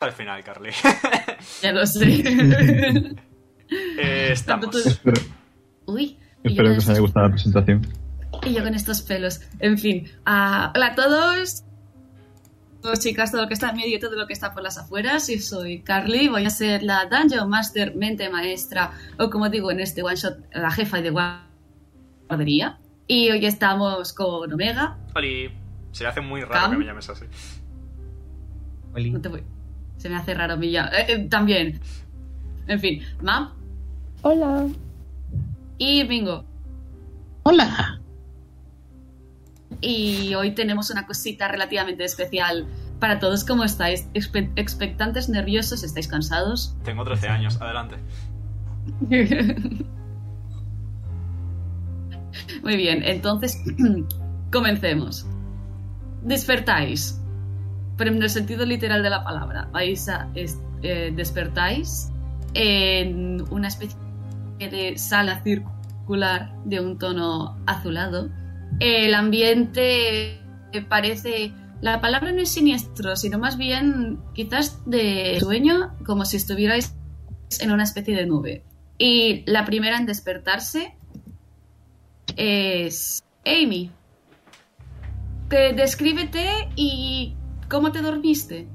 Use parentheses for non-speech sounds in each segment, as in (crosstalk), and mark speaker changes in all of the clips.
Speaker 1: al final,
Speaker 2: (laughs)
Speaker 1: Carly.
Speaker 2: Ya lo
Speaker 3: (laughs)
Speaker 2: sé.
Speaker 1: Eh, estamos.
Speaker 2: Tanto
Speaker 3: Espero,
Speaker 2: Uy. y yo
Speaker 3: espero
Speaker 2: con
Speaker 3: que os haya
Speaker 2: estos-
Speaker 3: gustado la presentación.
Speaker 2: Y yo con estos pelos. En fin. ah, hola a todos. Todos chicas, todo lo que está en medio y todo lo que está por las afueras. Yo soy Carly. Voy a ser la Dungeon Master, mente maestra. O como digo en este one shot, la jefa de guardería. Y hoy estamos con Omega.
Speaker 1: Oli, se le hace muy raro
Speaker 2: Cam.
Speaker 1: que me llames así.
Speaker 4: Oli.
Speaker 2: No te voy. Se me hace raro mi ya. Eh, eh, también. En fin. Mam
Speaker 5: Hola.
Speaker 2: y Bingo.
Speaker 4: Hola.
Speaker 2: Y hoy tenemos una cosita relativamente especial para todos. ¿Cómo estáis? Expe- ¿Expectantes, nerviosos? ¿Estáis cansados?
Speaker 1: Tengo 13 años, adelante.
Speaker 2: (laughs) Muy bien, entonces (clears throat) comencemos. Despertáis, pero en el sentido literal de la palabra. Vais a es- eh, despertáis en una especie de sala circular de un tono azulado. El ambiente eh, parece la palabra no es siniestro, sino más bien quizás de sueño, como si estuvierais en una especie de nube. Y la primera en despertarse es Amy. Te- descríbete y cómo te dormiste.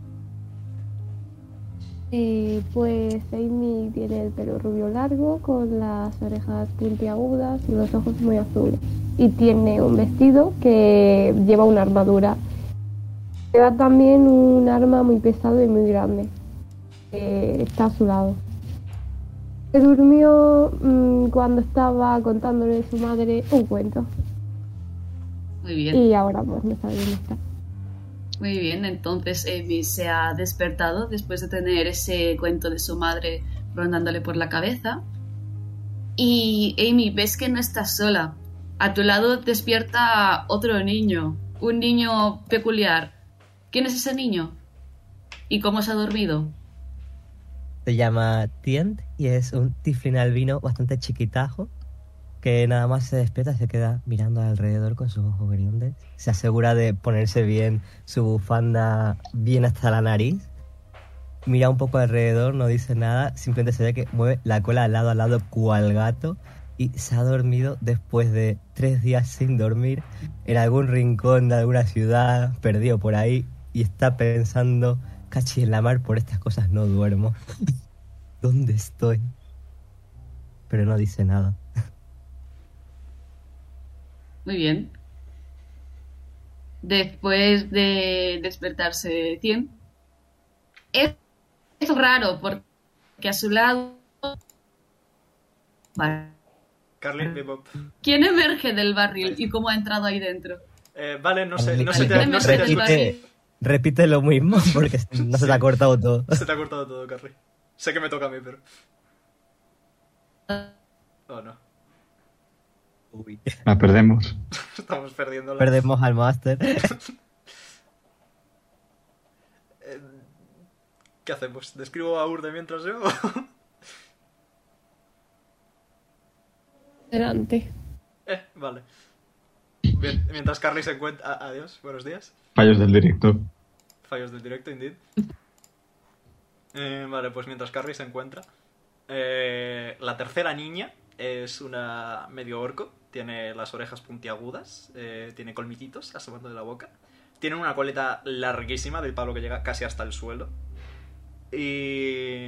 Speaker 5: Eh, pues Amy tiene el pelo rubio largo, con las orejas puntiagudas y los ojos muy azules. Y tiene un vestido que lleva una armadura. Lleva también un arma muy pesado y muy grande. Eh, está a su lado. Se durmió mm, cuando estaba contándole a su madre un cuento.
Speaker 2: Muy bien.
Speaker 5: Y ahora pues no sabe dónde está.
Speaker 2: Muy bien, entonces Amy se ha despertado después de tener ese cuento de su madre rondándole por la cabeza. Y Amy, ves que no estás sola. A tu lado despierta otro niño, un niño peculiar. ¿Quién es ese niño? ¿Y cómo se ha dormido?
Speaker 4: Se llama Tient y es un tiflin albino bastante chiquitajo que nada más se despierta y se queda mirando alrededor con sus ojos grandes. Se asegura de ponerse bien su bufanda bien hasta la nariz. Mira un poco alrededor, no dice nada, simplemente se ve que mueve la cola de lado a lado cual gato y se ha dormido después de tres días sin dormir en algún rincón de alguna ciudad, perdido por ahí, y está pensando, cachi en la mar, por estas cosas no duermo. ¿Dónde estoy? Pero no dice nada.
Speaker 2: Muy bien. Después de despertarse 100. Es, es raro porque a su lado... Vale.
Speaker 1: Carly, Bebop.
Speaker 2: ¿Quién emerge del barril y cómo ha entrado ahí dentro?
Speaker 1: Eh, vale, no sé, no
Speaker 2: Vale,
Speaker 1: se te, no se te ha
Speaker 2: repite.
Speaker 1: escuchado.
Speaker 4: repite lo mismo (laughs) porque no se te ha cortado todo.
Speaker 1: Se te ha cortado todo, Carly. Sé que me toca a mí, pero.
Speaker 2: Ah.
Speaker 1: Oh, no. (laughs)
Speaker 3: La perdemos.
Speaker 1: Estamos perdiendo la.
Speaker 4: Perdemos al máster.
Speaker 1: Eh, ¿Qué hacemos? ¿Describo a Urde mientras yo? (laughs)
Speaker 5: Adelante.
Speaker 1: eh, vale. Bien, mientras Carly se encuentra. a- Adiós, buenos días.
Speaker 3: Fallos del director.
Speaker 1: Fallos del directo, indeed. Eh, vale, pues mientras Carrie se encuentra. eh, la tercera niña es una medio orco. Tiene las orejas puntiagudas. eh, tiene colmititos asomando de la boca. Tiene una coleta larguísima del palo que llega casi hasta el suelo. Y.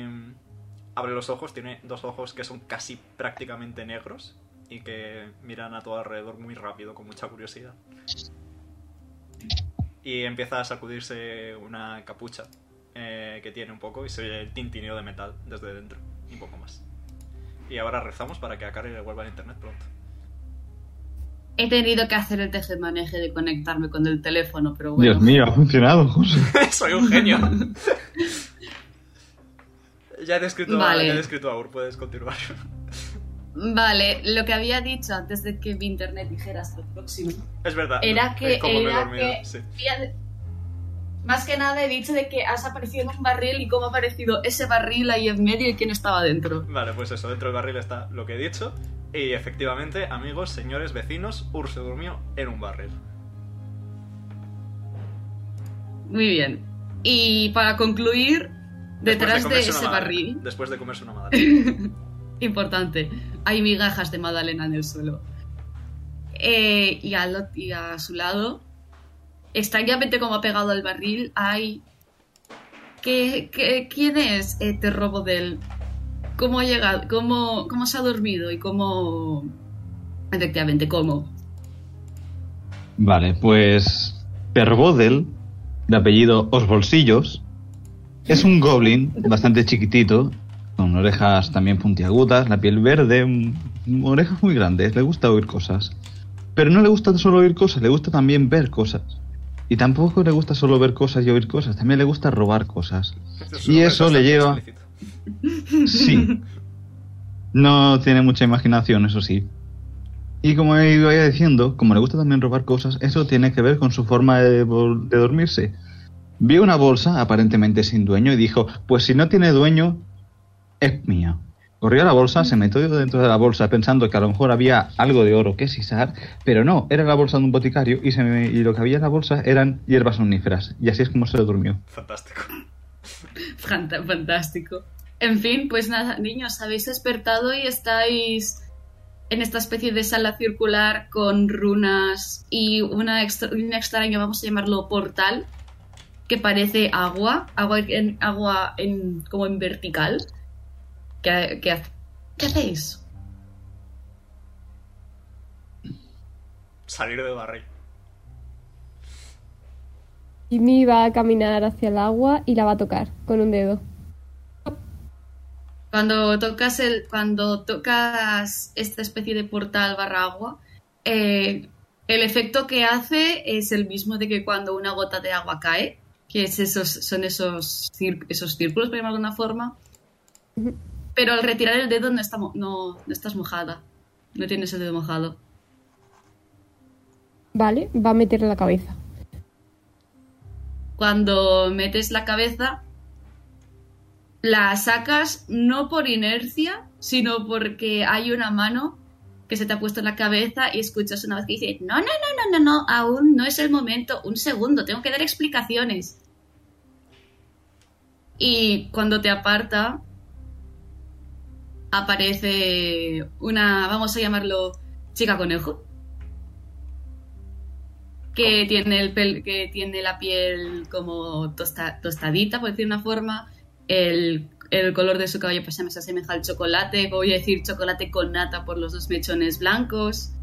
Speaker 1: Abre los ojos, tiene dos ojos que son casi prácticamente negros y que miran a todo alrededor muy rápido, con mucha curiosidad y empieza a sacudirse una capucha eh, que tiene un poco y se oye el tintineo de metal desde dentro y un poco más. Y ahora rezamos para que a Carrie le vuelva el internet pronto.
Speaker 2: He tenido que hacer el tejemaneje de conectarme con el teléfono, pero bueno.
Speaker 3: Dios mío, ha funcionado,
Speaker 2: (laughs)
Speaker 3: José.
Speaker 1: (laughs) Soy un genio. (laughs) ya he descrito, a,
Speaker 2: Vale.
Speaker 1: ya he descrito a Ur, puedes continuar. (laughs)
Speaker 2: Vale, lo que había dicho antes de que mi internet dijera hasta el próximo.
Speaker 1: es verdad.
Speaker 2: Era que-
Speaker 1: eh, cómo me he
Speaker 2: era
Speaker 1: dormido,
Speaker 2: que-
Speaker 1: sí.
Speaker 2: Había- Más que nada he dicho de que has aparecido en un barril y cómo ha aparecido ese barril ahí en medio y quién estaba dentro.
Speaker 1: Vale, pues eso, dentro del barril está lo que he dicho. Y efectivamente, amigos, señores, vecinos, Ur se durmió en un barril.
Speaker 2: Muy bien. Y para concluir, Detrás de,
Speaker 1: comerse una
Speaker 2: ese
Speaker 1: magdalena.
Speaker 2: barril,
Speaker 1: Después de comerse una
Speaker 2: (laughs)
Speaker 1: madre.
Speaker 2: importante, hay migajas de magdalena en el suelo. Eh, y, al ot- y a su lado, extrañamente como ha pegado al barril, hay... ¿Qué, qué- quién es este robo del...? ¿Cómo ha llegado? ¿Cómo, ¿Cómo se ha dormido? ¿Y cómo...? Efectivamente, ¿cómo?
Speaker 3: Vale, pues Perbodel, de apellido Os Bolsillos, es un goblin bastante chiquitito, con orejas también puntiagudas, la piel verde, mm, orejas muy grandes, le gusta oír cosas. Pero no le gusta solo oír cosas, le gusta también ver cosas. Y tampoco le gusta solo ver cosas y oír cosas, también le gusta robar cosas.
Speaker 1: es
Speaker 3: Y
Speaker 1: un
Speaker 3: eso
Speaker 1: hombre
Speaker 3: le lleva-
Speaker 1: bastante explícito.
Speaker 3: Sí. No tiene mucha imaginación, eso sí. Y como iba ya diciendo, como le gusta también robar cosas, eso tiene que ver con su forma de, vol- de dormirse. Vio una bolsa aparentemente sin dueño y dijo, pues si no tiene dueño, es mía. Corrió a la bolsa, se metió dentro de la bolsa pensando que a lo mejor había algo de oro que sisar, pero no, era la bolsa de un boticario y, se me- y lo que había en la bolsa eran hierbas omníferas. Y así es como se durmió.
Speaker 1: Fantástico. (laughs)
Speaker 2: Fanta- Fantástico. En fin, pues nada, niños, habéis despertado y estáis en esta especie de sala circular con runas y una extra- un extraño, vamos a llamarlo portal, que parece agua, agua en, agua en, como en vertical. ¿Qué, qué, hace- qué hacéis?
Speaker 1: Salir de barril.
Speaker 5: Jimmy va a caminar hacia el agua y la va a tocar con un dedo.
Speaker 2: Cuando tocas el, cuando tocas esta especie de portal barra agua, eh, el efecto que hace es el mismo de que cuando una gota de agua cae, que es esos, son esos, cir- esos círculos, por llamarlo de alguna forma. Pero al retirar el dedo no, está mo- no, no estás mojada. No tienes el dedo mojado.
Speaker 5: Vale, va a meterle la cabeza.
Speaker 2: Cuando metes la cabeza, la sacas no por inercia, sino porque hay una mano que se te ha puesto en la cabeza y escuchas una vez que dice, no, no, no, no, no, no, aún no es el momento, un segundo, tengo que dar explicaciones. Y cuando te aparta, aparece una, vamos a llamarlo, chica conejo. Que tiene, el pel- que tiene la piel como tosta- tostadita, por decir una forma. El, el color de su cabello pues, se me asemeja al chocolate. Voy a decir chocolate con nata por los dos mechones blancos.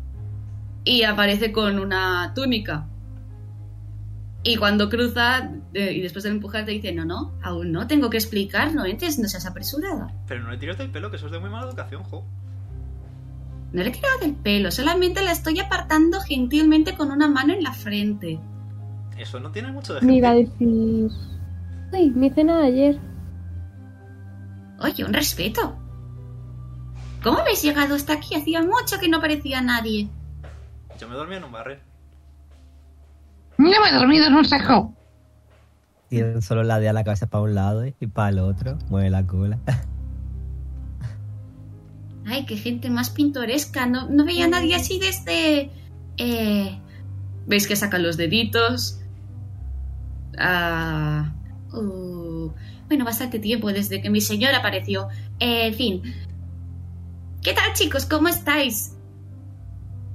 Speaker 2: Y aparece con una túnica. Y cuando cruza, eh, y después de empujar, te dice: No, no, aún no, tengo que explicar, no entres, no seas apresurada.
Speaker 1: Pero no le tires del pelo, que eso es de muy mala educación, jo.
Speaker 2: No le he tirado del pelo, solamente la estoy apartando gentilmente con una mano en la frente.
Speaker 1: Eso no tiene mucho de
Speaker 5: Me
Speaker 1: gente.
Speaker 5: iba a decir... Uy, mi cena de ayer.
Speaker 2: Oye, un respeto. ¿Cómo habéis llegado hasta aquí? Hacía mucho que no parecía nadie.
Speaker 1: Yo me dormí en un barril.
Speaker 6: No me he dormido en un saco.
Speaker 4: Tienen solo la de la cabeza para un lado y para el otro. Mueve la cola. (laughs)
Speaker 2: Ay, qué gente más pintoresca. No, no veía a nadie así desde... eh, ¿Veis que sacan los deditos? Ah, uh, bueno, bastante tiempo desde que mi señor apareció. Eh, en fin. ¿Qué tal, chicos? ¿Cómo estáis?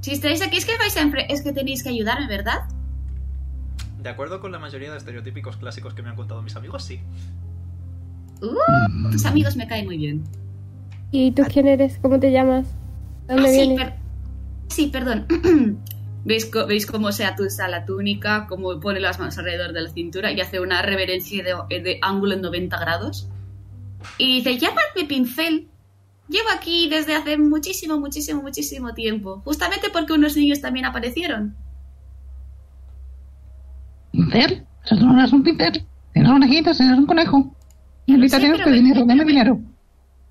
Speaker 2: Si estáis aquí es que vais a enfre- es que tenéis que ayudarme, ¿verdad?
Speaker 1: De acuerdo con la mayoría de estereotípicos clásicos que me han contado mis amigos, sí.
Speaker 2: Uh, Tus amigos me caen muy bien.
Speaker 5: ¿Y tú quién eres? ¿Cómo te llamas?
Speaker 2: Ah,
Speaker 5: ¿De ¿Dónde
Speaker 2: sí,
Speaker 5: vienes?
Speaker 2: per- sí, perdón. (clears throat) ¿Veis, co- ¿Veis cómo se atusa la túnica? Cómo pone las manos alrededor de la cintura y hace una reverencia de, eh, de ángulo en 90 grados? Y dice, llamadme pincel. Llevo aquí desde hace muchísimo, muchísimo, muchísimo tiempo. Justamente porque unos niños también aparecieron.
Speaker 6: Pincel, solo no eres un pincel. Tienes orejitas, eres un conejo. Y ahorita
Speaker 2: Sí,
Speaker 6: tienes
Speaker 2: pero
Speaker 6: que
Speaker 2: me-
Speaker 6: dinero, dame dinero.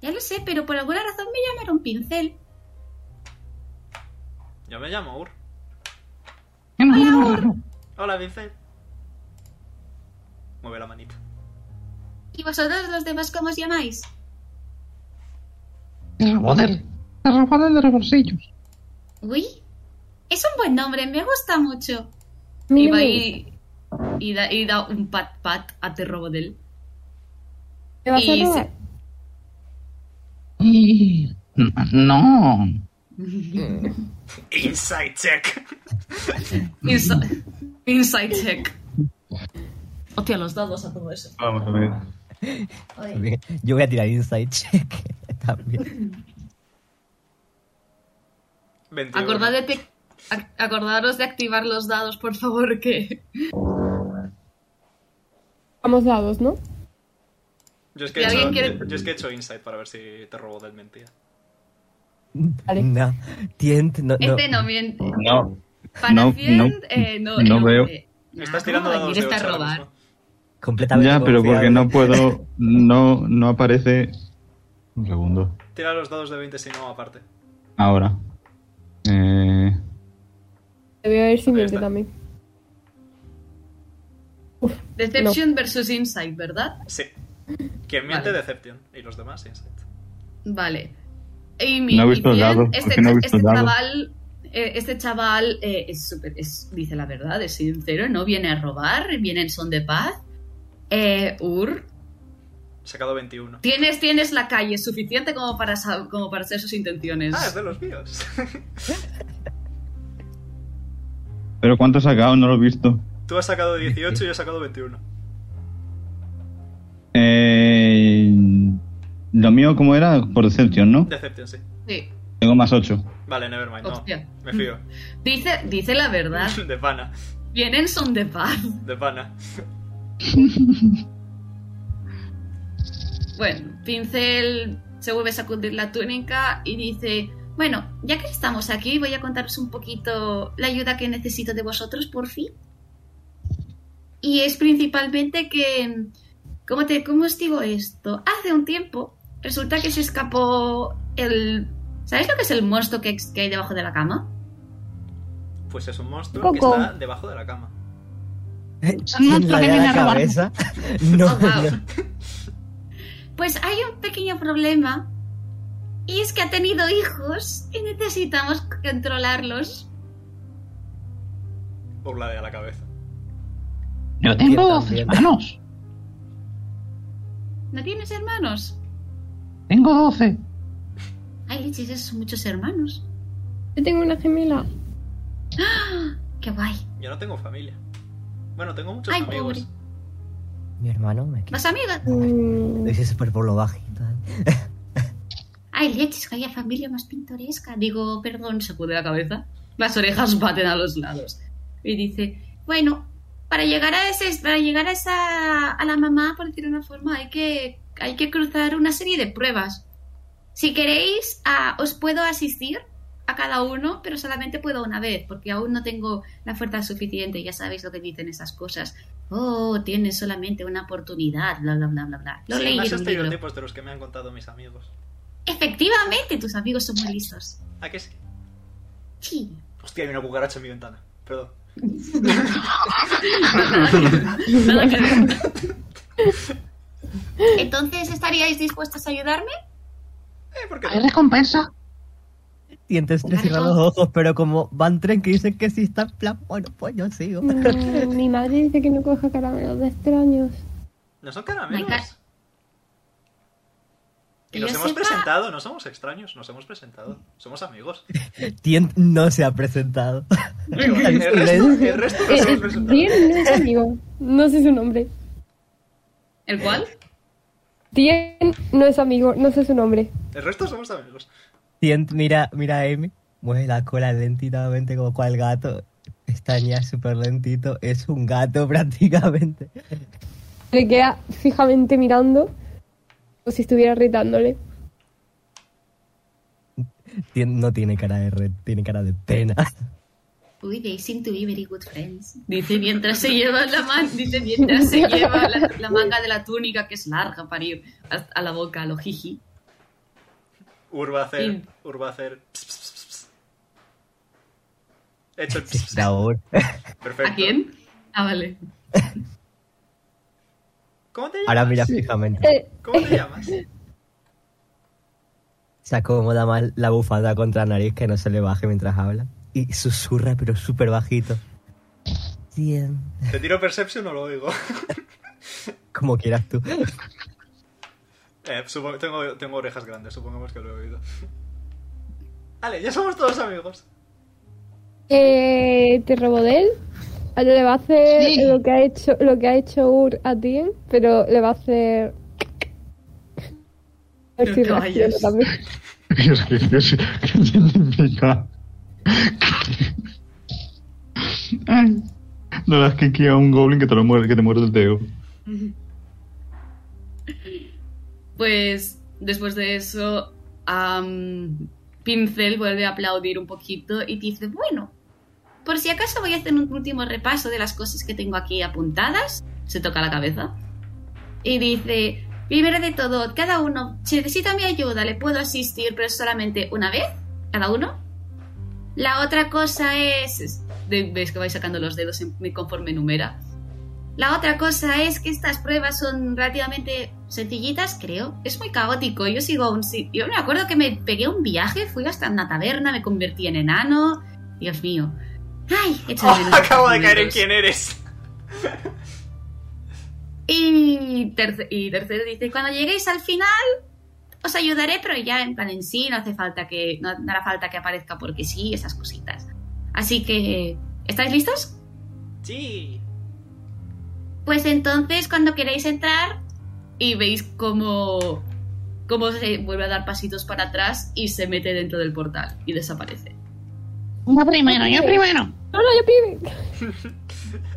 Speaker 2: Ya lo sé, pero por alguna razón me llamaron pincel.
Speaker 1: Yo me llamo Ur.
Speaker 6: Yo no soy un raro.
Speaker 1: Hola, Vincent. Mueve la manita.
Speaker 2: ¿Y vosotros los demás cómo os llamáis?
Speaker 6: Te robó del. Te robó del de los bolsillos.
Speaker 2: Uy, es un buen nombre, me gusta mucho.
Speaker 5: A mí
Speaker 2: Y
Speaker 5: no
Speaker 2: va
Speaker 5: me
Speaker 2: y, y da, y da un pat pat a Terrobodel.
Speaker 5: gusta. ¿Me vas a
Speaker 2: Y
Speaker 5: robar?
Speaker 6: Y- No.
Speaker 1: Inside check. (laughs)
Speaker 2: Insi- Inside check. Hostia, los dados a todo eso.
Speaker 3: Vamos a ver.
Speaker 4: Bien, Yo voy a tirar inside check (laughs) también.
Speaker 1: 21.
Speaker 2: Acordad de que- ac- acordaros de activar los dados, por favor, que
Speaker 5: Vamos dados, ¿no?
Speaker 1: Yo es, que
Speaker 2: Si
Speaker 1: he hecho,
Speaker 2: alguien quiere- Ah,
Speaker 1: yo es que he hecho insight para ver si te robo del mentira.
Speaker 5: Vale.
Speaker 4: No, tient, no, no.
Speaker 2: este no miente.
Speaker 3: No.
Speaker 2: Para
Speaker 3: No,
Speaker 2: 100,
Speaker 3: no,
Speaker 2: eh, no,
Speaker 3: no veo.
Speaker 1: Me estás tirando dados de
Speaker 2: quieres
Speaker 1: ocho ahora
Speaker 2: robar.
Speaker 1: mismo.
Speaker 4: Completamente.
Speaker 3: ya, pero porque
Speaker 4: confiado.
Speaker 3: no
Speaker 4: (laughs)
Speaker 3: puedo. No, no aparece. Un segundo.
Speaker 1: Tira los dados de 20 si no, aparte.
Speaker 3: Ahora. Eh,
Speaker 5: Te voy a ver si miente
Speaker 1: está.
Speaker 5: también.
Speaker 2: Deception versus Insight, ¿verdad?
Speaker 1: Sí. Quien miente,
Speaker 2: Vale.
Speaker 1: Deception. Y los demás, insight.
Speaker 2: Vale. Amy,
Speaker 3: No he visto
Speaker 2: y bien,
Speaker 3: dados, ¿por
Speaker 2: Este,
Speaker 3: qué no he visto
Speaker 2: este
Speaker 3: dados?
Speaker 2: chaval, eh, este chaval eh, es súper- es- dice la verdad, es sincero, no viene a robar, viene en son de paz. Eh, Ur,
Speaker 1: Sacado 21.
Speaker 2: tienes, tienes la calle suficiente como para, sa- como para hacer sus intenciones.
Speaker 1: Ah, es de los míos.
Speaker 3: ¿Pero cuánto ha sacado? No lo he visto.
Speaker 1: Tú has sacado 18 y yo he sacado 21.
Speaker 3: Eh, lo mío, ¿cómo era? Por Deception, ¿no?
Speaker 1: Deception, sí.
Speaker 2: Sí,
Speaker 3: Tengo más (laughs) 8.
Speaker 1: Vale, nevermind. No,
Speaker 2: hostia.
Speaker 1: me fío.
Speaker 2: Dice, dice
Speaker 1: (laughs)
Speaker 2: la verdad,
Speaker 1: De pana.
Speaker 2: viene en son de paz.
Speaker 1: De pana.
Speaker 2: Bueno, Pincel se vuelve a sacudir la túnica y dice, bueno, ya que estamos aquí, voy a contaros un poquito la ayuda que necesito de vosotros, por fin. Y es principalmente que, ¿cómo, te, ¿cómo os digo esto? Hace un tiempo resulta que se escapó el... ¿Sabéis lo que es el monstruo que, que hay debajo de la cama?
Speaker 1: Pues es un monstruo
Speaker 5: Coco.
Speaker 1: que está debajo de la cama.
Speaker 4: (laughs)
Speaker 6: un
Speaker 4: ¿Quién le
Speaker 6: monstruo que
Speaker 4: da
Speaker 6: viene
Speaker 4: la
Speaker 6: a robar. (laughs)
Speaker 4: cabeza? No,
Speaker 2: Oh, wow. (laughs)
Speaker 4: no.
Speaker 2: Pues hay un pequeño problema y es que ha tenido hijos y necesitamos controlarlos.
Speaker 1: Burladea la cabeza.
Speaker 6: Yo tengo
Speaker 4: también.
Speaker 6: hermanos.
Speaker 2: ¿No tienes hermanos?
Speaker 6: Tengo 12.
Speaker 2: Ay, leches, esos son muchos hermanos.
Speaker 5: Yo tengo una gemela.
Speaker 2: ¡Qué guay!
Speaker 1: Yo no tengo familia. Bueno, tengo muchos
Speaker 2: Ay,
Speaker 1: amigos.
Speaker 2: pobre.
Speaker 4: Mi hermano me quita.
Speaker 2: ¿Más amigos?
Speaker 5: Mm,
Speaker 4: Lo hice súper por lo bajito.
Speaker 2: Ay, leches, que haya familia más pintoresca. Digo, perdón, sacude la cabeza. Las orejas (laughs) baten a los lados. Y dice, bueno, para llegar a ese, para llegar a esa, a la mamá, por decirlo de una forma, hay que, hay que cruzar una serie de pruebas. Si queréis, ah, os puedo asistir a cada uno, pero solamente puedo una vez, porque aún no tengo la fuerza suficiente. Ya sabéis lo que dicen esas cosas. Oh, tienes solamente una oportunidad, bla, bla, bla, bla, bla. Lo
Speaker 1: Sí,
Speaker 2: leí
Speaker 1: más
Speaker 2: en un libro.
Speaker 1: estereotipos de los que me han contado mis amigos.
Speaker 2: Efectivamente, tus amigos son muy listos.
Speaker 1: ¿A qué sí?
Speaker 2: Sí.
Speaker 1: Hostia, hay una cucaracha en mi ventana. Perdón.
Speaker 5: Mm,
Speaker 2: Entonces, ¿estaríais dispuestos a ayudarme?
Speaker 1: Eh, ¿por qué
Speaker 6: ¿Hay
Speaker 1: no?
Speaker 6: recompensa?
Speaker 4: Dientes tres y los ojos, pero como van tres que dicen que sí está en plan, bueno, pues yo sigo.
Speaker 5: mm, mi madre dice que no coja caramelos de (laughs) extraños.
Speaker 1: No son
Speaker 2: My God.
Speaker 1: caramelos.
Speaker 2: Que
Speaker 1: Y nos
Speaker 2: yo
Speaker 1: hemos
Speaker 2: sepa-
Speaker 1: presentado, no somos extraños, nos hemos presentado. Somos amigos.
Speaker 4: Tient no se ha presentado. (laughs)
Speaker 1: Digo, el, resto, el resto
Speaker 5: Eh,
Speaker 1: nos hemos presentado.
Speaker 5: Tien no es amigo. No sé su nombre.
Speaker 2: ¿El cual?
Speaker 5: Tien no es amigo. No sé su nombre.
Speaker 1: El resto somos amigos.
Speaker 4: Tient mira, mira a Amy, mueve la cola lentamente como cual gato. Pestañea súper lentito, es un gato (laughs) prácticamente.
Speaker 5: Le queda fijamente mirando. Como si estuviera retándole.
Speaker 4: Tient no tiene cara de red, tiene cara de pena. (laughs)
Speaker 2: Uy, they seem to be very good friends. Dice mientras se lleva la man- dice mientras se lleva la, la manga de la túnica que es larga para ir a, a la boca, a lo jiji.
Speaker 1: Ur va a hacer.
Speaker 2: Sí.
Speaker 1: Ur va a hacer. ps, ps, ps, ps. He hecho el ps, ps,
Speaker 4: Por favor.
Speaker 1: Perfecto.
Speaker 2: ¿A quién? Ah, vale.
Speaker 1: ¿Cómo te llamas?
Speaker 4: Ahora mira fijamente.
Speaker 5: Eh,
Speaker 1: ¿Cómo te llamas?
Speaker 4: Se acomoda mal la bufanda contra la nariz que no se le baje mientras habla. Y susurra, pero súper bajito. Tien,
Speaker 1: ¿Te tiro Perception o lo oigo?
Speaker 4: como quieras tú.
Speaker 1: (laughs) Eh, supongo- tengo, tengo orejas grandes, supongamos que lo he oído. Vale, ya somos todos amigos.
Speaker 5: Eh, te robó de él. A él Le va a hacer
Speaker 6: Sí.
Speaker 5: lo que ha hecho lo que ha hecho Ur a Tien, pero le va a hacer. A ver
Speaker 2: No
Speaker 5: si
Speaker 2: te vayas.
Speaker 5: reacciona también.
Speaker 3: Es que Dios, que significa. (laughs)
Speaker 6: Ay,
Speaker 3: No das que a un goblin que te lo muerde, que te muerde el dedo.
Speaker 2: Pues después de eso, am, Pincel vuelve a aplaudir un poquito y dice, bueno, por si acaso voy a hacer un último repaso de las cosas que tengo aquí apuntadas. Se toca la cabeza. Y dice, primero de todo, cada uno, si necesita mi ayuda, le puedo asistir, pero solamente una vez, cada uno. La otra cosa es... es- de- Ves que vais sacando los dedos en- conforme numera. La otra cosa es que estas pruebas son relativamente sencillitas, creo. Es muy caótico. Yo sigo a un sitio. Yo me acuerdo que me pegué un viaje, fui hasta una taberna, me convertí en enano. Dios mío. Ay,
Speaker 1: (laughs)
Speaker 2: echo de menos
Speaker 1: acabo de caer en
Speaker 2: estos momentos.
Speaker 1: quién eres.
Speaker 2: Y, terce- y tercero dice, cuando lleguéis al final, os ayudaré, pero ya en plan en sí, no hace falta que, no, no hará falta que aparezca porque sí, esas cositas. Así que, ¿estáis listos?
Speaker 1: Sí.
Speaker 2: Pues entonces, cuando queréis entrar y veis cómo, cómo se vuelve a dar pasitos para atrás y se mete dentro del portal y desaparece.
Speaker 6: yo primero, yo primero.
Speaker 5: No, no, yo (laughs) pibe.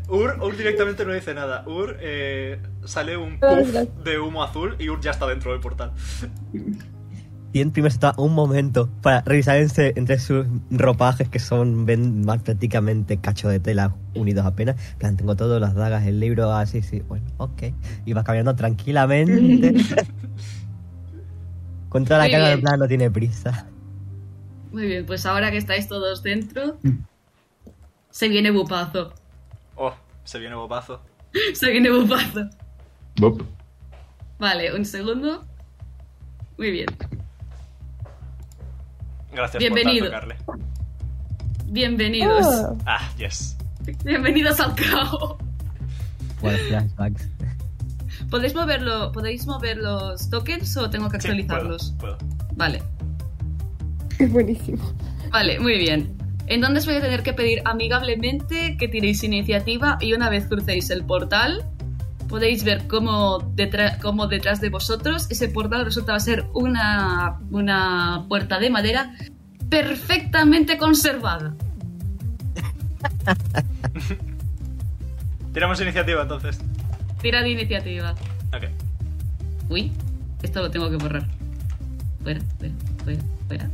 Speaker 1: Ur, Ur directamente no dice nada. Ur eh, sale un
Speaker 5: Ah,
Speaker 1: puff
Speaker 5: gracias.
Speaker 1: de humo azul y Ur ya está dentro del portal.
Speaker 4: Tien primero se toma un momento para revisar entre, entre sus ropajes que son ven, más prácticamente cacho de tela unidos apenas. En plan, tengo todas las dagas, el libro, así, sí, bueno, ok. Y va
Speaker 2: (laughs)
Speaker 4: caminando tranquilamente. Contra la
Speaker 2: Muy
Speaker 4: cara del
Speaker 2: bien.
Speaker 4: plan, no tiene prisa.
Speaker 2: Muy bien, pues ahora que estáis todos dentro, se viene bupazo. (laughs)
Speaker 1: Oh, se viene bobazo.
Speaker 2: Se viene bupazo.
Speaker 3: Bop.
Speaker 2: Vale, un segundo. Muy bien.
Speaker 1: Gracias
Speaker 2: Bienvenido.
Speaker 1: por tanto, Carle.
Speaker 2: Bienvenidos.
Speaker 5: Ah,
Speaker 1: Ah, yes.
Speaker 2: Bienvenidos al caos.
Speaker 4: Bueno, flashbacks.
Speaker 2: ¿Podéis moverlo, ¿Podéis mover los tokens o tengo que
Speaker 1: Sí,
Speaker 2: actualizarlos?
Speaker 1: puedo, puedo.
Speaker 2: Vale.
Speaker 5: es buenísimo.
Speaker 2: Vale, muy bien. Entonces voy a tener que pedir amigablemente que tiréis iniciativa y una vez crucéis el portal podéis ver cómo, detra- cómo detrás de vosotros ese portal resulta ser una, una puerta de madera perfectamente conservada.
Speaker 1: Tiramos iniciativa entonces.
Speaker 2: Tira de iniciativa.
Speaker 1: Ok.
Speaker 2: Uy, esto lo tengo que borrar. Fuera, fuera, fuera, fuera.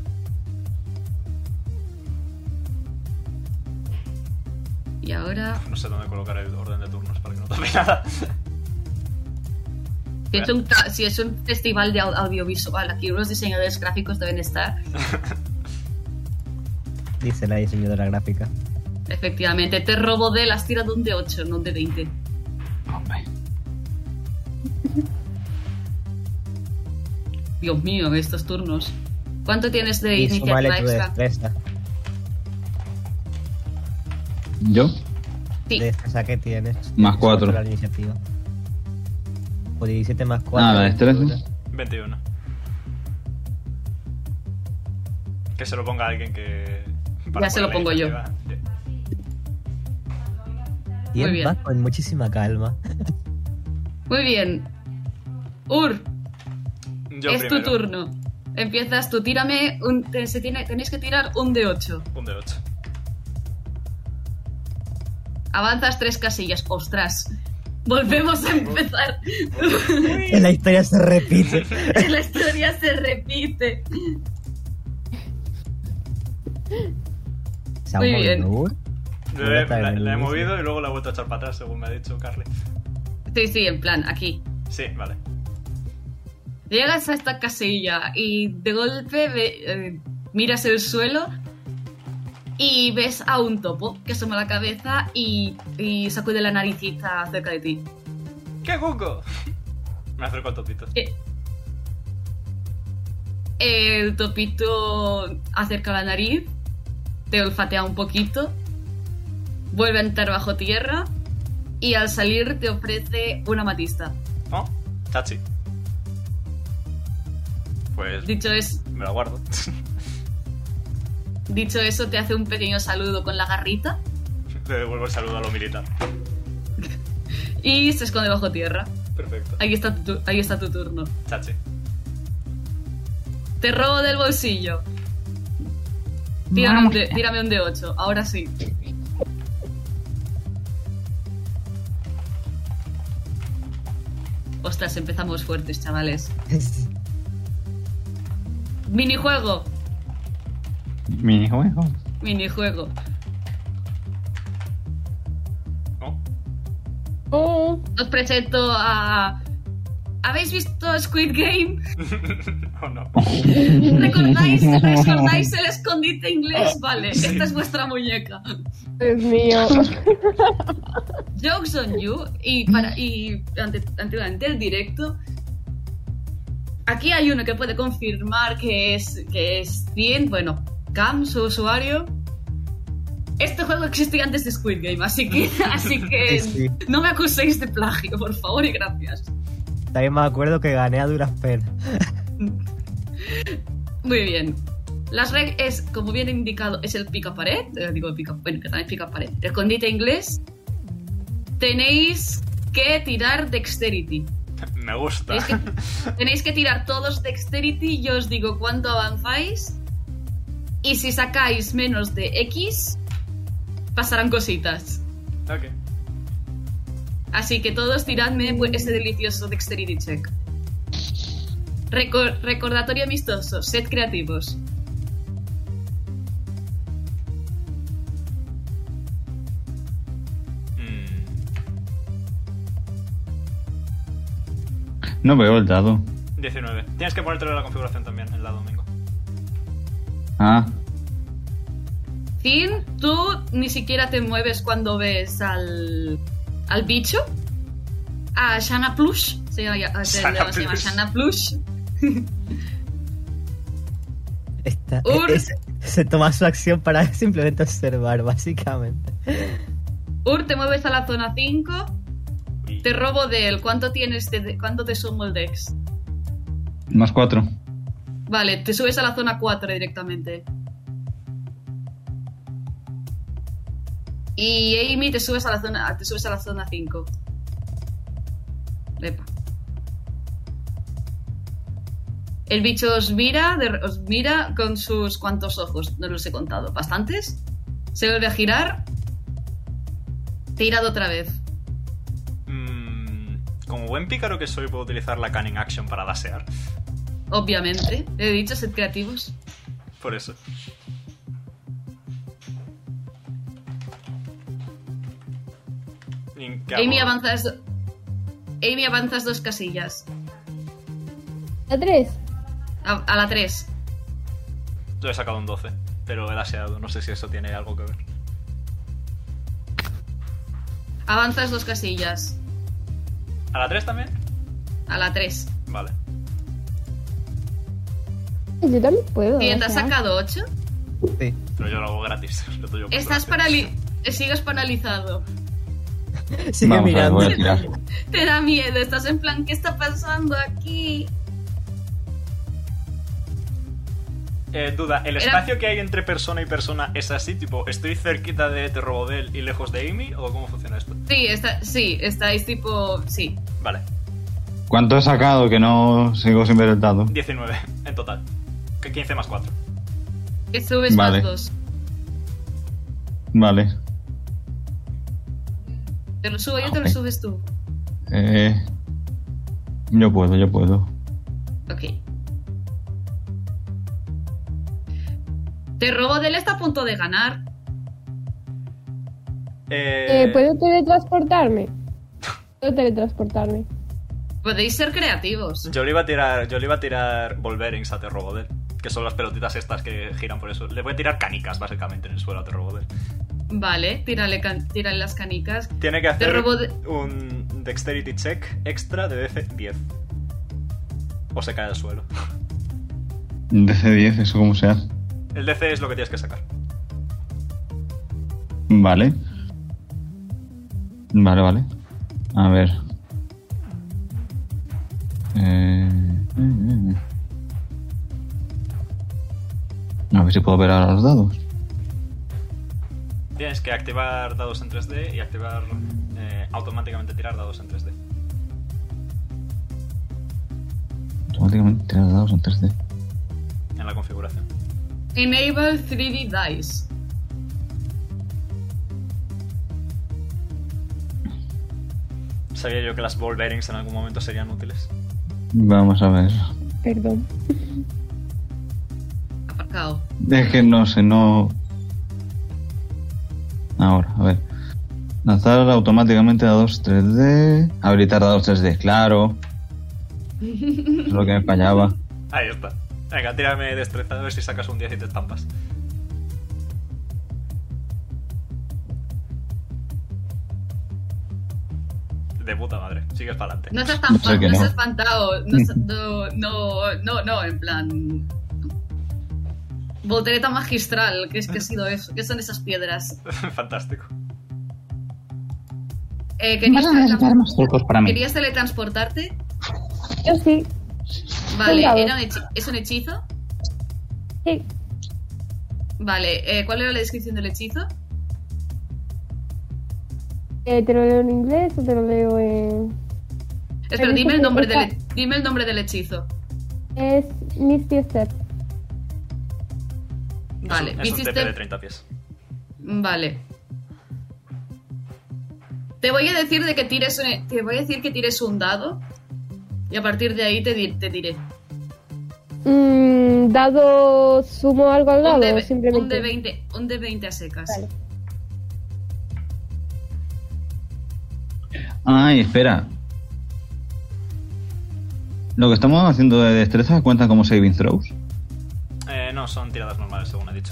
Speaker 2: Y ahora
Speaker 1: No sé dónde colocar el orden de turnos para que no tape (laughs) nada.
Speaker 2: Si es, un, ca- si es un festival de au- audiovisual, aquí los diseñadores gráficos deben estar.
Speaker 4: Dice la diseñadora gráfica.
Speaker 2: Efectivamente, te robo de las tiras de un de 8, no de 20.
Speaker 6: Hombre,
Speaker 2: (laughs) Dios mío, estos turnos. ¿Cuánto tienes de
Speaker 4: Y súmale
Speaker 2: iniciativa
Speaker 4: tu
Speaker 2: extra?
Speaker 4: destreza.
Speaker 3: ¿Yo?
Speaker 2: Sí,
Speaker 4: Destreza que tienes.
Speaker 3: Más
Speaker 4: Tienes
Speaker 3: cuatro.
Speaker 4: la iniciativa. O 17 más 4.
Speaker 3: Nada, destreza.
Speaker 1: 21. Que se lo ponga alguien que.
Speaker 2: Ya se lo
Speaker 1: poner
Speaker 2: pongo yo.
Speaker 1: la iniciativa.
Speaker 2: Muy bien.
Speaker 4: con muchísima calma.
Speaker 2: muy bien. Ur,
Speaker 1: Yo
Speaker 2: es
Speaker 1: primero.
Speaker 2: tu turno. Empiezas tú, tírame un. te- se tiene- tenéis que tirar un de 8.
Speaker 1: Un de 8.
Speaker 2: Avanzas tres casillas, ostras. Volvemos a empezar. (laughs)
Speaker 4: (laughs) La historia se repite.
Speaker 2: La historia se repite.
Speaker 4: Se ha
Speaker 2: Muy
Speaker 4: movido
Speaker 2: bien.
Speaker 4: uno.
Speaker 1: La,
Speaker 4: está
Speaker 1: la-
Speaker 4: en el
Speaker 1: la he
Speaker 4: inicio.
Speaker 1: movido y luego la he vuelto a echar para atrás, según me ha dicho Carly.
Speaker 2: Sí, sí, en plan, aquí.
Speaker 1: Sí, vale.
Speaker 2: Llegas a esta casilla y de golpe ve- eh, miras el suelo y ves a un topo que asoma la cabeza y, y sacude la naricita cerca de ti.
Speaker 1: ¡Qué cuco! (laughs) Me acerco al topito.
Speaker 2: El topito acerca la nariz, te olfatea un poquito, vuelve a entrar bajo tierra
Speaker 1: ¿Oh?
Speaker 2: y al salir te ofrece una matista.
Speaker 1: ¿No? Chachi. Pues
Speaker 2: Dicho, es,
Speaker 1: me la guardo. (laughs)
Speaker 2: dicho eso, te hace un pequeño saludo con la garrita
Speaker 1: Le devuelvo el saludo a lo militar.
Speaker 2: y se esconde bajo tierra.
Speaker 1: Perfecto.
Speaker 2: Ahí está tu, tu- ahí está tu turno.
Speaker 1: Chache.
Speaker 2: Te robo del bolsillo. Tírame un, de, tírame un D8, ahora sí. Ostras, empezamos fuertes, chavales. Minijuego,
Speaker 3: Mi hijo, hijo.
Speaker 2: minijuego.
Speaker 1: ¿No?
Speaker 5: Oh,
Speaker 2: Os presento a... ¿Habéis visto Squid Game?
Speaker 1: Oh, (laughs) no.
Speaker 2: ¿Recordáis, ¿Recordáis el escondite inglés? Vale, esta es vuestra muñeca.
Speaker 5: Dios (laughs) mío.
Speaker 2: Jokes on you y, para, y ante, ante- ante el directo. Aquí hay uno que puede confirmar que es, que es 100, bueno, Cam, su usuario. Este juego existía antes de Squid Game, así
Speaker 4: (laughs)
Speaker 2: que, así que
Speaker 4: Sí, sí.
Speaker 2: no me acuséis de plagio, por favor y gracias.
Speaker 4: También me acuerdo que gané a duras penas.
Speaker 2: Muy bien. Las reglas es, como bien indicado, es el pica pared. eh, digo, pica, bueno, que también pica pared. Escondite inglés. Tenéis que tirar dexterity.
Speaker 1: Me gusta.
Speaker 2: Tenéis que, tenéis que tirar todos dexterity. Yo os digo cuánto avanzáis. Y si sacáis menos de X, pasarán cositas.
Speaker 1: Ok.
Speaker 2: Así que todos tiradme pues, ese delicioso dexterity check. Reco- recordatorio amistoso, sed creativos.
Speaker 1: Mm,
Speaker 3: No veo el dado.
Speaker 1: 19. Tienes que ponértelo en la configuración también, el lado domingo.
Speaker 3: Ah,
Speaker 2: Finn, tú ni siquiera te mueves cuando ves al, al bicho. A Shanna Plush. Se llama, se
Speaker 1: Shanna
Speaker 2: llama- se llama
Speaker 1: Plush.
Speaker 2: Shanna Plush.
Speaker 4: Está-
Speaker 2: Ur-
Speaker 4: es- e, se toma su acción para (laughs) simplemente observar, básicamente. (laughs)
Speaker 2: Ur, te mueves a la zona 5.
Speaker 1: Y-
Speaker 2: Te robo de él. ¿Cuánto tienes? de- de- ¿Cuánto te sumo el dex?
Speaker 3: más cuatro.
Speaker 2: Vale, te subes a la zona 4 directamente. Y Amy te subes a la zona te subes a la zona 5. Epa. El bicho os mira, de- os mira con sus cuantos ojos, no los he contado, bastantes. Se vuelve a girar. Tirado otra vez.
Speaker 1: Mm, como buen pícaro que soy, puedo utilizar la canning action para dasear.
Speaker 2: Obviamente. He dicho, sed creativos.
Speaker 1: Por eso. ¿Y qué hago?
Speaker 2: Amy avanzas. do- Amy avanzas dos casillas.
Speaker 5: ¿La tres?
Speaker 2: A, a la 3.
Speaker 1: Yo he sacado un 12, pero he laseado. No sé si eso tiene algo que ver.
Speaker 2: Avanzas dos casillas.
Speaker 1: ¿A la 3 también?
Speaker 2: A la 3.
Speaker 1: Vale.
Speaker 5: Yo también puedo.
Speaker 2: Bien,
Speaker 5: o
Speaker 2: te has
Speaker 5: sea.
Speaker 2: sacado 8.
Speaker 4: Sí.
Speaker 1: Pero yo lo hago gratis. (laughs) Lo tuyo por
Speaker 2: Estás
Speaker 1: gratis.
Speaker 2: parali sigues paralizado.
Speaker 4: Sigue
Speaker 3: Vamos a ver,
Speaker 4: mirando.
Speaker 3: voy a tirar.
Speaker 2: Te da miedo. Estás en plan, ¿qué está pasando aquí?
Speaker 1: Eh, duda, ¿el
Speaker 2: Era-
Speaker 1: espacio que hay entre persona y persona es así? Tipo, ¿estoy cerquita de Te robo de él y lejos de Amy? ¿O cómo funciona esto?
Speaker 2: Sí, está, sí, estáis tipo. Sí.
Speaker 1: Vale,
Speaker 3: ¿Cuánto he sacado que no sigo sin ver el dado?
Speaker 1: 19 en total. Que 15 más 4.
Speaker 2: Que subes
Speaker 3: Vale.
Speaker 2: más 2.
Speaker 3: Vale.
Speaker 2: Te lo subo yo, te lo
Speaker 3: Ok.
Speaker 2: subes tú.
Speaker 3: Eh, yo puedo, yo puedo.
Speaker 2: Ok. Te robo de él, está a punto de ganar.
Speaker 1: Eh,
Speaker 5: Eh, ¿Puedo teletransportarme? Puedo teletransportarme.
Speaker 2: Podéis ser creativos.
Speaker 1: Yo le iba a tirar, yo le iba a tirar Volverings a Te robo de él, Que son las pelotitas estas que giran por eso. Le voy a tirar canicas, básicamente, en el suelo a Te robo de él.
Speaker 2: Vale, tírale, can- tírale las canicas.
Speaker 1: Tiene que hacer
Speaker 2: robo de-
Speaker 1: un Dexterity check extra de DC 10. O se cae al suelo.
Speaker 3: DC 10, eso como sea.
Speaker 1: El DC es lo que tienes que sacar.
Speaker 3: Vale. Vale, vale. A ver. Eh, eh, eh, eh. A ver si puedo ver ahora los dados.
Speaker 1: Tienes que activar dados en 3D y activar eh, automáticamente tirar dados en 3D.
Speaker 3: Automáticamente tirar los dados en 3D.
Speaker 1: En la configuración.
Speaker 2: Enable 3D Dice.
Speaker 1: Sabía yo que las ball bearings en algún momento serían útiles.
Speaker 3: Vamos a ver.
Speaker 5: Perdón.
Speaker 2: Aparcado.
Speaker 3: Es que no sé, no. Ahora, a ver. Lanzar automáticamente dados 3D. Habilitar dados 3D, claro. Es lo que me fallaba.
Speaker 1: Ahí está. Venga, tírame destreza a ver si sacas un 10 y te estampas. De puta madre, sigues para adelante.
Speaker 2: No seas tan
Speaker 3: No sé
Speaker 2: fan-
Speaker 3: que
Speaker 2: no
Speaker 3: no.
Speaker 2: seas espantado.
Speaker 3: (laughs)
Speaker 2: No, se- no, no, no, no, en plan. Voltereta magistral, ¿qué es que ha sido eso? ¿Qué son esas piedras?
Speaker 1: (laughs) Fantástico.
Speaker 2: Eh, ¿querías,
Speaker 6: Vas a necesitar
Speaker 2: teletran-
Speaker 6: más trucos para mí.
Speaker 2: querías teletransportarte?
Speaker 5: Yo sí,
Speaker 2: Vale,
Speaker 5: Venga, a ver.
Speaker 2: era un hechi- ¿es un hechizo?
Speaker 5: sí.
Speaker 2: Vale, eh, ¿cuál era la descripción del hechizo?
Speaker 5: Eh, ¿Te lo leo en inglés o te lo leo en...?
Speaker 2: Espera,
Speaker 5: Pero
Speaker 2: dime el,
Speaker 5: es-
Speaker 2: nombre del,
Speaker 5: está-
Speaker 2: dime el nombre del hechizo.
Speaker 5: Es Misty Step.
Speaker 2: Vale,
Speaker 1: es un, es un
Speaker 2: hiciste-
Speaker 1: TP de 30 pies.
Speaker 2: Vale. Te voy a decir de que tires un, e- te voy a decir que tires un dado y a partir de ahí te, di- te diré.
Speaker 5: Mm, ¿Dado sumo algo al
Speaker 2: Un
Speaker 5: lado
Speaker 2: de,
Speaker 5: o
Speaker 2: ve-
Speaker 5: simplemente...?
Speaker 2: un de 20, un de 20 a secas.
Speaker 5: Vale.
Speaker 3: Ay, espera. Lo que estamos haciendo de destreza cuenta como saving throws.
Speaker 1: Eh, no, son tiradas normales, según he dicho.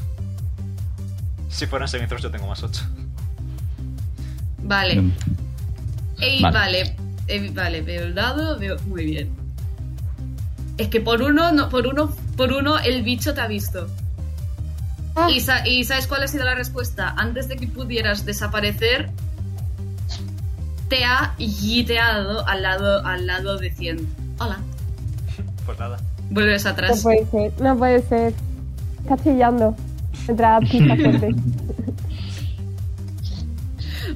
Speaker 1: Si fueran semi yo tengo más 8.
Speaker 2: Vale. Ey,
Speaker 3: Vale.
Speaker 2: vale. Eh, vale, veo el dado, veo muy bien. Es que por uno, no, por uno, por uno el bicho te ha visto.
Speaker 5: Ah,
Speaker 2: ¿Y, sa- y sabes cuál ha sido la respuesta? Antes de que pudieras desaparecer, te ha yiteado al lado, al lado de 100. Hola.
Speaker 1: Pues nada.
Speaker 2: Vuelves
Speaker 5: no
Speaker 2: atrás.
Speaker 5: puede ser, no puede ser. Está chillando. Entra pista fuerte.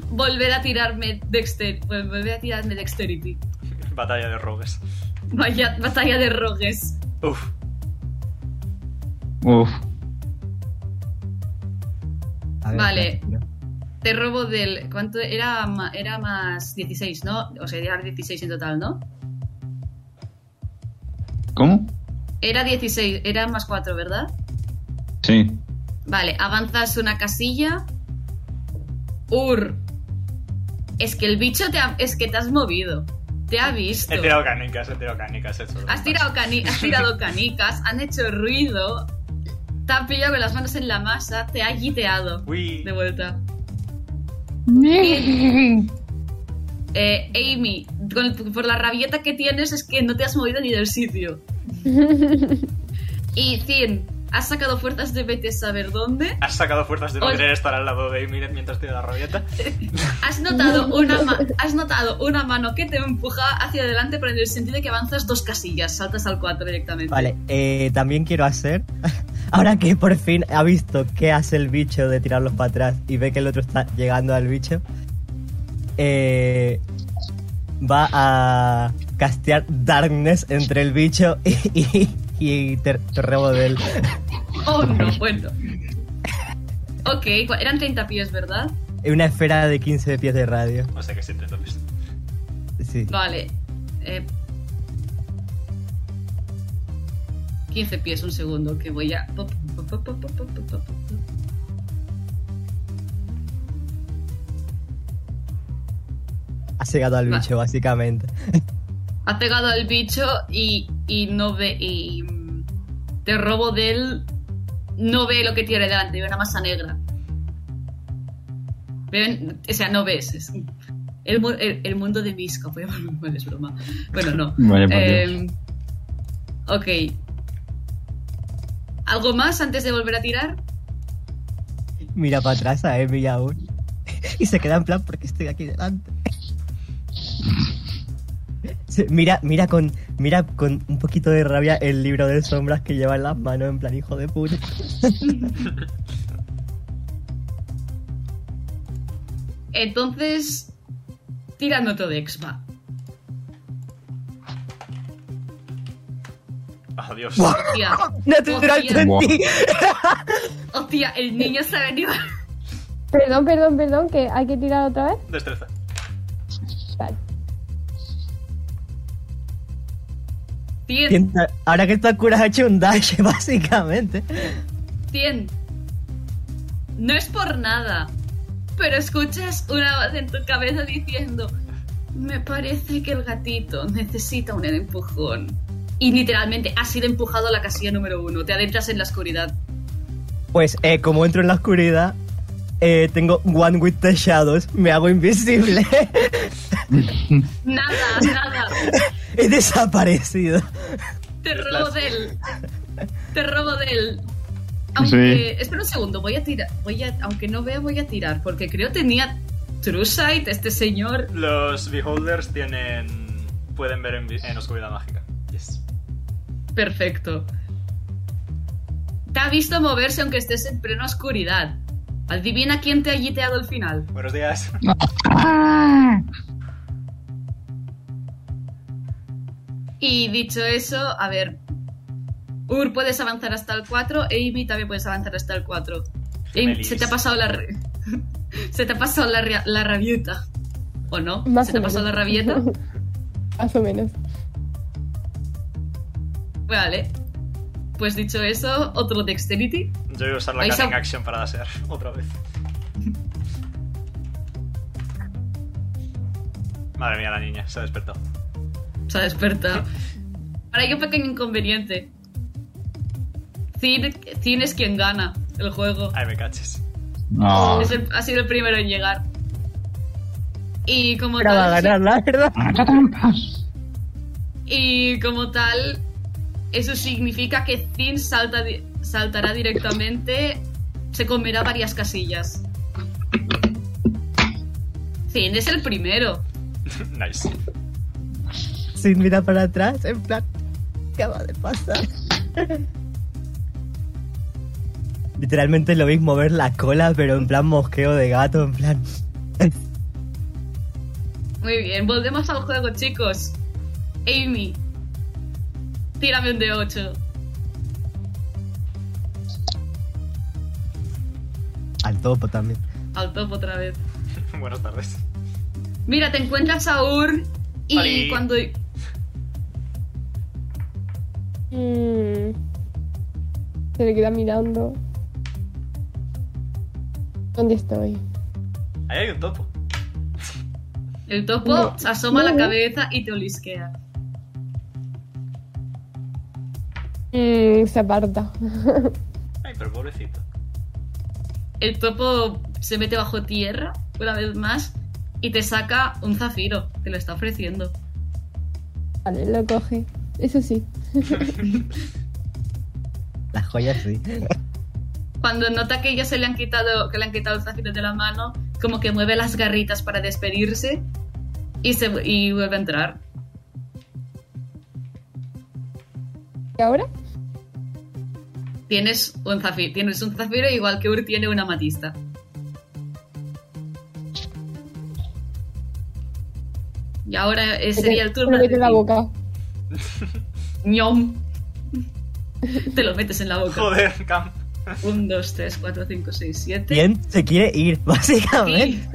Speaker 2: Volver a tirarme dexter pues volver a tirarme dexterity.
Speaker 1: Batalla de robes.
Speaker 2: Vaya batalla de rogues.
Speaker 1: Uf.
Speaker 3: Uf.
Speaker 4: A ver,
Speaker 2: Vale.
Speaker 4: espera,
Speaker 2: Te robo del. ¿Cuánto era? ma- Era más 16, ¿no? O sea, era 16 en total, ¿no?
Speaker 3: ¿Cómo?
Speaker 2: Era 16, era más 4, ¿verdad?
Speaker 3: Sí.
Speaker 2: Vale, avanzas una casilla. Ur. Es que el bicho te ha- es que te has movido. Te ha visto.
Speaker 1: He tirado canicas, he tirado canicas, he hecho.
Speaker 2: Has tirado, cani- has tirado canicas, han hecho ruido. Te ha pillado con las manos en la masa, te ha guiteado.
Speaker 1: Uy.
Speaker 2: De vuelta. Eh, Amy, con- por la rabieta que tienes es que no te has movido ni del sitio. y Cien, has sacado fuerzas de vete a saber dónde.
Speaker 1: Has sacado fuerzas de no
Speaker 2: Oye.
Speaker 1: querer estar al lado de Amy mientras tira la rabieta.
Speaker 2: Has notado, una ma- has notado una mano que te empuja hacia adelante, pero en el sentido de que avanzas dos casillas, saltas al 4 directamente.
Speaker 4: Vale, eh, también quiero hacer. (laughs) Ahora que por fin ha visto qué hace el bicho de tirarlos para atrás y ve que el otro está llegando al bicho, eh, va a castear Darkness entre el bicho y, y, y Ter- Terrebo de él.
Speaker 2: Oh, no, bueno. Ok, cu- eran 30 pies, ¿verdad?
Speaker 4: En una esfera de 15 pies de radio.
Speaker 1: O sea que sí, 30 pies.
Speaker 4: Sí.
Speaker 2: Vale. eh, 15 pies, un segundo, que voy a... pop, pop, pop, pop, pop, pop, pop, pop.
Speaker 4: Ha llegado al
Speaker 2: Va.
Speaker 4: bicho, básicamente.
Speaker 2: Ha pegado al bicho y, y no ve... Y mm, te robo de él. No ve lo que tiene delante, ve una masa negra. Ven, o sea, no ves. es- el, mu- el- el mundo de Misca, voy a (laughs) bueno, es broma. Bueno, no.
Speaker 3: Vaya por Dios.
Speaker 2: Eh, ok. ¿Algo más antes de volver a tirar?
Speaker 4: Mira para atrás a Emi y a Ur. (laughs) Y se queda en plan porque estoy aquí delante. Se- mira, mira con Mira con un poquito de rabia el libro de sombras que lleva en las manos, en plan hijo de puta.
Speaker 2: Entonces, tirando todo expa.
Speaker 1: Adiós.
Speaker 2: Hostia.
Speaker 4: Natural
Speaker 2: Hostia.
Speaker 4: (laughs) 20.
Speaker 2: Hostia, el niño se ha venido. (laughs)
Speaker 5: Perdón, perdón, perdón, que hay que tirar otra vez.
Speaker 1: Destreza.
Speaker 5: Vale.
Speaker 2: 100,
Speaker 4: Piensa, Ahora que esta cura ha hecho un dash, (laughs) básicamente.
Speaker 2: 100. No es por nada, pero escuchas una voz en tu cabeza diciendo: Me parece que el gatito necesita un empujón. Y literalmente has sido empujado a la casilla número uno. Te adentras en la oscuridad.
Speaker 4: Pues eh, como entro en la oscuridad, eh, tengo One with the Shadows, me hago invisible. (laughs)
Speaker 2: Nada, nada.
Speaker 4: He desaparecido.
Speaker 2: Te
Speaker 1: Es
Speaker 2: robo
Speaker 1: las-
Speaker 2: de él. Te robo de él.
Speaker 3: Sí.
Speaker 2: Aunque. Espera un segundo, voy a tirar. Voy a, aunque no vea, voy a tirar. Porque creo tenía True Sight, este señor.
Speaker 1: Los beholders tienen. pueden ver en, vi- en oscuridad mágica. Yes.
Speaker 2: Perfecto. Te ha visto moverse aunque estés en plena oscuridad. Adivina quién te ha yiteado al final.
Speaker 1: Buenos días.
Speaker 6: ¡Ah!
Speaker 2: Y dicho eso, a ver. Ur, puedes avanzar hasta el 4. Amy, también puedes avanzar hasta el 4. Amy,
Speaker 1: Gemelis.
Speaker 2: se te ha pasado la. re- (laughs) se te ha pasado la, ria- la rabieta. ¿O no?
Speaker 5: Más
Speaker 2: ¿Se te
Speaker 5: o
Speaker 2: ha pasado la
Speaker 5: menos.
Speaker 2: rabieta?
Speaker 5: (laughs)
Speaker 4: (laughs)
Speaker 5: Más o menos.
Speaker 2: vale. Pues dicho eso, otro Dexterity.
Speaker 1: Yo voy a usar la
Speaker 2: Vais a-
Speaker 1: cunning action para dasear otra
Speaker 2: (laughs)
Speaker 1: vez. Madre mía, la niña se ha despertado.
Speaker 2: Se ha despertado. Ahora hay un pequeño inconveniente. Cin, Cin es quien gana el juego.
Speaker 1: Ay, me caches. (laughs)
Speaker 3: No.
Speaker 2: Es el- ha sido el primero en llegar. Y como
Speaker 4: Pero va
Speaker 2: tal.
Speaker 4: a ganar, la verdad.
Speaker 6: ¡Hacha trampas!
Speaker 2: Y como tal. Eso significa que Cin salta, di- saltará directamente. Se comerá varias casillas. Cin es el primero.
Speaker 1: nice. (laughs)
Speaker 4: Sin mirar para atrás, en plan, ¿qué va de pasar? (laughs) Literalmente lo veis mover la cola, pero en plan mosqueo de gato, en plan.
Speaker 2: Muy bien, volvemos al juego, chicos. Amy, tírame un de 8.
Speaker 4: Al topo también.
Speaker 2: Al topo otra vez.
Speaker 1: Buenas tardes.
Speaker 2: Mira, te encuentras a Ur y
Speaker 1: Oli.
Speaker 2: cuando.
Speaker 5: Mm. Se le queda mirando. ¿Dónde estoy?
Speaker 1: Ahí hay un topo.
Speaker 2: El topo
Speaker 5: No.
Speaker 2: se asoma la
Speaker 5: No.
Speaker 2: cabeza y te olisquea.
Speaker 5: Mm, se aparta.
Speaker 1: Ay, pero pobrecito.
Speaker 2: El topo se mete bajo tierra, una vez más, y te saca un zafiro. Te lo está ofreciendo.
Speaker 5: Vale, lo coge. Eso sí.
Speaker 4: Las joyas sí.
Speaker 2: Cuando nota que ya se le han quitado, que le han quitado el zafiro de la mano, como que mueve las garritas para despedirse y, se, y vuelve a entrar.
Speaker 5: ¿Y ahora?
Speaker 2: Tienes un zafiro, tienes un zafiro igual que Ur tiene una matista. Y ahora eh, sería el turno
Speaker 5: Me
Speaker 2: de
Speaker 5: meto en la
Speaker 2: ti.
Speaker 5: boca.
Speaker 2: Ñom. Te lo metes en la
Speaker 1: (laughs)
Speaker 2: boca.
Speaker 1: Joder, Cam.
Speaker 2: 1, 2, 3, 4, 5, 6, 7.
Speaker 4: Bien, se quiere ir, (laughs) básicamente.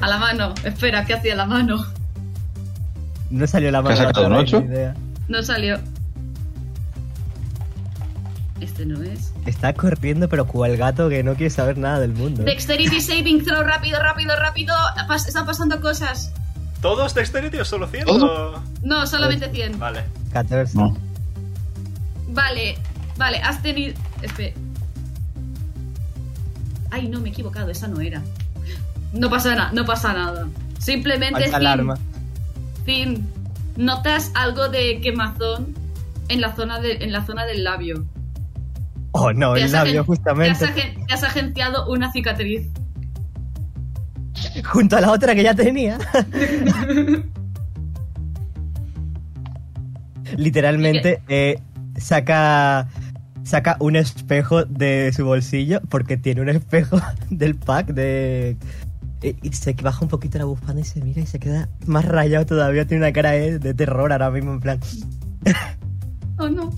Speaker 2: A la mano. Espera, ¿qué hacía la mano?
Speaker 4: No salió la
Speaker 3: ¿Te
Speaker 4: mano.
Speaker 3: has sacado un
Speaker 4: no
Speaker 3: ocho?
Speaker 4: tengo ni idea.
Speaker 2: No salió. Este no es.
Speaker 4: Está corriendo, pero cual gato que no quiere saber nada del mundo. ¿eh?
Speaker 2: Dexterity saving throw, rápido, rápido, rápido. Pas- están pasando cosas.
Speaker 1: ¿Todos dexterity o solo 100?
Speaker 3: ¿Todo?
Speaker 1: o-
Speaker 2: No, solamente 100.
Speaker 1: Vale.
Speaker 4: 14.
Speaker 2: (laughs)
Speaker 3: No.
Speaker 2: Vale, vale, has tenido. Espe. Ay, no, me he equivocado, esa no era. No pasa nada, no pasa nada. Simplemente.
Speaker 4: Falta
Speaker 2: Zin,
Speaker 4: alarma.
Speaker 2: Zin, notas algo de quemazón en la zona, de, en la zona del labio.
Speaker 4: Oh no,
Speaker 2: Te
Speaker 4: el
Speaker 2: has
Speaker 4: labio
Speaker 2: agen- Te
Speaker 4: justamente.
Speaker 2: has, agen- te has agenciado una cicatriz.
Speaker 4: Junto a la otra que ya tenía. Literalmente eh, saca, saca un espejo de su bolsillo porque tiene un espejo (laughs) del pack de... eh, Y se baja un poquito la bufanda y se mira y se queda más rayado todavía. Tiene una cara eh, de terror ahora mismo, en plan...
Speaker 2: Oh, no.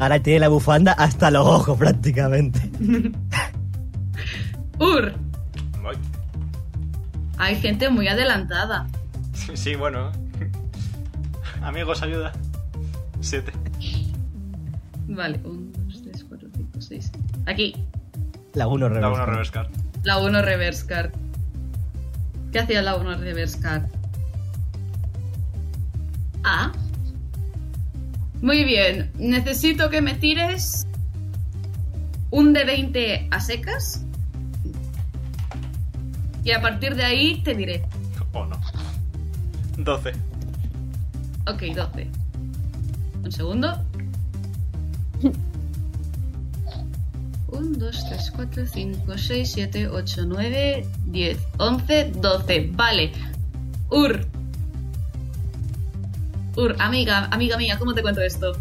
Speaker 4: Ahora tiene la bufanda hasta los ojos (laughs) prácticamente.
Speaker 2: Ur,
Speaker 1: Ay.
Speaker 2: hay gente muy adelantada.
Speaker 1: Sí, sí, bueno. Amigos, ayuda. Siete.
Speaker 2: Vale, 1, 2, 3, 4, 5, 6. Aquí,
Speaker 4: La 1
Speaker 1: Da uno reverse card.
Speaker 2: la 1 reverse card. ¿Qué hacía la 1 reverse card? Ah. Muy bien, necesito que me tires un de 20 a secas. Y a partir de ahí te diré.
Speaker 1: O no. Doce.
Speaker 2: Ok, 12. Un segundo. 1, 2, 3, 4, 5, 6, 7, 8, 9, 10, 11, 12. Vale. Ur. Ur, amiga, amiga mía, ¿cómo te cuento esto?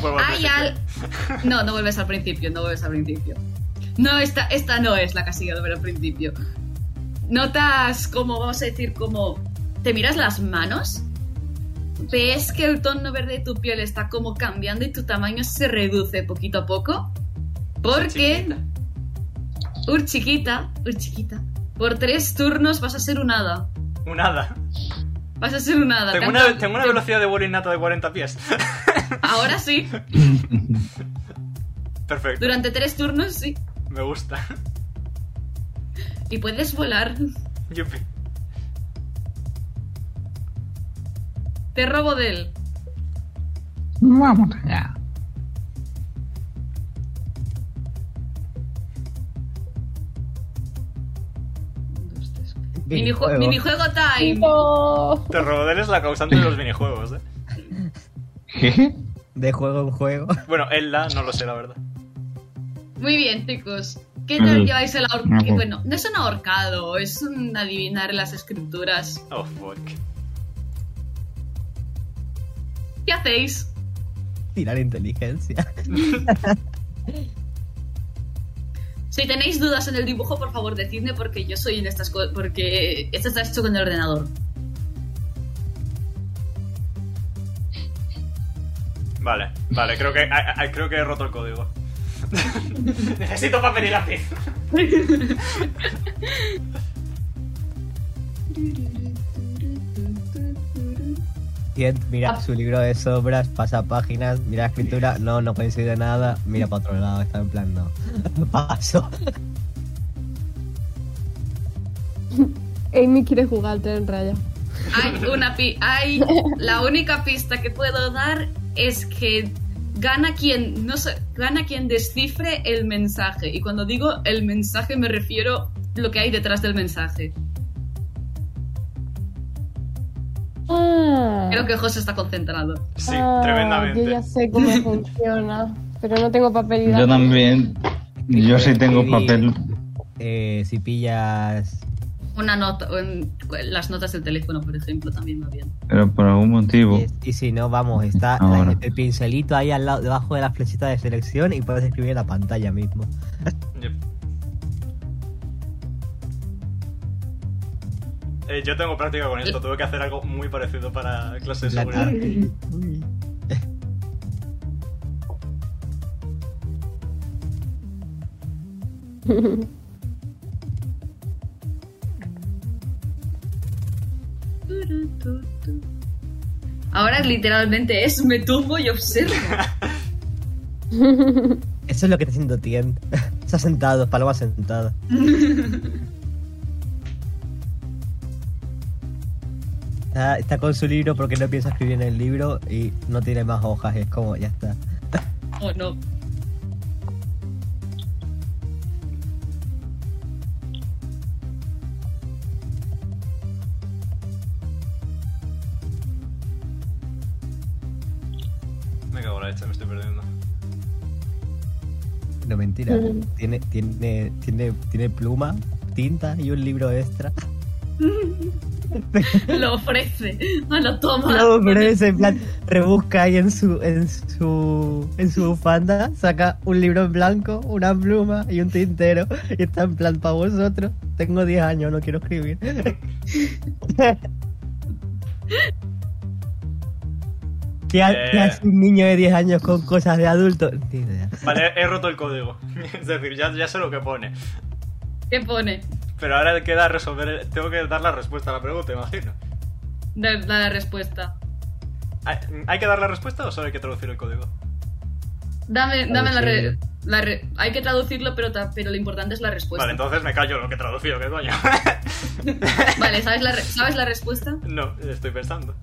Speaker 1: Vuelvo al (laughs)
Speaker 2: Hay
Speaker 1: principio.
Speaker 2: al... No, no vuelves al principio, no vuelves al principio. No, esta, esta no es la casilla de ver al principio. Notas como, vamos a decir, como te miras las manos, ves que el tono verde de tu piel está como cambiando y tu tamaño se reduce poquito a poco. Porque...
Speaker 1: Chiquita.
Speaker 2: Ur chiquita, ur chiquita. Por tres turnos vas a ser un hada.
Speaker 1: Un hada.
Speaker 2: Vas a ser un hada.
Speaker 1: Tengo
Speaker 2: Te han
Speaker 1: una,
Speaker 2: cam-
Speaker 1: tengo una
Speaker 2: te-
Speaker 1: velocidad de vuelo innata de 40 pies. (laughs)
Speaker 2: Ahora sí.
Speaker 1: Perfecto.
Speaker 2: Durante tres turnos sí.
Speaker 1: Me gusta. (laughs)
Speaker 2: Y puedes volar.
Speaker 1: Yupi.
Speaker 2: Te robo de él.
Speaker 6: Vamos allá.
Speaker 2: Minijue-
Speaker 4: Videojuego.
Speaker 2: Minijuego time.
Speaker 5: No.
Speaker 1: Terrodel es la causante de los minijuegos, eh.
Speaker 3: Jeje.
Speaker 4: De juego en juego. (laughs)
Speaker 1: Bueno, él la no lo sé, la verdad.
Speaker 2: Muy bien, chicos. ¿Qué tal
Speaker 3: Mm.
Speaker 2: lleváis el ahorcado?
Speaker 3: Ujú.
Speaker 2: Bueno, no es un ahorcado, es un adivinar las escrituras.
Speaker 1: Oh, fuck.
Speaker 2: ¿Qué hacéis?
Speaker 4: Tirar inteligencia.
Speaker 2: Si tenéis dudas en el dibujo, por favor decidme porque yo soy en estas cosas. Porque esto está hecho con el ordenador.
Speaker 1: Vale, vale, creo que, a- a- creo que he roto el código. (laughs) Necesito papel y lápiz.
Speaker 4: Tient mira su libro de sobras, pasa páginas, mira la escritura, no, no coincide nada, mira para otro lado, está en plan, no. (laughs) Paso.
Speaker 5: Amy quiere jugar al tren raya.
Speaker 2: Hay una pi hay la única pista que puedo dar es que gana quien no sé, gana quien descifre el mensaje y cuando digo el mensaje me refiero lo que hay detrás del mensaje.
Speaker 5: Ah.
Speaker 2: Creo que José está concentrado.
Speaker 1: Sí,
Speaker 5: Ah, Yo
Speaker 1: tremendamente.
Speaker 5: ya sé
Speaker 1: (laughs)
Speaker 5: cómo funciona, pero no tengo papel y
Speaker 3: Yo
Speaker 5: lápiz.
Speaker 3: también. Yo sí tengo
Speaker 4: Y-
Speaker 3: papel.
Speaker 4: Eh, si pillas...
Speaker 2: Una nota en- las notas del teléfono, por ejemplo, también va bien.
Speaker 3: Pero por algún motivo.
Speaker 4: eh, Y, si no, vamos, está la-
Speaker 3: Ahora.
Speaker 4: el pincelito ahí al lado, debajo de la flechita de selección y puedes escribir en la pantalla mismo.
Speaker 1: Yep. Eh, yo tengo práctica con esto, tuve que hacer algo muy parecido para clase de
Speaker 4: La
Speaker 1: seguridad.
Speaker 2: Ahora literalmente es me tumbo y
Speaker 4: (laughs)
Speaker 2: observo.
Speaker 4: Eso es lo que está haciendo Tien. (laughs) Está sentado, paloma sentada. Está, Ah, está con su libro porque no piensa escribir en el libro y no tiene más hojas. y Es como, ya está.
Speaker 2: Oh no.
Speaker 1: Me cago en la leche, me estoy perdiendo.
Speaker 4: No, mentira.
Speaker 5: Ujú.
Speaker 4: Tiene, tiene, tiene, tiene pluma, tinta y un libro extra.
Speaker 2: Lo ofrece. (laughs) No lo toma.
Speaker 4: No, pero es en
Speaker 2: (laughs)
Speaker 4: plan, rebusca ahí en su, en su, en su bufanda, saca un libro en blanco, una pluma y un tintero, y está en plan, para vosotros, tengo 10 años, no quiero escribir. (laughs) ¿Qué, ha-
Speaker 1: Eh.
Speaker 4: qué hace un niño de 10 años con cosas de adulto? Ni idea.
Speaker 1: Vale, he roto el código. (laughs) Es decir, ya, ya sé lo que pone.
Speaker 2: ¿Qué pone?
Speaker 1: Pero ahora queda resolver. el- Tengo que dar la respuesta a la pregunta, imagino.
Speaker 2: Da, da la respuesta.
Speaker 1: ¿Hay, hay que dar la respuesta o solo hay que traducir el código?
Speaker 2: Dame, dame la, re-
Speaker 4: Traducirlo.
Speaker 2: la re- Hay que traducirlo, pero, ta- pero lo importante es la respuesta.
Speaker 1: Vale, entonces me callo lo que he traducido, ¿qué coño? (laughs)
Speaker 2: Vale, ¿sabes la, re- ¿sabes la respuesta?
Speaker 1: no, estoy pensando.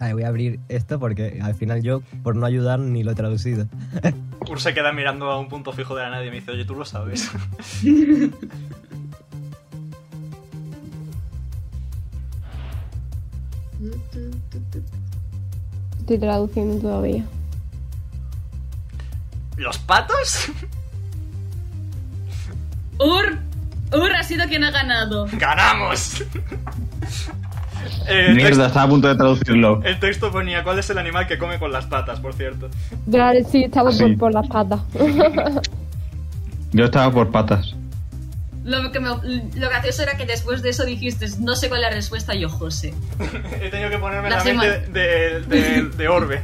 Speaker 4: Vale, voy a abrir esto porque al final yo, por no ayudar, ni lo he traducido.
Speaker 1: Ur se queda mirando a un punto fijo de la nadie y me dice, oye, tú lo sabes. (laughs)
Speaker 5: Estoy traduciendo todavía.
Speaker 1: ¿Los patos?
Speaker 2: Ur, Ur ha sido quien ha ganado.
Speaker 1: ¡Ganamos! Eh, el,
Speaker 3: Mierda,
Speaker 1: texto,
Speaker 3: estaba a punto de traducirlo.
Speaker 1: el texto ponía, ¿cuál es el animal que come con las patas, por cierto?
Speaker 5: Claro, sí, estaba
Speaker 3: Sí.
Speaker 5: Por, por las patas.
Speaker 3: Yo estaba por patas.
Speaker 2: Lo que me, lo gracioso era que después de eso dijiste, no sé cuál es la respuesta, y yo, José.
Speaker 1: He tenido que ponerme
Speaker 2: La
Speaker 1: la, mente
Speaker 2: semana.
Speaker 1: de, de- de Orbe.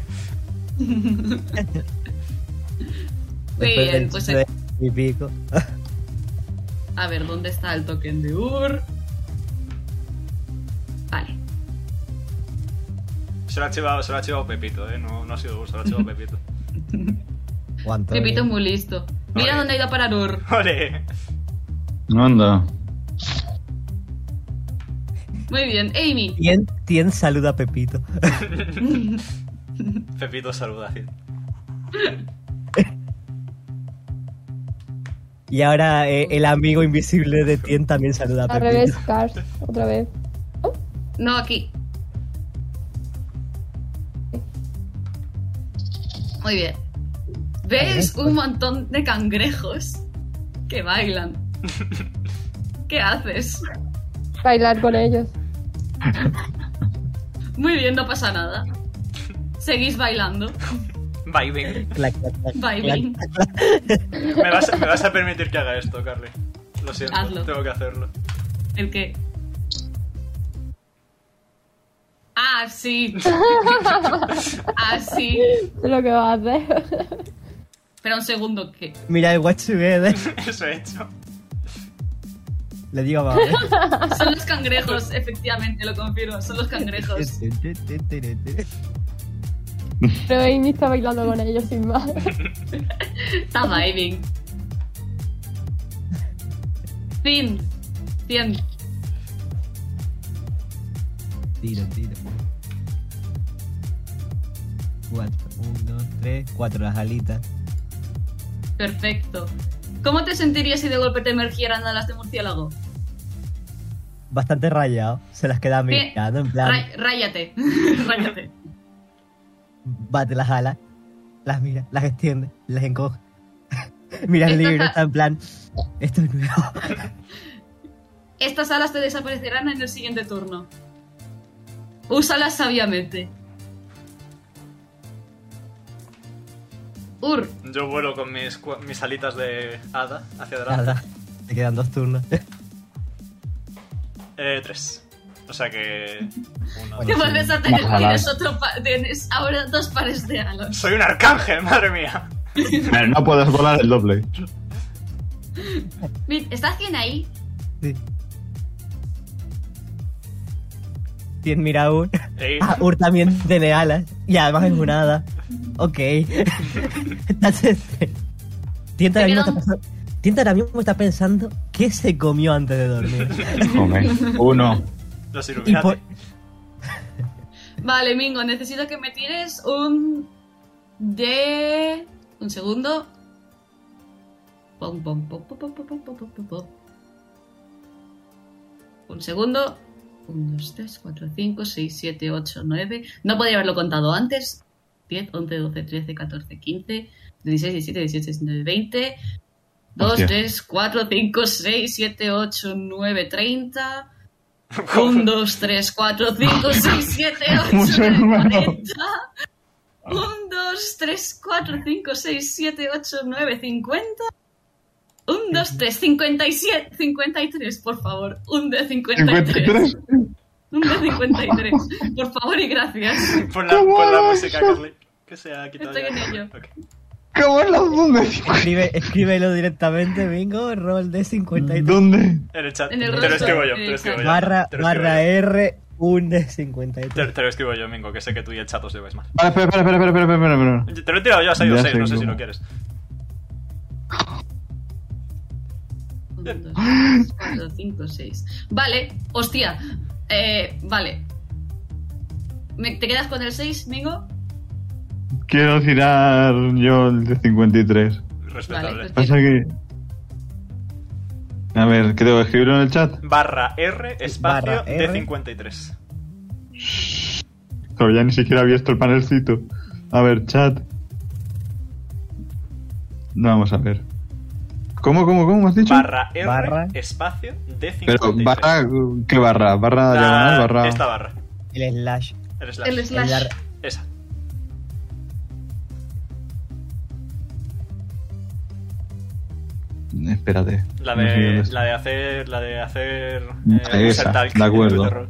Speaker 2: Muy
Speaker 4: Después
Speaker 2: bien,
Speaker 4: del
Speaker 2: pues
Speaker 4: chiste de mi pico.
Speaker 2: a ver, ¿dónde está el token de Ur? Vale.
Speaker 1: Se lo ha chivado, se lo ha chivado Pepito, ¿eh? No, no ha sido Ur, se lo ha chivado Pepito. (laughs)
Speaker 4: O Antonio.
Speaker 2: Pepito muy listo. Mira
Speaker 1: Vale.
Speaker 2: dónde ha ido a parar Ur.
Speaker 1: ¡Ole!
Speaker 3: Anda.
Speaker 2: Muy bien, Amy.
Speaker 4: Tien, Tien saluda a Pepito.
Speaker 1: Pepito saluda.
Speaker 4: Y ahora eh, el amigo invisible de Tien también saluda a
Speaker 5: Al
Speaker 4: Pepito.
Speaker 5: revés, Cars, otra vez.
Speaker 2: No, aquí. Muy bien. ¿Ves un montón de cangrejos que bailan? ¿Qué haces?
Speaker 5: Bailar con ellos.
Speaker 2: Muy bien, no pasa nada. Seguís bailando.
Speaker 1: Bye, baby.
Speaker 4: Clac, clac, clac,
Speaker 2: Bailing.
Speaker 4: clac.
Speaker 1: Me vas, me vas a permitir que haga esto, Carly. Lo siento,
Speaker 2: Hazlo.
Speaker 1: tengo que hacerlo. (laughs)
Speaker 2: ¿El qué? Ah, sí. ah, sí.
Speaker 5: Es lo que va
Speaker 2: (laughs)
Speaker 5: a hacer.
Speaker 2: Espera un segundo, ¿qué?
Speaker 4: Mira el Watch Together.
Speaker 1: Eso he hecho.
Speaker 4: eh, Le digo a mamá.
Speaker 2: (laughs) Son los cangrejos, efectivamente, lo confirmo. Son los cangrejos.
Speaker 5: Pero Amy está bailando con ellos sin más.
Speaker 2: Está vibing. Fin. Fin.
Speaker 4: Tiro, tiro. Cuatro, un, dos, tres, cuatro las alitas.
Speaker 2: Perfecto. ¿Cómo te sentirías si de golpe te emergieran alas de murciélago?
Speaker 4: Bastante rayado. Se las queda
Speaker 2: Bien.
Speaker 4: mirando en plan.
Speaker 2: Ray- Ráyate. (laughs) Ráyate.
Speaker 4: bate las alas, las mira, las extiende, las encoge. (laughs) mira el
Speaker 2: Esto
Speaker 4: libro,
Speaker 2: está-
Speaker 4: está en plan. Esto es nuevo.
Speaker 2: Estas alas te desaparecerán en el siguiente turno. Úsalas sabiamente. Ur,
Speaker 1: Yo vuelo con mis, cua- mis alitas de hada hacia adelante.
Speaker 4: Nada, te quedan dos turnos.
Speaker 1: Eh, tres. O sea que... uno,
Speaker 4: Bueno.
Speaker 2: te
Speaker 1: dos.
Speaker 2: vuelves a tener.
Speaker 3: Más alas.
Speaker 2: Tienes, otro pa- tienes ahora dos pares de alas.
Speaker 1: Soy un arcángel, madre mía.
Speaker 3: Bueno, No puedes volar el doble.
Speaker 2: Mid, ¿Estás bien ahí?
Speaker 4: Sí. Tien mira a Ur.
Speaker 1: Ey,
Speaker 4: Ah, Ur también tiene alas. Y además es un hada.
Speaker 1: (laughs)
Speaker 4: Ok. Entonces, Tien ahora,
Speaker 2: Te
Speaker 4: mismo
Speaker 2: queda
Speaker 4: está pensando, Tien ahora mismo está pensando qué se comió antes de
Speaker 1: (laughs)
Speaker 4: dormir.
Speaker 3: Joder. Uno.
Speaker 1: los
Speaker 4: y por-
Speaker 1: Illuminati. (laughs)
Speaker 2: Vale, Mingo, necesito que me tires un de un segundo. Pom, pom, pom, pom, pom, pom, pom, pom, pom, pom, pom. Un segundo. 1, 2, 3, 4, 5, 6, 7, 8, 9. No podía haberlo contado antes. 10, 11, 12, 13, 14, 15, 16, 17, 18, 19, 20. 2,
Speaker 3: Hostia.
Speaker 2: 3, 4, 5, 6, 7, 8, 9, 30. 1, 2, 3, 4, 5, 6, 7, 8,
Speaker 6: Mucho
Speaker 2: 9,
Speaker 6: hermano.
Speaker 2: 40. 1, 2, 3, 4, 5, 6, 7, 8, 9, 50. 1, 2, 3, 57, 53, por favor. 1 de 53.
Speaker 6: 53.
Speaker 2: 1 de 53. Por favor y gracias.
Speaker 1: Pon la,
Speaker 6: ¿Cómo
Speaker 1: pon la
Speaker 6: era
Speaker 1: música,
Speaker 6: eso?
Speaker 1: Carly. Que se ha quitado.
Speaker 2: Estoy
Speaker 1: ya.
Speaker 2: en ello.
Speaker 1: Ok.
Speaker 6: ¿Cómo en los dos de
Speaker 4: Escribe, escríbelo directamente, bingo, rol de 53.
Speaker 6: ¿Dónde?
Speaker 1: En el chat.
Speaker 2: En el
Speaker 1: te lo
Speaker 2: rostro,
Speaker 1: escribo yo.
Speaker 2: en
Speaker 1: Te
Speaker 2: el
Speaker 1: lo escribo
Speaker 2: chat.
Speaker 1: yo.
Speaker 4: Barra,
Speaker 1: te lo escribo
Speaker 4: barra E.
Speaker 1: yo.
Speaker 4: R, un de
Speaker 1: Te,
Speaker 4: 53.
Speaker 1: te lo escribo yo, Mingo, que sé que tú y el chat os lleváis mal.
Speaker 3: Vale, espera, espera, espera, espera, espera, espera, espera.
Speaker 1: Te lo he tirado yo a 6 o
Speaker 3: Ya
Speaker 1: 6, no
Speaker 3: sé
Speaker 1: sé si
Speaker 3: cómo.
Speaker 1: lo quieres.
Speaker 2: 1, 2, 3, 4, 5, 6. Vale, hostia. Eh, vale. ¿Me- ¿Te quedas con el 6, Mingo?
Speaker 3: Quiero tirar yo el de 53.
Speaker 1: Respetable.
Speaker 2: Vale, pues.
Speaker 3: Pasa que... A ver, ¿qué tengo que escribirlo en el chat?
Speaker 1: Barra R, espacio
Speaker 4: Barra R.
Speaker 1: D53.
Speaker 3: Todavía ni siquiera había visto el panelcito. A ver, chat. Vamos a ver. ¿Cómo, cómo, cómo has dicho?
Speaker 1: Barra R,
Speaker 4: Barra.
Speaker 1: espacio D53.
Speaker 3: Pero, ¿barra? uh, ¿Qué barra? ¿Barra
Speaker 1: La-
Speaker 3: diagonal? ¿Barra...?
Speaker 1: Esta barra.
Speaker 4: El slash.
Speaker 1: El slash.
Speaker 2: El
Speaker 4: El
Speaker 2: slash.
Speaker 4: ar-
Speaker 1: Esa.
Speaker 3: Espérate.
Speaker 1: La
Speaker 3: No sé dónde
Speaker 1: de,
Speaker 3: está.
Speaker 1: la de hacer. La de hacer.
Speaker 3: Esa,
Speaker 1: user talk
Speaker 3: de acuerdo.
Speaker 1: en Twitter.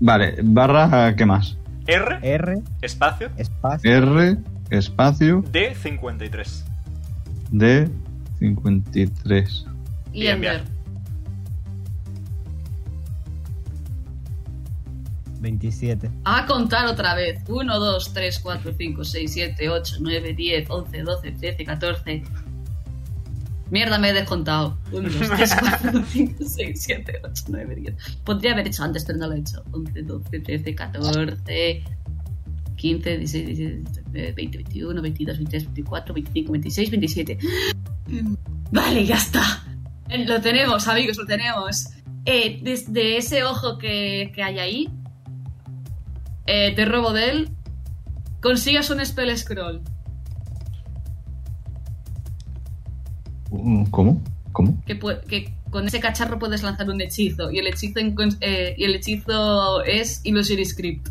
Speaker 3: Vale, barra, ¿qué más?
Speaker 1: (laughs) R,
Speaker 4: R,
Speaker 1: espacio
Speaker 4: espacio,
Speaker 3: R, espacio,
Speaker 1: D53.
Speaker 3: D, 53.
Speaker 2: Y
Speaker 1: Y enviar.
Speaker 2: Ender.
Speaker 4: 27.
Speaker 2: A contar otra vez. 1, 2, 3, 4, 5, 6, 7, 8, 9, 10, 11, 12, 13, 14. Mierda, me he descontado. 1, 2, 3, 4, 5, 6, 7, 8, 9, 10. Podría haber hecho antes, pero no lo he hecho. 11, 12, 13, 14, 15, 16, 17, 20, 21, 22, 23, 24, 25, 26, 27. Vale, ya está. Eh, Lo tenemos, amigos, lo tenemos. Eh, desde ese ojo que, que hay ahí, eh, te robo de él, consigas un spell scroll.
Speaker 3: Uh, ¿Cómo? ¿Cómo?
Speaker 2: Que, pue- que con ese cacharro puedes lanzar un hechizo. Y el hechizo, en cons- eh, y el hechizo es Illusion Script.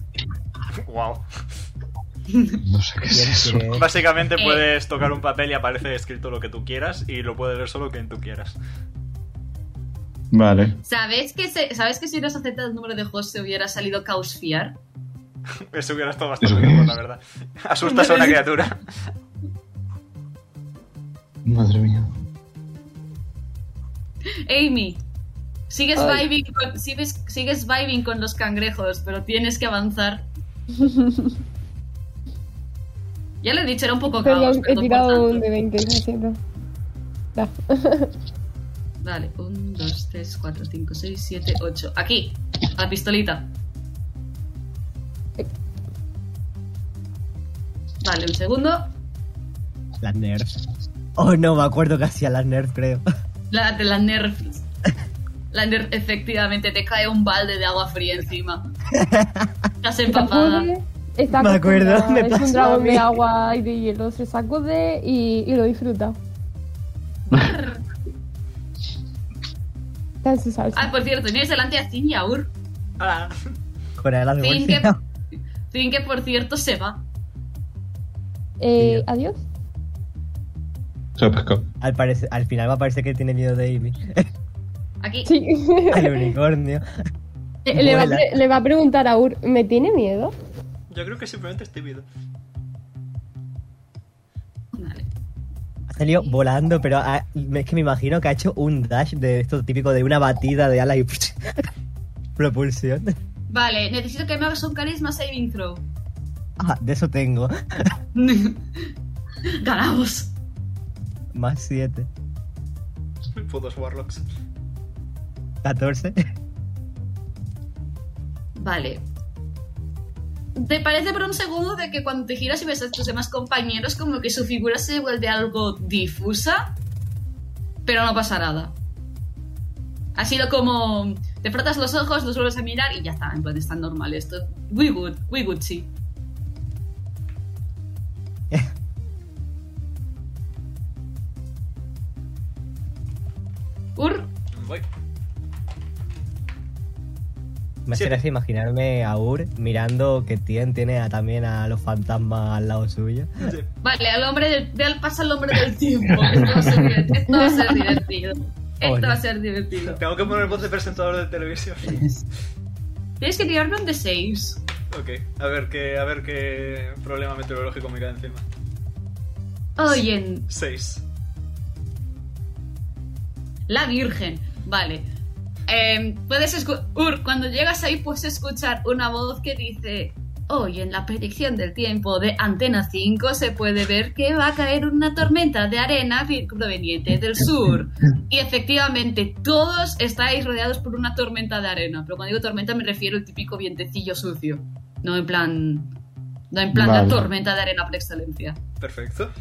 Speaker 1: Wow.
Speaker 3: No sé qué es eso.
Speaker 4: Bien, que-
Speaker 1: Básicamente
Speaker 2: Eh.
Speaker 1: puedes tocar un papel y aparece escrito lo que tú quieras y lo puedes ver solo quien tú quieras. (laughs)
Speaker 3: Vale.
Speaker 2: ¿Sabes que, se- ¿Sabes que si hubieras aceptado el número de José hubiera salido Causfiar?
Speaker 1: Eso hubiera estado bastante
Speaker 3: ¿Eso qué
Speaker 1: mejor,
Speaker 3: es?
Speaker 1: la verdad. Asustas a (laughs) una criatura.
Speaker 3: Madre mía.
Speaker 2: Amy, sigues
Speaker 5: Ay.
Speaker 2: vibing, con, sigues, sigues vibing con los cangrejos, pero tienes que
Speaker 5: (laughs)
Speaker 2: avanzar. ya lo he dicho, era un poco caos.
Speaker 5: Perdón, he
Speaker 2: perdón por
Speaker 5: tirado
Speaker 2: tanto.
Speaker 5: un de 20, lo siento. Ya.
Speaker 2: Vale, 1, 2, 3, 4, 5, 6, 7, 8. Aquí, a la pistolita. Vale, un segundo.
Speaker 4: Las nerfs. Oh, no, me acuerdo que hacía las nerfs, creo. (laughs)
Speaker 2: La de la nerf. La nerf, efectivamente, te cae un balde de agua fría encima. Estás empapada.
Speaker 5: Sacude, está
Speaker 4: Me acuerdo,
Speaker 5: acostumbrada,
Speaker 4: me
Speaker 5: es
Speaker 4: pasó
Speaker 5: un dragón
Speaker 4: a mí.
Speaker 5: de agua y de hielo, se sacude y, y lo (laughs) disfruta. Está en su salsa.
Speaker 2: Ah, por cierto, tienes delante a Zin y a Ur.
Speaker 1: Ah.
Speaker 4: Con las de
Speaker 2: Zin que,
Speaker 4: bolsillo.
Speaker 2: Zin que, por cierto, se va.
Speaker 5: Eh,
Speaker 4: Dios.
Speaker 5: adiós.
Speaker 3: Se ha pescado.
Speaker 4: (laughs) Al, parecer- al final va a parecer que tiene miedo de Amy.
Speaker 2: Aquí.
Speaker 5: Sí.
Speaker 4: Al unicornio.
Speaker 5: Le, le va a
Speaker 4: Vuela.
Speaker 5: pre- le va a preguntar a Ur, ¿me tiene miedo?
Speaker 1: Yo creo que simplemente es tímido.
Speaker 2: Vale.
Speaker 4: Ha salido volando, pero ha- es que me imagino que ha hecho un dash de esto típico de una batida de ala y (laughs) propulsión. (laughs)
Speaker 2: Vale, necesito que me hagas un carisma saving throw. (laughs)
Speaker 4: Ah, de eso tengo. (laughs)
Speaker 2: Ganamos.
Speaker 4: Más 7.
Speaker 1: Putos Warlocks.
Speaker 4: 14.
Speaker 2: Vale. ¿Te parece por un segundo de que cuando te giras y ves a tus demás compañeros, como que su figura se vuelve algo difusa? Pero no pasa nada. Ha sido como. Te frotas los ojos, los vuelves a mirar y ya está, en plan, está normal esto. We good, we good, sí.
Speaker 4: Me
Speaker 1: Sí.
Speaker 4: hace gracia imaginarme a Ur mirando que Tien tiene a- también a los fantasmas al lado suyo.
Speaker 1: Sí.
Speaker 2: Vale, al hombre del, del pasa al hombre del tiempo. Esto va a ser, divertido. esto va a ser divertido. Esto va a ser divertido.
Speaker 1: Tengo que poner voz de presentador de televisión.
Speaker 2: Tienes que tirarme un de 6.
Speaker 1: Ok, a ver qué, a ver qué problema meteorológico me cae encima.
Speaker 2: Oye,
Speaker 1: 6.
Speaker 2: la Virgen. Vale. Em, puedes escu- Ur, cuando llegas ahí puedes escuchar una voz que dice... Hoy en la predicción del tiempo de Antena 5 se puede ver que va a caer una tormenta de arena vi- proveniente del sur. Y efectivamente, todos estáis rodeados por una tormenta de arena. Pero cuando digo tormenta me refiero al típico vientecillo sucio. No en plan... No en plan la
Speaker 3: Vale.
Speaker 2: tormenta de arena por excelencia.
Speaker 1: Perfecto.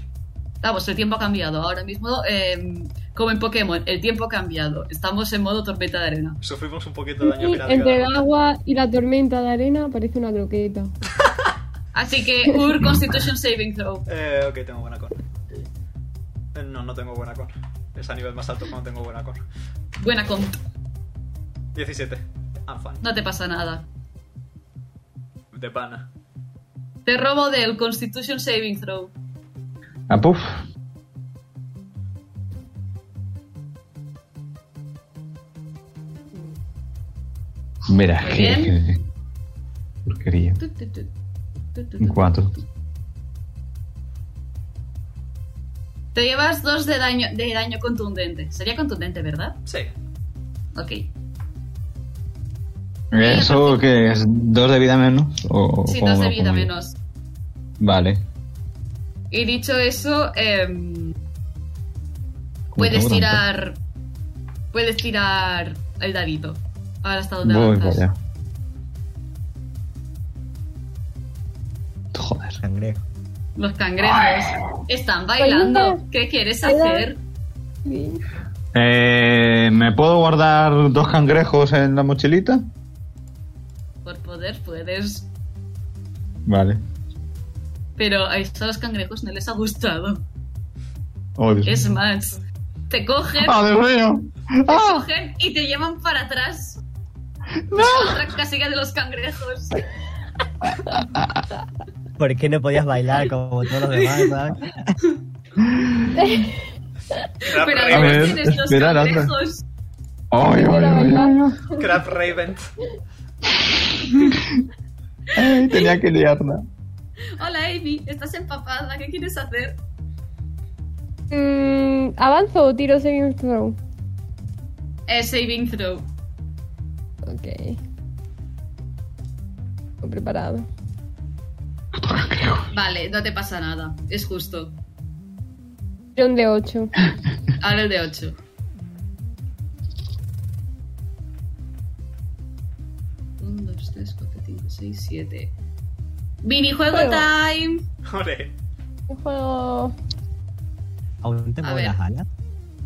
Speaker 2: Vamos, el tiempo ha cambiado. Ahora mismo, eh, como en Pokémon, el tiempo ha cambiado. Estamos en modo tormenta de arena.
Speaker 1: Sufrimos un poquito de daño
Speaker 5: Y entre el
Speaker 1: pirata.
Speaker 5: agua y la tormenta de arena aparece una croqueta.
Speaker 2: Así
Speaker 3: (laughs)
Speaker 2: que, Ur Constitution Saving Throw.
Speaker 1: Eh, ok, tengo buena con. Eh, No, no tengo buena con. Es a nivel más alto cuando tengo buena con.
Speaker 2: Buena con.
Speaker 1: 17. I'm fine.
Speaker 2: No te pasa nada.
Speaker 1: De pana.
Speaker 2: Te robo del Constitution Saving Throw.
Speaker 3: Ah, puf. Verás
Speaker 2: Muy
Speaker 3: que. que- Porquería.
Speaker 2: Tu, tu, tu. Tu, tu,
Speaker 3: Un
Speaker 2: tu.
Speaker 3: cuatro.
Speaker 2: Te llevas dos de daño, de daño contundente. Sería contundente, ¿verdad?
Speaker 1: (laughs) Sí.
Speaker 2: Ok.
Speaker 3: ¿Eso que es? ¿Dos de vida menos? O,
Speaker 2: Sí,
Speaker 3: cómo
Speaker 2: dos
Speaker 3: me
Speaker 2: de
Speaker 3: lo
Speaker 2: vida
Speaker 3: pongo yo?
Speaker 2: menos.
Speaker 3: Vale.
Speaker 2: Y dicho eso, em,
Speaker 3: Como
Speaker 2: puedes
Speaker 3: tengo tanto.
Speaker 2: tirar. Puedes tirar el dadito. Ahora hasta donde
Speaker 3: Voy para
Speaker 2: avanzas.
Speaker 3: allá. Joder.
Speaker 4: Cangrejo.
Speaker 2: Los cangrejos están bailando. ¿Qué quieres hacer?
Speaker 5: Sí.
Speaker 3: Eh, ¿Me puedo guardar dos cangrejos en la mochilita?
Speaker 2: Por poder puedes.
Speaker 3: Vale.
Speaker 2: Pero a estos cangrejos no les ha gustado.
Speaker 3: Oh, Dios.
Speaker 2: Es más, te cogen,
Speaker 3: ¡Ah, Dios mío!
Speaker 2: te
Speaker 3: ¡Ah!
Speaker 2: cogen y te llevan para atrás. Otra casilla de los cangrejos.
Speaker 4: ¿Por qué no podías bailar como todos los demás, sabes?
Speaker 1: Crap
Speaker 2: Pero
Speaker 3: A
Speaker 1: Raven.
Speaker 2: además
Speaker 3: ver,
Speaker 2: tienes los
Speaker 3: espera, anda.
Speaker 2: cangrejos.
Speaker 3: ¡Ay, ay, ay, ay!
Speaker 1: Crap Raven.
Speaker 3: Ay, Tenía que liarla.
Speaker 2: Hola Amy, estás empapada. ¿Qué quieres hacer?
Speaker 5: Mm, ¿Avanzo o tiro saving throw?
Speaker 2: Eh, saving throw.
Speaker 5: Ok. Estoy preparado.
Speaker 2: Vale, no te pasa nada. Es justo.
Speaker 5: Tiro un de 8.
Speaker 2: Ahora el de 8. Un, dos, tres, cuatro, cinco, seis, siete. Minijuego
Speaker 5: Juego.
Speaker 2: time.
Speaker 1: Ole.
Speaker 5: Un juego.
Speaker 4: ¿Aún te
Speaker 2: A
Speaker 4: muevo
Speaker 2: ver.
Speaker 4: las alas?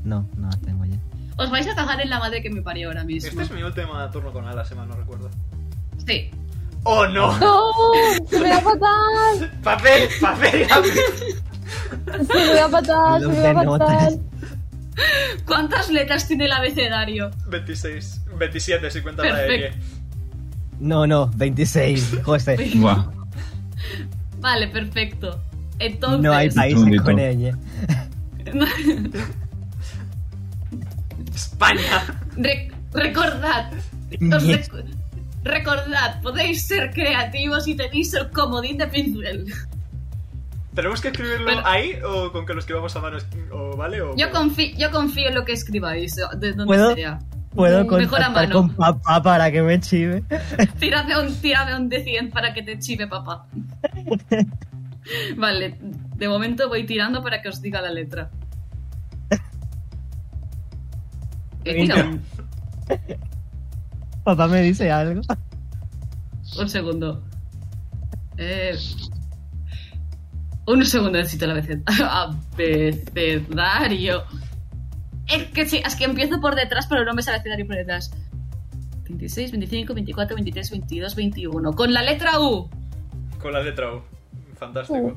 Speaker 4: No, no las tengo ya.
Speaker 2: Os vais a cagar en la madre que me parió ahora mismo.
Speaker 1: Este es mi último turno con alas, si mal no recuerdo.
Speaker 2: Sí.
Speaker 1: ¡Oh,
Speaker 5: (laughs)
Speaker 1: no!
Speaker 5: ¡No! ¡Se me va a fatal!
Speaker 1: ¡Papel! ¡Papel! (laughs)
Speaker 5: ¡Se me va a fatal! ¡Se me va a
Speaker 4: Los
Speaker 5: fatal!
Speaker 2: ¿Cuántas letras tiene el abecedario?
Speaker 1: 26. 27, 50 para
Speaker 2: Perfecto.
Speaker 1: Erie.
Speaker 4: No, no,
Speaker 2: (laughs)
Speaker 4: 26, José.
Speaker 3: Buah.
Speaker 2: Vale, perfecto. Entonces. (laughs)
Speaker 4: No hay países
Speaker 3: Tundi,
Speaker 4: con
Speaker 3: tú.
Speaker 4: ella.
Speaker 1: ¡España!
Speaker 2: Re- recordad. os recu- recordad, podéis ser creativos y tenéis el comodín de pincel.
Speaker 1: ¿Tenemos que escribirlo
Speaker 2: Pero-
Speaker 1: ahí o con que lo escribamos a mano? ¿O vale? O...
Speaker 2: Yo confío, yo confío en lo que escribáis, de donde
Speaker 4: ¿Puedo?
Speaker 2: sea.
Speaker 4: Puedo
Speaker 5: Mejor
Speaker 2: Mm, a
Speaker 4: contactar
Speaker 2: mano.
Speaker 4: con papá para que me chive.
Speaker 2: Tírame un, tírame un de 100 para que te chive, papá. Vale, de momento voy tirando para que os diga la letra. He tirado un,
Speaker 4: Papá me dice algo.
Speaker 2: un segundo. Eh, un segundo necesito el abece- abecedario. Es que sí, es que empiezo por detrás, pero no me sale abecedario por detrás. 26, 25, 24, 23, 22, 21. Con la letra U.
Speaker 1: Con la letra U. Fantástico.
Speaker 5: Uh.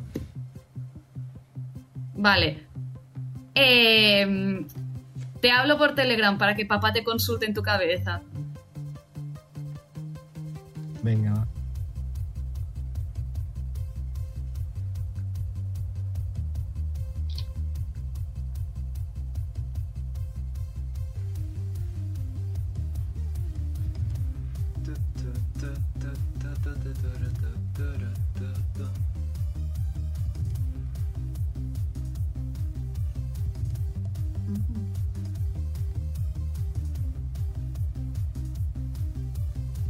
Speaker 2: Vale. Em, te hablo por Telegram para que papá te consulte en tu cabeza.
Speaker 4: Venga, va.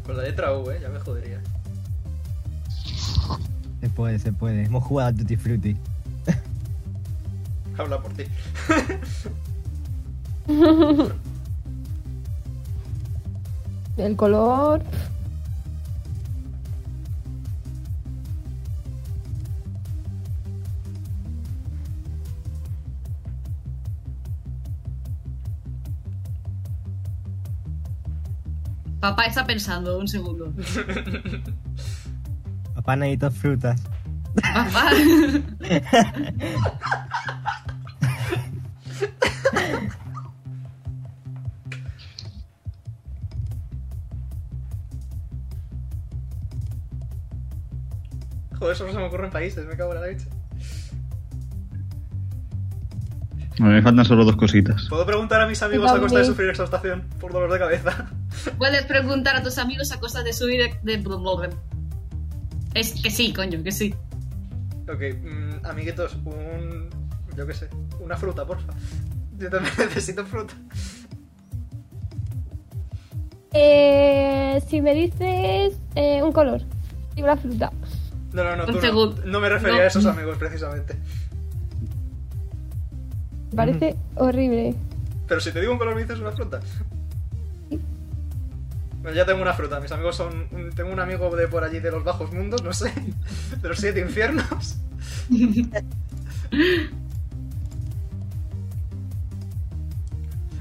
Speaker 1: Con la letra U, eh, ya me jodería.
Speaker 4: Se puede, se puede. Hemos jugado a Tutti Frutti.
Speaker 1: Habla por ti.
Speaker 5: El color.
Speaker 2: Papá está pensando un segundo.
Speaker 4: Papá necesito frutas.
Speaker 2: Papá.
Speaker 1: Joder, solo se me ocurren países, me cago en la leche.
Speaker 3: Bueno, me faltan solo dos cositas.
Speaker 1: Puedo preguntar a mis amigos a costa de sufrir exhaustación por dolor de cabeza.
Speaker 2: Puedes preguntar a tus amigos a costa de subir de... de- Es que sí, coño, que sí.
Speaker 1: Ok, mm, amiguitos, un. Yo qué sé, una fruta, porfa. Yo también (laughs) necesito fruta.
Speaker 5: Eh, si me dices eh, un color, digo la fruta.
Speaker 1: No, no, no,
Speaker 2: Un
Speaker 1: tú no.
Speaker 2: segundo.
Speaker 1: No me refería
Speaker 2: No.
Speaker 1: a esos amigos precisamente.
Speaker 5: Me parece horrible.
Speaker 1: Pero si te digo un color, me dices una fruta. Bueno, ya tengo una fruta. Mis amigos son. un- Tengo un amigo de por allí de los bajos mundos, no sé. (laughs) De los siete infiernos.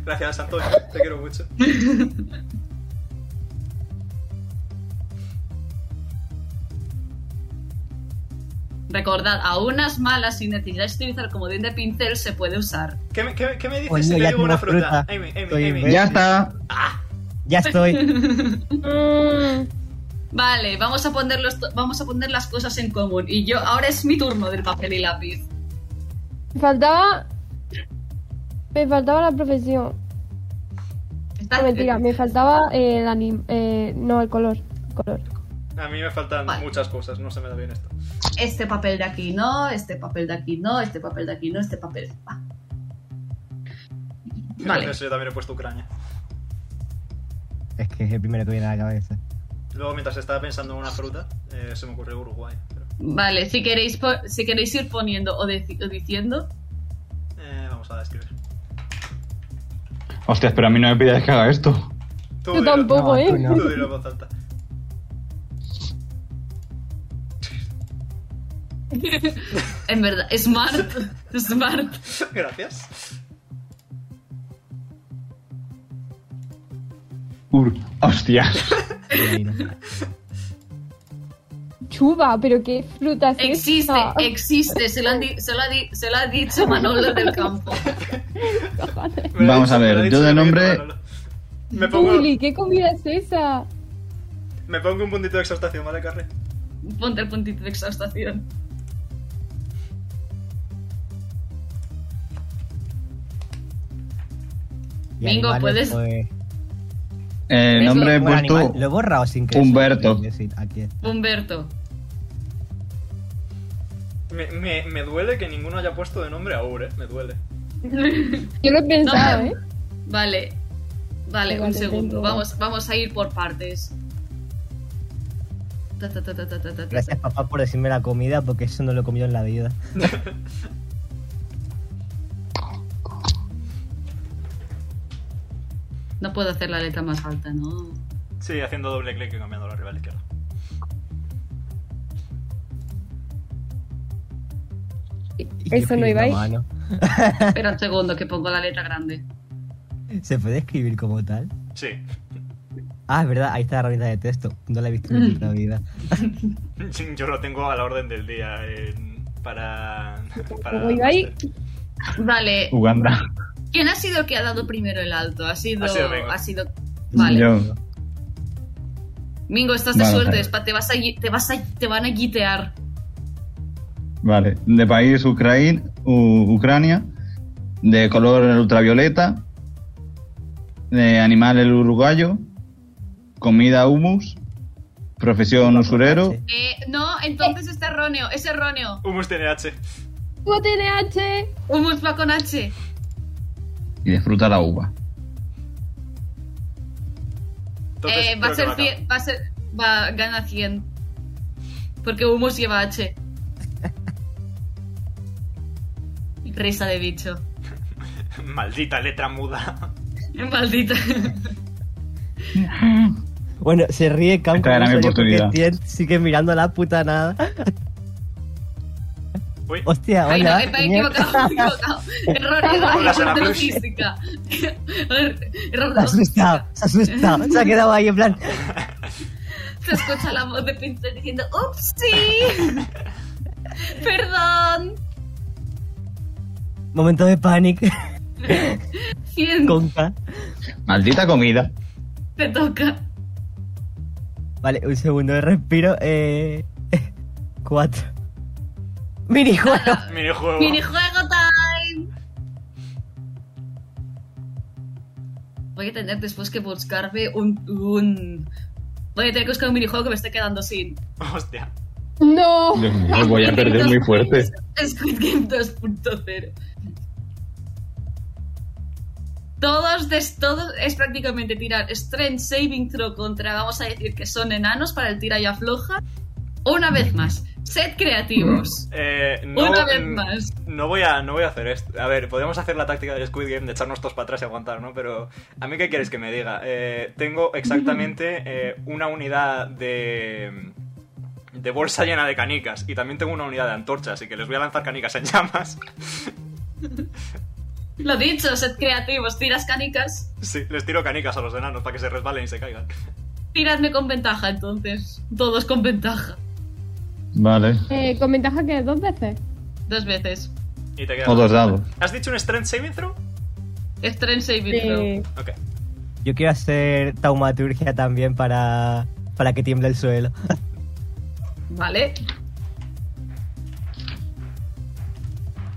Speaker 1: Gracias, Antonio. Te quiero mucho.
Speaker 2: Recordad, a unas malas, si necesitáis utilizar comodín de pincel, se puede usar.
Speaker 1: ¿Qué me, qué me- qué me dices
Speaker 4: Coño,
Speaker 1: si te
Speaker 4: ya
Speaker 1: digo una
Speaker 4: tenemos
Speaker 1: fruta?
Speaker 4: fruta.
Speaker 1: Amy, Amy,
Speaker 4: Estoy
Speaker 1: Amy.
Speaker 4: en
Speaker 3: Ya está.
Speaker 2: (laughs)
Speaker 4: Ya estoy.
Speaker 5: Mm,
Speaker 2: Vale, vamos a, poner los to- vamos a poner las cosas en común. Y yo, ahora es mi turno del papel y lápiz.
Speaker 5: me faltaba. Me faltaba la profesión.
Speaker 2: Está- Ah.
Speaker 5: No, Ah, mentira, me faltaba el anim- eh, no, el color. el color.
Speaker 1: A mí me faltan
Speaker 2: Vale.
Speaker 1: muchas cosas, no se me da bien esto.
Speaker 2: Este papel de aquí no, este papel de aquí no, este papel de aquí no, este papel. Va. Vale.
Speaker 1: Entonces yo también he puesto Ucrania.
Speaker 4: es que es el primero que viene a la cabeza.
Speaker 1: Luego, mientras estaba pensando en una fruta, eh, se me ocurrió Uruguay. pero,
Speaker 2: Vale, si queréis, po- si queréis ir poniendo o, deci- o diciendo,
Speaker 1: eh, vamos a escribir.
Speaker 3: Hostias, pero a mí no me pidáis que haga esto.
Speaker 1: Tú,
Speaker 5: Yo
Speaker 1: dilo,
Speaker 5: tampoco,
Speaker 4: no,
Speaker 5: ¿eh?
Speaker 4: tú no.
Speaker 1: Tú dilo en voz alta. (laughs)
Speaker 2: en verdad, smart, smart.
Speaker 1: Gracias.
Speaker 3: Ur. Hostias.
Speaker 4: Divino.
Speaker 5: Chuba, pero qué fruta es
Speaker 2: Existe,
Speaker 5: esta?
Speaker 2: existe, se lo, han di- se lo ha di- se lo ha dicho Manolo del campo.
Speaker 1: Me lo ha
Speaker 3: Vamos
Speaker 1: dicho-
Speaker 3: a
Speaker 1: me lo
Speaker 3: ver,
Speaker 1: ha
Speaker 3: yo
Speaker 1: dicho
Speaker 3: de
Speaker 1: el
Speaker 3: nombre-
Speaker 1: amigo Manolo. Me pongo,
Speaker 5: Publi, ¿qué comida es esa?
Speaker 1: me pongo un puntito de exhaustación, ¿vale, Carre?
Speaker 2: Ponte el puntito de exhaustación.
Speaker 4: Y
Speaker 2: Mingo, puedes-
Speaker 4: animales, pues-
Speaker 3: El Eh, nombre he
Speaker 4: Bueno,
Speaker 3: puesto.
Speaker 4: animal, Lo he borrado sin querer.
Speaker 3: Humberto.
Speaker 4: Es decir, Aquí es.
Speaker 2: Humberto.
Speaker 1: Me, me, me duele que ninguno haya puesto de nombre a Ur, ¿eh? Me duele.
Speaker 5: Yo lo he pensado, ¿eh?
Speaker 2: Vale, vale,
Speaker 5: Venga,
Speaker 2: un
Speaker 5: te
Speaker 2: segundo.
Speaker 5: entiendo.
Speaker 2: Vamos, vamos a ir por partes. Ta, ta, ta, ta, ta, ta, ta, ta.
Speaker 4: Gracias papá por decirme la comida porque eso no lo he comido en la vida.
Speaker 2: No puedo hacer la letra más alta, ¿no?
Speaker 1: Sí, haciendo doble clic y cambiando la rival izquierda.
Speaker 4: Y
Speaker 5: Eso no
Speaker 4: escribí
Speaker 5: iba
Speaker 4: a
Speaker 5: ahí.
Speaker 4: mano.
Speaker 2: Espera un segundo que pongo la letra grande.
Speaker 4: ¿Se puede escribir como tal?
Speaker 1: Sí.
Speaker 4: Ah, es verdad, ahí está la herramienta de texto. No la he visto en
Speaker 2: Mm.
Speaker 4: mi puta vida.
Speaker 1: Yo lo tengo a la orden del día en- para... para
Speaker 5: Voy ahí.
Speaker 2: Vale,
Speaker 3: Uganda.
Speaker 2: ¿quién ha sido el que ha dado primero el alto? Ha sido.
Speaker 1: Ha sido Vengo.
Speaker 2: ha sido- Vale,
Speaker 3: Yo.
Speaker 2: Mingo, estás de
Speaker 3: Vale,
Speaker 2: suerte,
Speaker 3: vale.
Speaker 2: Espa, te, vas a, gui- te, vas a- te van a guitear.
Speaker 3: Vale, de país Ucraín, U- Ucrania, de color ultravioleta, de animal el uruguayo, comida humus, profesión usurero,
Speaker 4: Sí.
Speaker 2: Eh, no, entonces está erróneo, es erróneo.
Speaker 1: Humus TNH.
Speaker 5: ¡No tiene H!
Speaker 2: Humus va con H.
Speaker 3: y de fruta la uva.
Speaker 1: Entonces,
Speaker 2: Eh, va,
Speaker 1: creo
Speaker 2: a
Speaker 1: que
Speaker 2: ser
Speaker 1: lo acabo.
Speaker 2: cien- va a ser. Va a ganar 100. Porque Humus lleva
Speaker 3: (laughs)
Speaker 2: H. Risa de bicho.
Speaker 1: (laughs) Maldita letra muda. (laughs)
Speaker 2: Maldita.
Speaker 4: Bueno, se ríe Cam
Speaker 3: Esta
Speaker 4: con
Speaker 3: era mi
Speaker 4: serio porque
Speaker 3: oportunidad.
Speaker 4: Tien sigue mirando la puta nada.
Speaker 1: Uy,
Speaker 4: Hostia,
Speaker 2: Ay,
Speaker 4: hola.
Speaker 2: no, epa, he equivocado, he (laughs) equivocado. Error, error,
Speaker 1: Hola, Sara
Speaker 2: error de
Speaker 1: Cruz.
Speaker 2: logística. (laughs) Er- Error
Speaker 4: (laughs) Se
Speaker 2: de
Speaker 4: ha asustado,
Speaker 2: logística.
Speaker 4: se ha asustado. Se ha quedado ahí en plan.
Speaker 2: Se escucha la voz de Pinter diciendo, ¡Upsi! (laughs) Perdón.
Speaker 4: Momento de pánico. (laughs)
Speaker 2: 100
Speaker 4: Conca.
Speaker 3: Maldita comida.
Speaker 2: te toca.
Speaker 4: Vale, un segundo de respiro. Eh. (laughs) Cuatro. Minijuego.
Speaker 1: minijuego.
Speaker 2: ¡Minijuego time! Voy a tener después que buscarme un, un... Voy a tener que buscar un minijuego que me esté quedando sin.
Speaker 1: (laughs) Hostia.
Speaker 5: ¡No!
Speaker 3: Dios mío, voy a perder muy fuerte.
Speaker 2: Squid Game 2.0. Todos, des, todos es prácticamente tirar Strength Saving Throw contra, vamos a decir que son enanos para el tira y afloja. Una vez más, sed creativos.
Speaker 1: Eh, no,
Speaker 2: Una vez
Speaker 1: mm,
Speaker 2: más.
Speaker 1: No voy, a, no voy a hacer esto. A ver, podemos hacer la táctica del Squid Game de echarnos todos para atrás y aguantar, ¿no? Pero, ¿a mí qué quieres que me diga? Eh, tengo
Speaker 2: (laughs)
Speaker 1: exactamente eh, una unidad de. de bolsa llena de canicas. Y también tengo una unidad de antorcha, así que les voy a lanzar canicas en (laughs) llamas.
Speaker 2: Lo dicho, sed creativos, tiras canicas.
Speaker 1: Sí, les tiro canicas a los enanos para que se resbalen y se caigan.
Speaker 2: Tiradme con ventaja, entonces. Todos con ventaja.
Speaker 3: Vale,
Speaker 5: Eh, con ventaja que dos veces.
Speaker 2: Dos veces.
Speaker 1: Y te quedas.
Speaker 3: todos dados.
Speaker 1: ¿Has dicho un Strength Saving Throw?
Speaker 2: Strength Saving Throw.
Speaker 5: Eh,
Speaker 1: Ok.
Speaker 4: Yo quiero hacer taumaturgia también para, para que tiemble el suelo.
Speaker 2: Vale.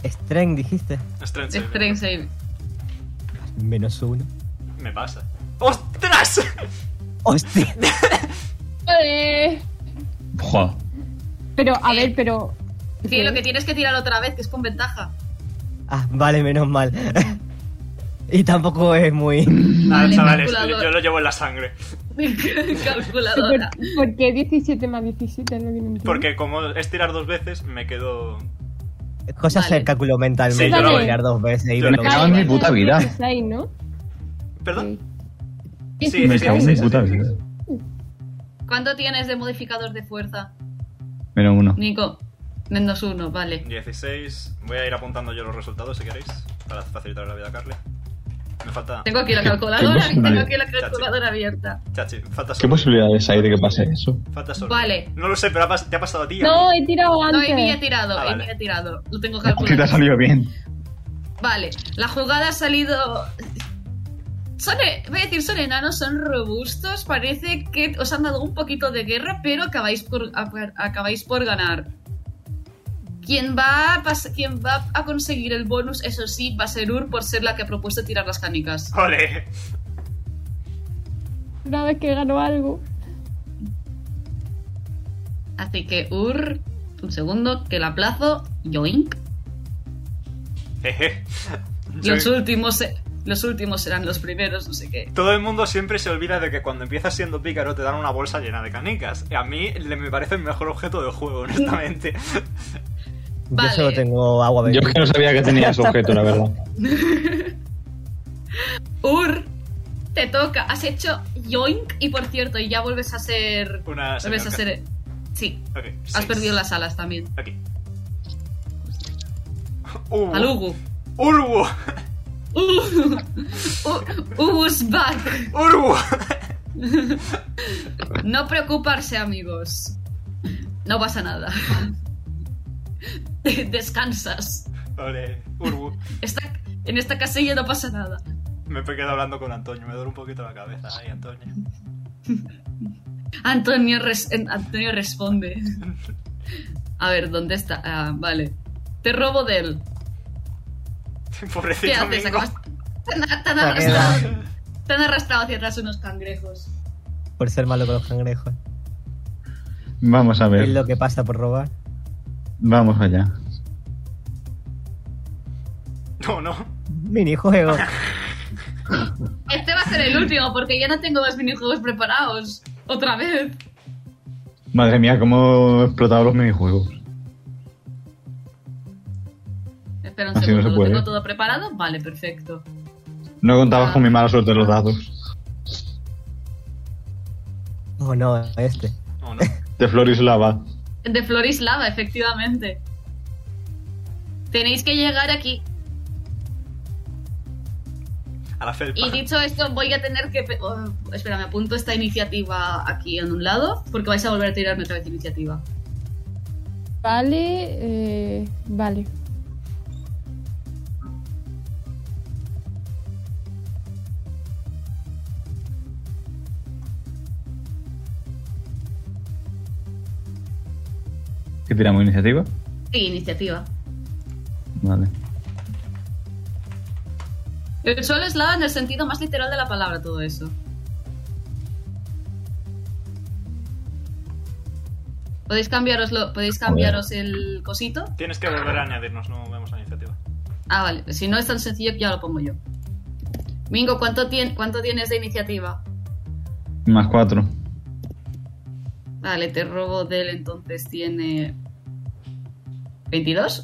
Speaker 4: Strength, dijiste.
Speaker 1: Strength Saving.
Speaker 2: Strength Saving.
Speaker 4: Menos uno.
Speaker 1: Me pasa.
Speaker 2: (laughs)
Speaker 1: ¡Ostras!
Speaker 4: Hostia.
Speaker 5: vale.
Speaker 3: Buah.
Speaker 5: Pero, a
Speaker 2: Eh,
Speaker 5: ver, pero.
Speaker 2: Sí, lo que tienes que tirar otra vez, que es con ventaja. (laughs)
Speaker 4: Ah, vale, menos mal. (laughs) y tampoco es muy.
Speaker 1: ah,
Speaker 2: Vale,
Speaker 1: chavales,
Speaker 2: calculador.
Speaker 1: yo, yo lo llevo en la sangre.
Speaker 2: Calculadora.
Speaker 5: ¿Por, por qué 17 más 17? No tiene
Speaker 1: Porque como es tirar dos veces, me quedo.
Speaker 4: Es cosa
Speaker 2: Vale.
Speaker 4: hacer cálculo
Speaker 1: Sí,
Speaker 4: mentalmente.
Speaker 5: yo lo-
Speaker 4: mirar dos veces y
Speaker 1: yo
Speaker 4: ver
Speaker 1: lo-
Speaker 4: lo que-
Speaker 3: Cago en mi puta vida.
Speaker 5: 16, ¿no?
Speaker 1: ¿Perdón?
Speaker 5: Sí.
Speaker 1: Sí,
Speaker 3: Me
Speaker 1: sí,
Speaker 3: cago en
Speaker 1: sí,
Speaker 3: mi
Speaker 1: sí,
Speaker 3: puta
Speaker 1: sí, sí.
Speaker 3: vida.
Speaker 2: ¿Cuánto tienes de modificador de fuerza,
Speaker 3: Menos uno.
Speaker 2: Nico? Menos uno, vale.
Speaker 1: 16. Voy a ir apuntando yo los resultados si queréis. Para facilitar la vida a Carly. Me falta.
Speaker 2: Tengo aquí la
Speaker 3: Tengo
Speaker 2: calculadora,
Speaker 3: su
Speaker 2: tengo
Speaker 3: madre.
Speaker 2: aquí la calculadora abierta.
Speaker 1: Chachi, falta
Speaker 3: ¿Qué
Speaker 1: solo.
Speaker 3: posibilidades hay de que pase eso?
Speaker 1: Falta solo.
Speaker 2: Vale.
Speaker 1: No lo sé, pero ha pas- te ha pasado a ti.
Speaker 5: No,
Speaker 1: a mí.
Speaker 5: he tirado
Speaker 2: No,
Speaker 5: antes.
Speaker 2: Amy ha tirado,
Speaker 1: Ah,
Speaker 2: Amy
Speaker 1: vale.
Speaker 2: ha tirado. Lo tengo
Speaker 3: Que (laughs) te ha
Speaker 2: calculado.
Speaker 3: salido bien.
Speaker 2: Vale, la jugada ha salido... Son, e- voy a decir, son enanos, son robustos, parece que os han dado un poquito de guerra, pero acabáis por, ap- acabáis por ganar. Quien va, a pas- quien va a conseguir el bonus, eso sí, va a ser Ur por ser la que ha propuesto tirar las canicas.
Speaker 1: Ole.
Speaker 5: Una vez que ganó algo.
Speaker 2: Así que, ur, un segundo, que la aplazo, yoink.
Speaker 1: Jeje.
Speaker 2: Los
Speaker 1: Yo-
Speaker 2: últimos, se- los últimos serán los primeros, no sé qué.
Speaker 1: Todo el mundo siempre se olvida de que cuando empiezas siendo pícaro te dan una bolsa llena de canicas. A mí le- me parece el mejor objeto del juego,
Speaker 2: (laughs)
Speaker 1: honestamente.
Speaker 2: Vale.
Speaker 4: Yo solo tengo agua
Speaker 3: Yo es
Speaker 4: bendita.
Speaker 3: que no sabía que tenía ese objeto, la verdad.
Speaker 2: Ur, te toca, has hecho yoink y por cierto, ya vuelves a ser...
Speaker 1: Una
Speaker 2: Vuelves a
Speaker 1: señorca.
Speaker 2: ser... eh, Sí,
Speaker 1: Ok,
Speaker 2: has
Speaker 1: seis.
Speaker 2: perdido las alas también. (laughs)
Speaker 1: Aquí. Uh,
Speaker 2: Alugu.
Speaker 1: Urbu.
Speaker 2: Uh, (laughs) U- Ugus back.
Speaker 1: Urbu.
Speaker 2: No preocuparse, amigos. No pasa nada. (laughs) Descansas.
Speaker 1: Ole, Urbu.
Speaker 2: Esta- en esta casilla no pasa nada.
Speaker 1: Me he quedado hablando con Antonio, me duele un poquito la cabeza. Ay, Antonio.
Speaker 2: Antonio, res- en- Antonio responde. A ver, ¿dónde está? Ah, vale. Te robo de él.
Speaker 1: (laughs) Pobrecito
Speaker 2: ¿Qué haces?
Speaker 1: Mingo.
Speaker 2: Acabas- Te han, te han
Speaker 4: Te
Speaker 2: arrastrado, te han arrastrado hacia atrás unos cangrejos.
Speaker 4: Por ser malo con los cangrejos.
Speaker 3: Vamos a
Speaker 4: Es
Speaker 3: ver.
Speaker 4: lo que pasa por robar.
Speaker 3: Vamos allá.
Speaker 1: No, no.
Speaker 2: (laughs)
Speaker 4: Minijuego.
Speaker 2: Este va a ser el último porque ya no tengo más minijuegos preparados. Otra vez.
Speaker 3: Madre mía, cómo he explotado los minijuegos.
Speaker 2: Espera un
Speaker 3: Así no
Speaker 2: segundo,
Speaker 3: se
Speaker 2: ¿lo
Speaker 3: puede.
Speaker 2: tengo todo preparado? Vale, perfecto.
Speaker 3: No contabas con mi mala suerte de los dados.
Speaker 4: Oh no, este.
Speaker 1: No, no.
Speaker 3: De Floris Lava.
Speaker 2: De Florislava, efectivamente. Tenéis que llegar aquí.
Speaker 1: A la felpa.
Speaker 2: Y dicho esto, voy a tener que... pe- oh, espera, me apunto esta iniciativa aquí en un lado, porque vais a volver a tirarme otra vez iniciativa.
Speaker 5: Vale, eh, vale.
Speaker 3: ¿Qué tiramos iniciativa?
Speaker 2: Sí, iniciativa.
Speaker 3: Vale.
Speaker 2: El suelo es lava en el sentido más literal de la palabra, todo eso. Podéis cambiaroslo, podéis cambiaros el cosito.
Speaker 1: Tienes que volver a añadirnos, no vemos la iniciativa.
Speaker 2: Ah, vale. Si no es tan sencillo, ya lo pongo yo. Mingo, ¿cuánto, tien- cuánto tienes de iniciativa?
Speaker 3: Más cuatro.
Speaker 2: Vale, te robo de él, entonces tiene... ¿22?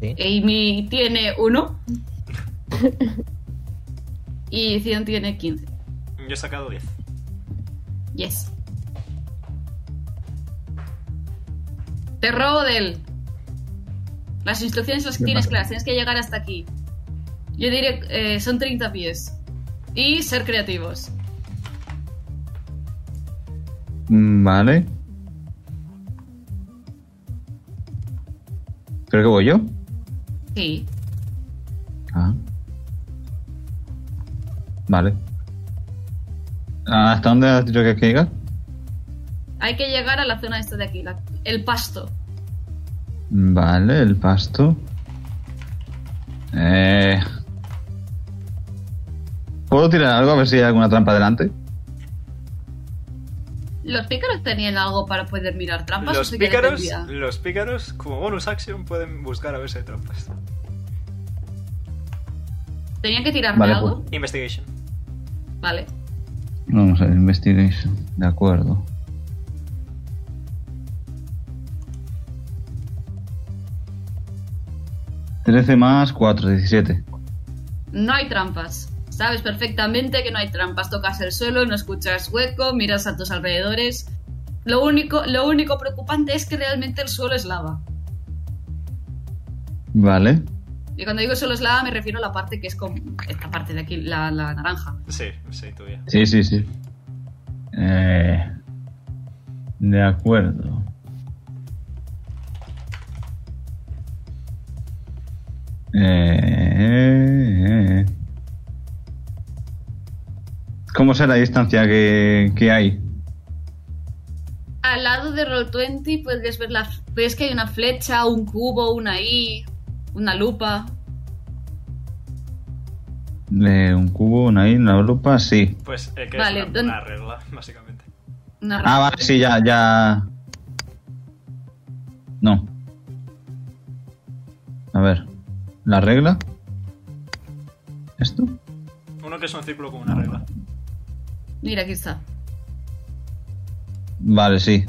Speaker 4: Sí.
Speaker 2: Amy tiene 1. y Zion tiene 15.
Speaker 1: Yo he sacado 10.
Speaker 2: Yes. Te robo de él. Las instrucciones las
Speaker 3: Me
Speaker 2: tienes
Speaker 3: pasa.
Speaker 2: claras, tienes que llegar hasta aquí. Yo diré, eh, son 30 pies. Y ser creativos.
Speaker 3: Mm, Vale. Creo que voy yo.
Speaker 2: Sí.
Speaker 3: Ah. Vale. ¿Hasta dónde has dicho que hay que llegar?
Speaker 2: Hay que llegar a la zona esta de aquí, la- el pasto.
Speaker 3: Vale, el pasto. Eh... ¿Puedo tirar algo a ver si hay alguna trampa delante?
Speaker 2: ¿Los pícaros tenían algo para poder mirar trampas? o
Speaker 1: Los
Speaker 2: se queda
Speaker 1: pícaros,
Speaker 2: perdida?
Speaker 1: los pícaros, como bonus action, pueden buscar a ver si hay trampas.
Speaker 2: ¿Tenían que tirarme
Speaker 3: Vale,
Speaker 2: algo?
Speaker 1: Investigation.
Speaker 2: Vale.
Speaker 3: Vamos a ver, investigation. De acuerdo. Trece más cuatro, diecisiete.
Speaker 2: No hay trampas. Sabes perfectamente que no hay trampas. Tocas el suelo, no escuchas hueco, miras a tus alrededores. Lo único, lo único preocupante es que realmente el suelo es lava.
Speaker 3: Vale.
Speaker 2: Y cuando digo suelo es lava me refiero a la parte que es como esta parte de aquí, la, la naranja.
Speaker 1: Sí, sí, tuya.
Speaker 3: Sí, sí, sí. Eh, de acuerdo. Eh, eh, eh. ¿Cómo será la distancia que, que hay?
Speaker 2: Al lado de Roll20 puedes ver la, ves que hay una flecha, un cubo, una I, una lupa.
Speaker 3: Eh, ¿Un cubo, una isla, una lupa? Sí.
Speaker 1: Pues eh, que
Speaker 2: Vale,
Speaker 1: es una,
Speaker 2: ¿dónde-
Speaker 1: una regla, básicamente.
Speaker 2: una
Speaker 3: Ah, vale, sí, ya, ya. No. A ver. ¿La regla? ¿Esto?
Speaker 1: Uno que es un círculo con una regla.
Speaker 2: Mira, aquí está.
Speaker 3: Vale, sí.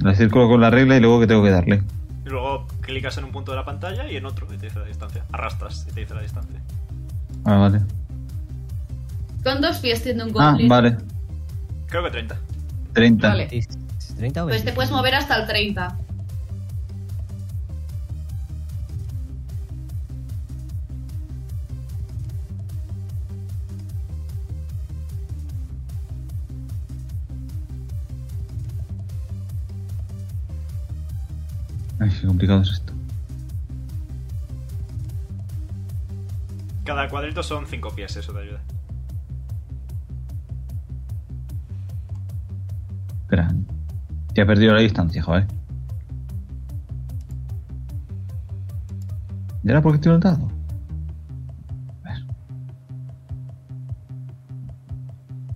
Speaker 3: La círculo con la regla y luego que tengo que darle.
Speaker 1: Y luego clicas en un punto de la pantalla y en otro y te dice la distancia. Arrastras y te dice la distancia.
Speaker 3: Ah, vale.
Speaker 2: Con dos pies tiene un
Speaker 3: Ah,
Speaker 2: goblin.
Speaker 3: vale.
Speaker 1: Creo que 30.
Speaker 3: 30.
Speaker 2: Vale.
Speaker 4: 30 o
Speaker 2: Pues te
Speaker 4: 20.
Speaker 2: puedes mover hasta el 30.
Speaker 3: Ay, qué complicado es esto.
Speaker 1: Cada cuadrito son 5 pies, eso te ayuda.
Speaker 3: Espera. Ya he perdido la distancia, joder. ¿Y ahora por qué estoy notado? A ver.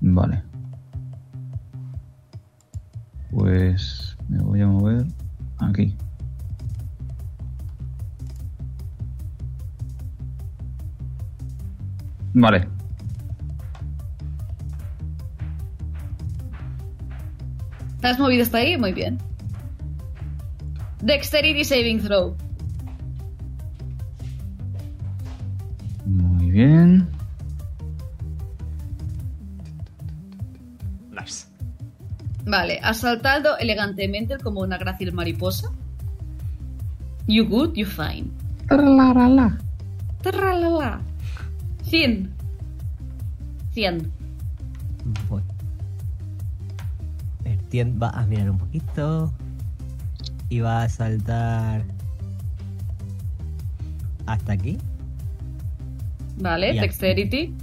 Speaker 3: Vale. Pues me voy a mover aquí. Vale.
Speaker 2: ¿Te has movido hasta ahí? Muy bien. Dexterity Saving Throw.
Speaker 3: Muy bien.
Speaker 1: Nice.
Speaker 2: Vale, has saltado elegantemente como una grácil mariposa. You good, you fine.
Speaker 6: Tralarala.
Speaker 2: Tralala. 100. 100.
Speaker 4: Voy. El tien va a mirar un poquito. Y va a saltar. Hasta aquí.
Speaker 2: Vale,
Speaker 4: Y aquí.
Speaker 2: Dexterity.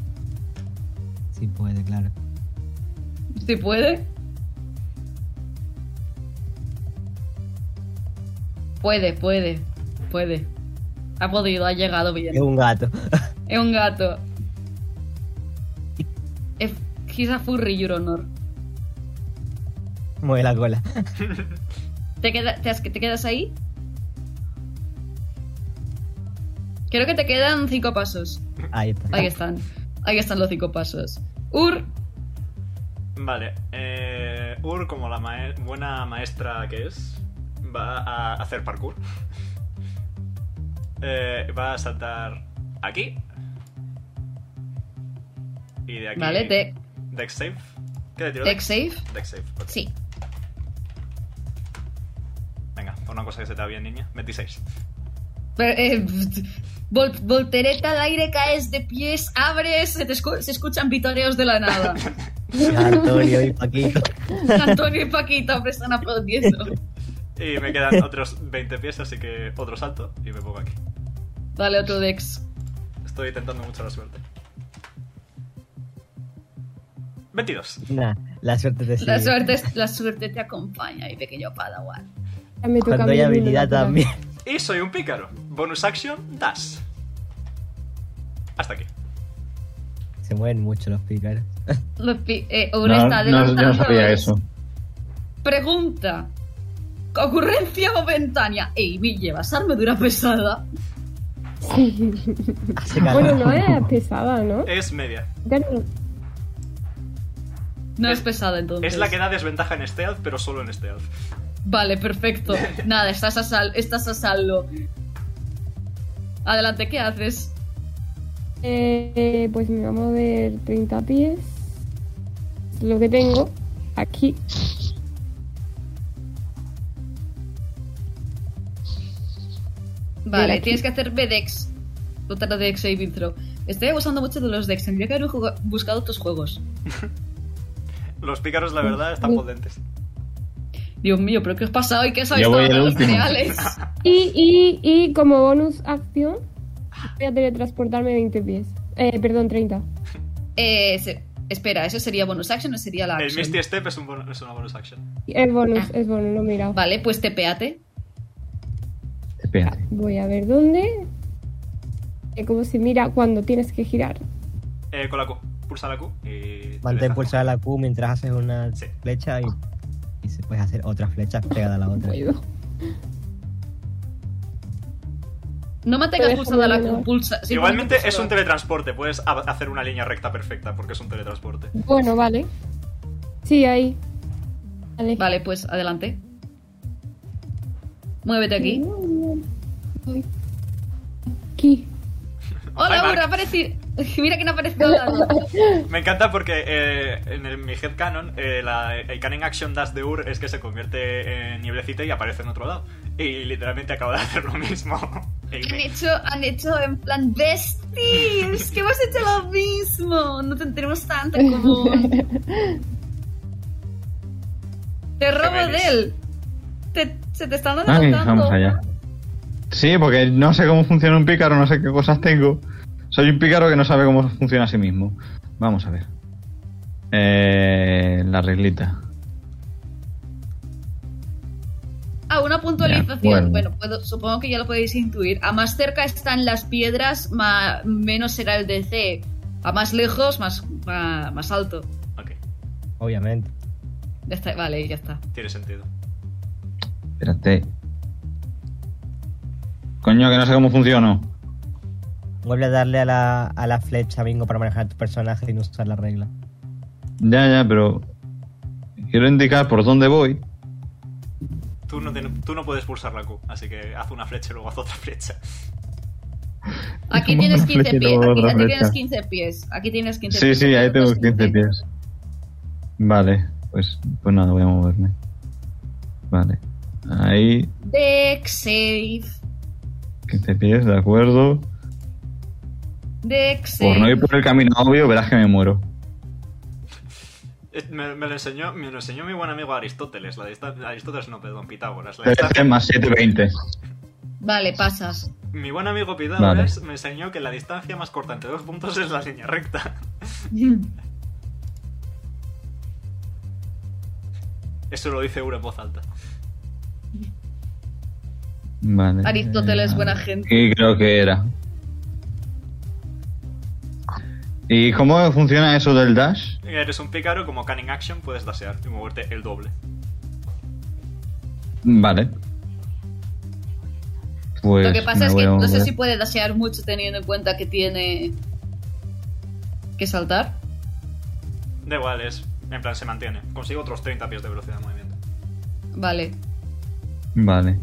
Speaker 4: Si puede, claro.
Speaker 2: Si puede. Puede, puede, puede. Ha podido, ha llegado bien.
Speaker 4: Es un gato.
Speaker 2: Es un gato. Es he's a furry, Your Honor.
Speaker 4: Mueve la cola.
Speaker 2: ¿Te, queda- te, has- te quedas ahí? Creo que te quedan cinco pasos.
Speaker 4: Ahí está.
Speaker 2: Ahí están. Ahí están los cinco pasos. Ur,
Speaker 1: Vale. eh, Ur, como la mae- buena maestra que es, va a hacer parkour. (laughs) Eh, va a saltar aquí. Y de aquí.
Speaker 2: ¿vale? Te,
Speaker 1: Deck save. ¿Qué le tiro?
Speaker 2: Dex save.
Speaker 1: Deck save. ok.
Speaker 2: Sí.
Speaker 1: Venga, por una cosa que se te da bien, niña. 26.
Speaker 2: Pero, eh, vol- voltereta al aire, caes de pies, abres, se, te escu- se escuchan vitoreos de la nada.
Speaker 4: Antonio y Paquito.
Speaker 2: Antonio y Paquito hombre, están aplaudiendo.
Speaker 1: Y me
Speaker 2: (laughs)
Speaker 1: quedan otros 20 pies, así que otro salto y me pongo aquí.
Speaker 2: Vale, otro Dex.
Speaker 1: Estoy intentando mucho la suerte. 22.
Speaker 4: Nah, la suerte te sigue.
Speaker 2: La, suerte, la suerte te acompaña, mi pequeño Padawan.
Speaker 5: (laughs) Ya me toca a
Speaker 4: Cuando
Speaker 5: mí
Speaker 4: hay
Speaker 5: el mundo
Speaker 4: habilidad
Speaker 5: natural.
Speaker 4: también.
Speaker 1: Y soy un pícaro. Bonus action, dash. Hasta aquí.
Speaker 4: Se mueven mucho los pícaros.
Speaker 2: Los pi- eh, Ur
Speaker 3: No,
Speaker 2: está
Speaker 3: no, yo no sabía
Speaker 2: adelantándoles.
Speaker 3: eso.
Speaker 2: Pregunta. Ocurrencia momentánea. Amy, ¿llevas armadura pesada?
Speaker 4: (laughs) Hace calor.
Speaker 5: Ah, Bueno, no era pesada, ¿no?
Speaker 1: Es media.
Speaker 5: Ya no-
Speaker 2: No
Speaker 1: Es-
Speaker 2: es, pesada entonces.
Speaker 1: Es la que da desventaja en stealth, pero solo en este stealth.
Speaker 2: Vale,
Speaker 1: (laughs)
Speaker 2: perfecto. Nada, estás a, sal estás a salvo. Adelante, ¿qué haces?
Speaker 5: Eh, pues me voy a mover 30 pies. Lo que tengo aquí.
Speaker 2: Vale,
Speaker 5: aquí.
Speaker 2: tienes que hacer BDEX. Otra Dex Saving Throw. e Estoy abusando mucho de los Dex. Tendría que haber jugado- buscado otros juegos.
Speaker 1: Los pícaros, la verdad, están potentes.
Speaker 2: Dios mío, ¿pero qué os pasa hoy? ¿Qué sabéis
Speaker 3: Yo voy
Speaker 2: todos de
Speaker 3: el
Speaker 2: los
Speaker 1: (laughs)
Speaker 3: último.
Speaker 2: cereales?
Speaker 5: Y, y, y como bonus acción, voy a teletransportarme 20 pies. Eh, perdón, 30.
Speaker 2: Eh, se- espera, ¿eso sería bonus action o sería la
Speaker 1: El
Speaker 2: action?
Speaker 1: Misty Step es, un bon- es una bonus action.
Speaker 5: Es bonus,
Speaker 2: Ah.
Speaker 5: es bonus, lo he mirado.
Speaker 2: Vale, pues tepeate.
Speaker 3: Espérate.
Speaker 5: Voy a ver dónde. Eh, cómo se mira cuando tienes que girar.
Speaker 1: Eh, con la Q. Pulsa la Q y. te
Speaker 4: Mantén
Speaker 1: deja.
Speaker 4: pulsada la Q mientras haces una
Speaker 1: Sí.
Speaker 4: flecha y, y se puede hacer otra flecha pegada a la otra.
Speaker 5: Puedo.
Speaker 2: No mantengas
Speaker 5: Puedes
Speaker 2: pulsada la
Speaker 5: ponerlo.
Speaker 2: Q, pulsa. sí,
Speaker 1: Igualmente
Speaker 2: pulsa
Speaker 1: es un
Speaker 2: la-
Speaker 1: teletransporte, puedes ha- hacer una línea recta perfecta porque es un teletransporte.
Speaker 5: Bueno, vale. Sí, ahí. Vale.
Speaker 2: Vale, pues adelante. Muévete aquí.
Speaker 5: Aquí.
Speaker 2: ¡Hola,
Speaker 1: Mark.
Speaker 2: Ur! apareci- (laughs) Mira quién ha aparecido al lado.
Speaker 1: Me encanta porque eh, en el, mi headcanon eh, la- el canon action dash de Ur es que se convierte en nieblecita y aparece en otro lado. Y literalmente acaba de hacer lo mismo. Y
Speaker 2: Han
Speaker 1: me-
Speaker 2: hecho, han hecho en plan besties, que hemos hecho lo mismo. No ten- tenemos tanto en común.
Speaker 1: (laughs)
Speaker 2: Te robo
Speaker 1: Gemelis.
Speaker 2: de él. Te- se te están
Speaker 3: Ay,
Speaker 2: adelantando.
Speaker 3: vamos allá. Sí, porque no sé cómo funciona un pícaro, no sé qué cosas tengo. Soy un pícaro que no sabe cómo funciona a sí mismo. Vamos a ver. Eh, la reglita.
Speaker 2: Ah, una puntualización.
Speaker 3: De acuerdo.
Speaker 2: bueno, puedo- supongo que ya lo podéis intuir. A más cerca están las piedras, ma- menos será el DC. A más lejos, más, ma- más alto.
Speaker 1: Ok,
Speaker 4: Obviamente.
Speaker 2: Ya está, vale, ya está.
Speaker 1: tiene sentido.
Speaker 3: Espérate. Coño, que no sé cómo funciona.
Speaker 4: Vuelve a darle a la, a la flecha bingo para manejar tu personaje y no usar la regla.
Speaker 3: Ya, ya, pero. Quiero indicar por dónde voy.
Speaker 1: Tú no, te- tú no puedes pulsar la Q, así que haz una flecha y luego haz otra flecha. (laughs)
Speaker 2: Aquí
Speaker 3: Como
Speaker 2: tienes
Speaker 3: una
Speaker 2: 15
Speaker 3: flecha y
Speaker 2: pies.
Speaker 3: luego
Speaker 2: Aquí,
Speaker 3: otra
Speaker 2: aquí tienes
Speaker 3: flecha.
Speaker 2: 15 pies. Aquí tienes 15
Speaker 3: Sí,
Speaker 2: pies.
Speaker 3: sí, ahí
Speaker 2: Aquí
Speaker 3: tengo
Speaker 2: tienes
Speaker 3: 15 pies. Vale, pues, pues nada, voy a moverme. Vale. Ahí,
Speaker 2: Deck save.
Speaker 3: 15 pies, de acuerdo.
Speaker 2: Deck
Speaker 3: Por no
Speaker 2: save.
Speaker 3: ir por el camino obvio, verás que me muero.
Speaker 1: Eh, Me, me lo enseñó, me lo enseñó mi buen amigo Aristóteles. La distan- Aristóteles no, perdón, Pitágoras. La
Speaker 3: 13
Speaker 1: distancia-
Speaker 3: este más 7, 20.
Speaker 2: Vale, pasas.
Speaker 1: mi buen amigo Pitágoras me enseñó que la distancia más corta entre dos puntos es la línea recta. Eso lo dice uno en voz alta.
Speaker 3: Vale.
Speaker 2: Aristóteles,
Speaker 3: Eh,
Speaker 2: buena
Speaker 3: vale.
Speaker 2: gente.
Speaker 3: Y creo que era. ¿Y cómo funciona eso del dash?
Speaker 1: Eres un pícaro, como Canning Action puedes dasear y moverte el doble.
Speaker 3: Vale. Pues
Speaker 2: Lo que pasa
Speaker 3: me
Speaker 2: es
Speaker 3: voy
Speaker 2: que
Speaker 3: a
Speaker 2: no sé
Speaker 3: mover.
Speaker 2: si puede dasear mucho teniendo en cuenta que tiene que saltar.
Speaker 1: Da igual, es. En plan, se mantiene. Consigo otros 30 pies de velocidad de movimiento. (laughs)
Speaker 2: Vale.
Speaker 3: Vale.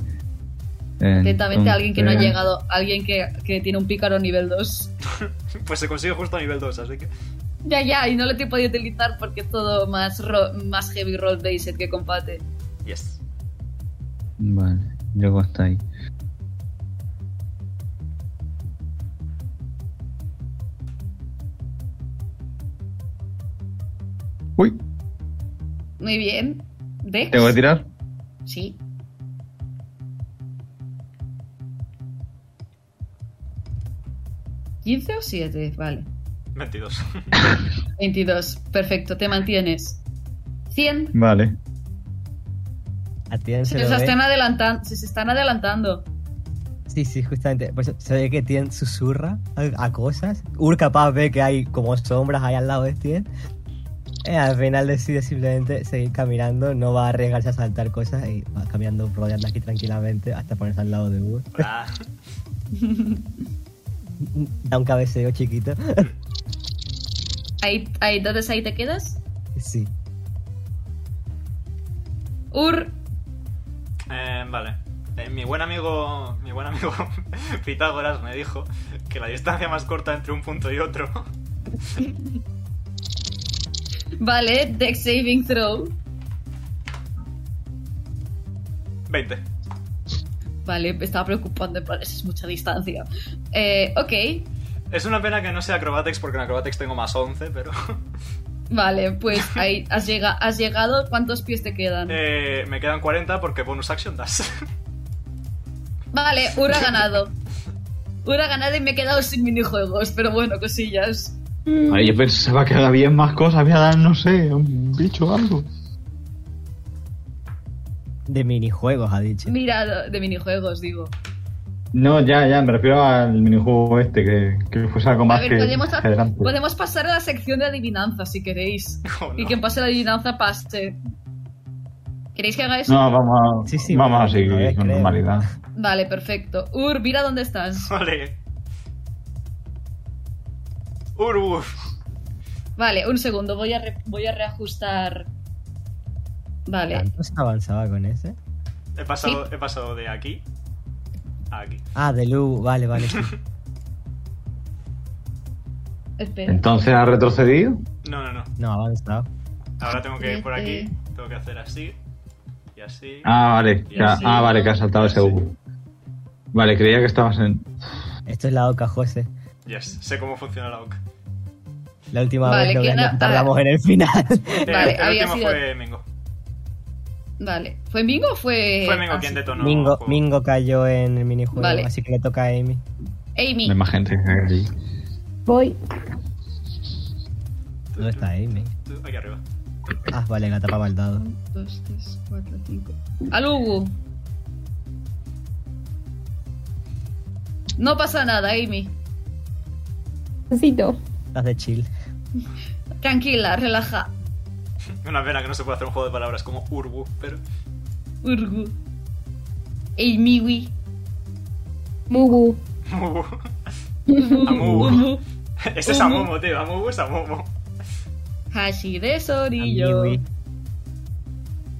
Speaker 2: Atentamente alguien que no ha
Speaker 3: Entonces-
Speaker 2: llegado, alguien que, que tiene un pícaro nivel 2.
Speaker 1: Pues se consigue justo a nivel 2, así que.
Speaker 2: Ya, ya, y no lo te podido utilizar porque es todo más, ro- más heavy roll based que combate.
Speaker 1: Yes.
Speaker 3: Vale, llego hasta ahí. Uy,
Speaker 2: Muy bien. Dex.
Speaker 3: ¿tengo que tirar?
Speaker 2: Sí. ¿15 o 7? Vale.
Speaker 1: 22.
Speaker 2: 22. Perfecto, te mantienes. 100.
Speaker 3: Vale.
Speaker 4: A Tien
Speaker 2: Se
Speaker 4: se
Speaker 2: les
Speaker 4: lo ve-
Speaker 2: están adelantando. Se, se están adelantando.
Speaker 4: Sí, sí, justamente. Por eso se ve que Tien susurra a, a cosas. Ur capaz ve que hay como sombras ahí al lado de Tien. Eh, al final decide simplemente seguir caminando, no va a arriesgarse a saltar cosas y va caminando, rodeando aquí tranquilamente hasta ponerse al lado de Ur.
Speaker 1: Hola.
Speaker 4: Da un cabeceo chiquito. (laughs)
Speaker 2: Ahí, ahí, entonces ahí te quedas.
Speaker 4: sí.
Speaker 2: Ur.
Speaker 1: Eh, vale. Eh, mi buen amigo. Mi buen amigo (laughs) Pitágoras me dijo que la distancia más corta entre un punto y otro. (laughs)
Speaker 2: Vale, deck saving throw.
Speaker 1: 20.
Speaker 2: Vale, me estaba preocupando. en plan, "Esa Es mucha distancia. Eh, ok.
Speaker 1: Es una pena que no sea Acrobatics porque en Acrobatics tengo más 11, pero. (laughs)
Speaker 2: Vale,
Speaker 3: (laughs)
Speaker 2: pues ahí has, llega, has llegado. ¿Cuántos pies te quedan?
Speaker 1: Eh, me quedan 40 porque bonus action das. (laughs)
Speaker 2: Vale, Ur ha ganado. Ur ha ganado y me he quedado sin minijuegos. Pero bueno, cosillas.
Speaker 3: Ay, yo pensaba que había más cosas, había dar, no sé, un bicho o algo.
Speaker 4: De minijuegos, ha dicho.
Speaker 2: Mira, de minijuegos, digo.
Speaker 3: No, ya, ya, me refiero al minijuego este, que, que fuese algo
Speaker 2: A
Speaker 3: más
Speaker 2: ver,
Speaker 3: que.
Speaker 2: podemos, ha-
Speaker 3: que adelante.
Speaker 2: podemos pasar a la sección de adivinanza si queréis.
Speaker 1: Oh, no.
Speaker 2: Y quien pase la adivinanza pase. ¿Queréis que haga eso?
Speaker 3: No, vamos a,
Speaker 4: Sí, sí,
Speaker 3: vamos a
Speaker 4: bueno,
Speaker 3: seguir
Speaker 4: una vez,
Speaker 3: con
Speaker 4: creo.
Speaker 3: normalidad.
Speaker 2: Vale, perfecto. Ur, mira dónde estás.
Speaker 1: (laughs) Vale. Urbu.
Speaker 2: Vale, un segundo, voy a, re- voy a reajustar. Vale.
Speaker 4: ¿Tanto se avanzaba con ese?
Speaker 1: He pasado, he pasado de aquí a aquí.
Speaker 4: Ah, de Lu, vale, vale. sí.
Speaker 2: Espera.
Speaker 3: Entonces ha retrocedido.
Speaker 1: No, no, no.
Speaker 4: No, ha avanzado.
Speaker 1: Ahora tengo que ir por aquí.
Speaker 2: Siete.
Speaker 1: Tengo que hacer así. Y así.
Speaker 3: Ah, vale.
Speaker 1: Y
Speaker 3: ya-
Speaker 1: así.
Speaker 3: ah, vale, que has saltado ese U. Vale, creía que estabas en.
Speaker 4: Esto es la oca, José.
Speaker 1: Yes. Sé cómo funciona la OCA.
Speaker 4: La última
Speaker 2: Vale,
Speaker 4: vez que
Speaker 2: que
Speaker 4: hablamos,
Speaker 2: no-
Speaker 4: tardamos en el final.
Speaker 2: (laughs) Vale,
Speaker 1: Eh, el
Speaker 2: había
Speaker 1: último
Speaker 2: sido-
Speaker 1: fue Mingo.
Speaker 2: Vale. ¿Fue Mingo o fue.?
Speaker 1: Fue Mingo
Speaker 2: ah,
Speaker 1: quien
Speaker 2: sí.
Speaker 1: detonó. el
Speaker 4: Mingo,
Speaker 1: juego.
Speaker 4: Mingo cayó en el minijuego,
Speaker 2: Vale.
Speaker 4: así que le toca a Amy.
Speaker 2: Amy.
Speaker 3: Hay más gente que hay allí.
Speaker 5: Voy.
Speaker 4: ¿Dónde está Amy?
Speaker 1: Tú, Aquí arriba.
Speaker 4: Ah, vale, la tapaba el dado.
Speaker 2: 1, 2, 3, 4, 5. Al Hugo. No pasa nada, Amy.
Speaker 5: Necesito.
Speaker 4: Estás de chill.
Speaker 2: Tranquila, relaja.
Speaker 1: Una pena que no se puede hacer un juego de palabras como Urbu, pero. (laughs)
Speaker 2: Urgu. Amy.
Speaker 5: Mugu.
Speaker 1: Mubu. Amugu.
Speaker 2: Urgu.
Speaker 1: Ese es Amomo, tío. Amomo es Amomo.
Speaker 2: Hashi de Sorillo.
Speaker 4: Amiwi.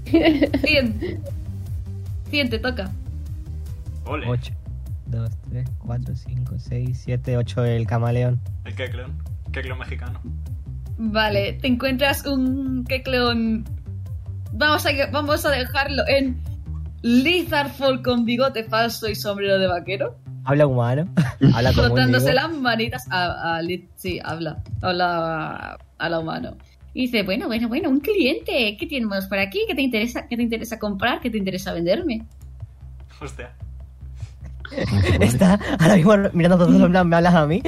Speaker 2: 100. 100, te toca.
Speaker 1: Ole.
Speaker 4: 8, 2, 3, 4, 5, 6, 7, 8 el camaleón.
Speaker 1: El Kecleon. Kecleon mexicano.
Speaker 2: Vale, te encuentras un Kecleon. Vamos a, vamos a dejarlo en Lizardfall con bigote falso y sombrero de vaquero.
Speaker 4: Habla humano. (laughs) Habla como un
Speaker 2: frotándose
Speaker 4: digo.
Speaker 2: las manitas a, a Liz- sí, habla, habla a, a la humano. Y dice, bueno, bueno, bueno, un cliente, ¿qué tenemos por aquí? ¿Qué te interesa, qué te interesa comprar? ¿Qué te interesa venderme?
Speaker 1: Hostia.
Speaker 4: (laughs) Está ahora mismo mirando a todos en plan, ¿me hablas a mí?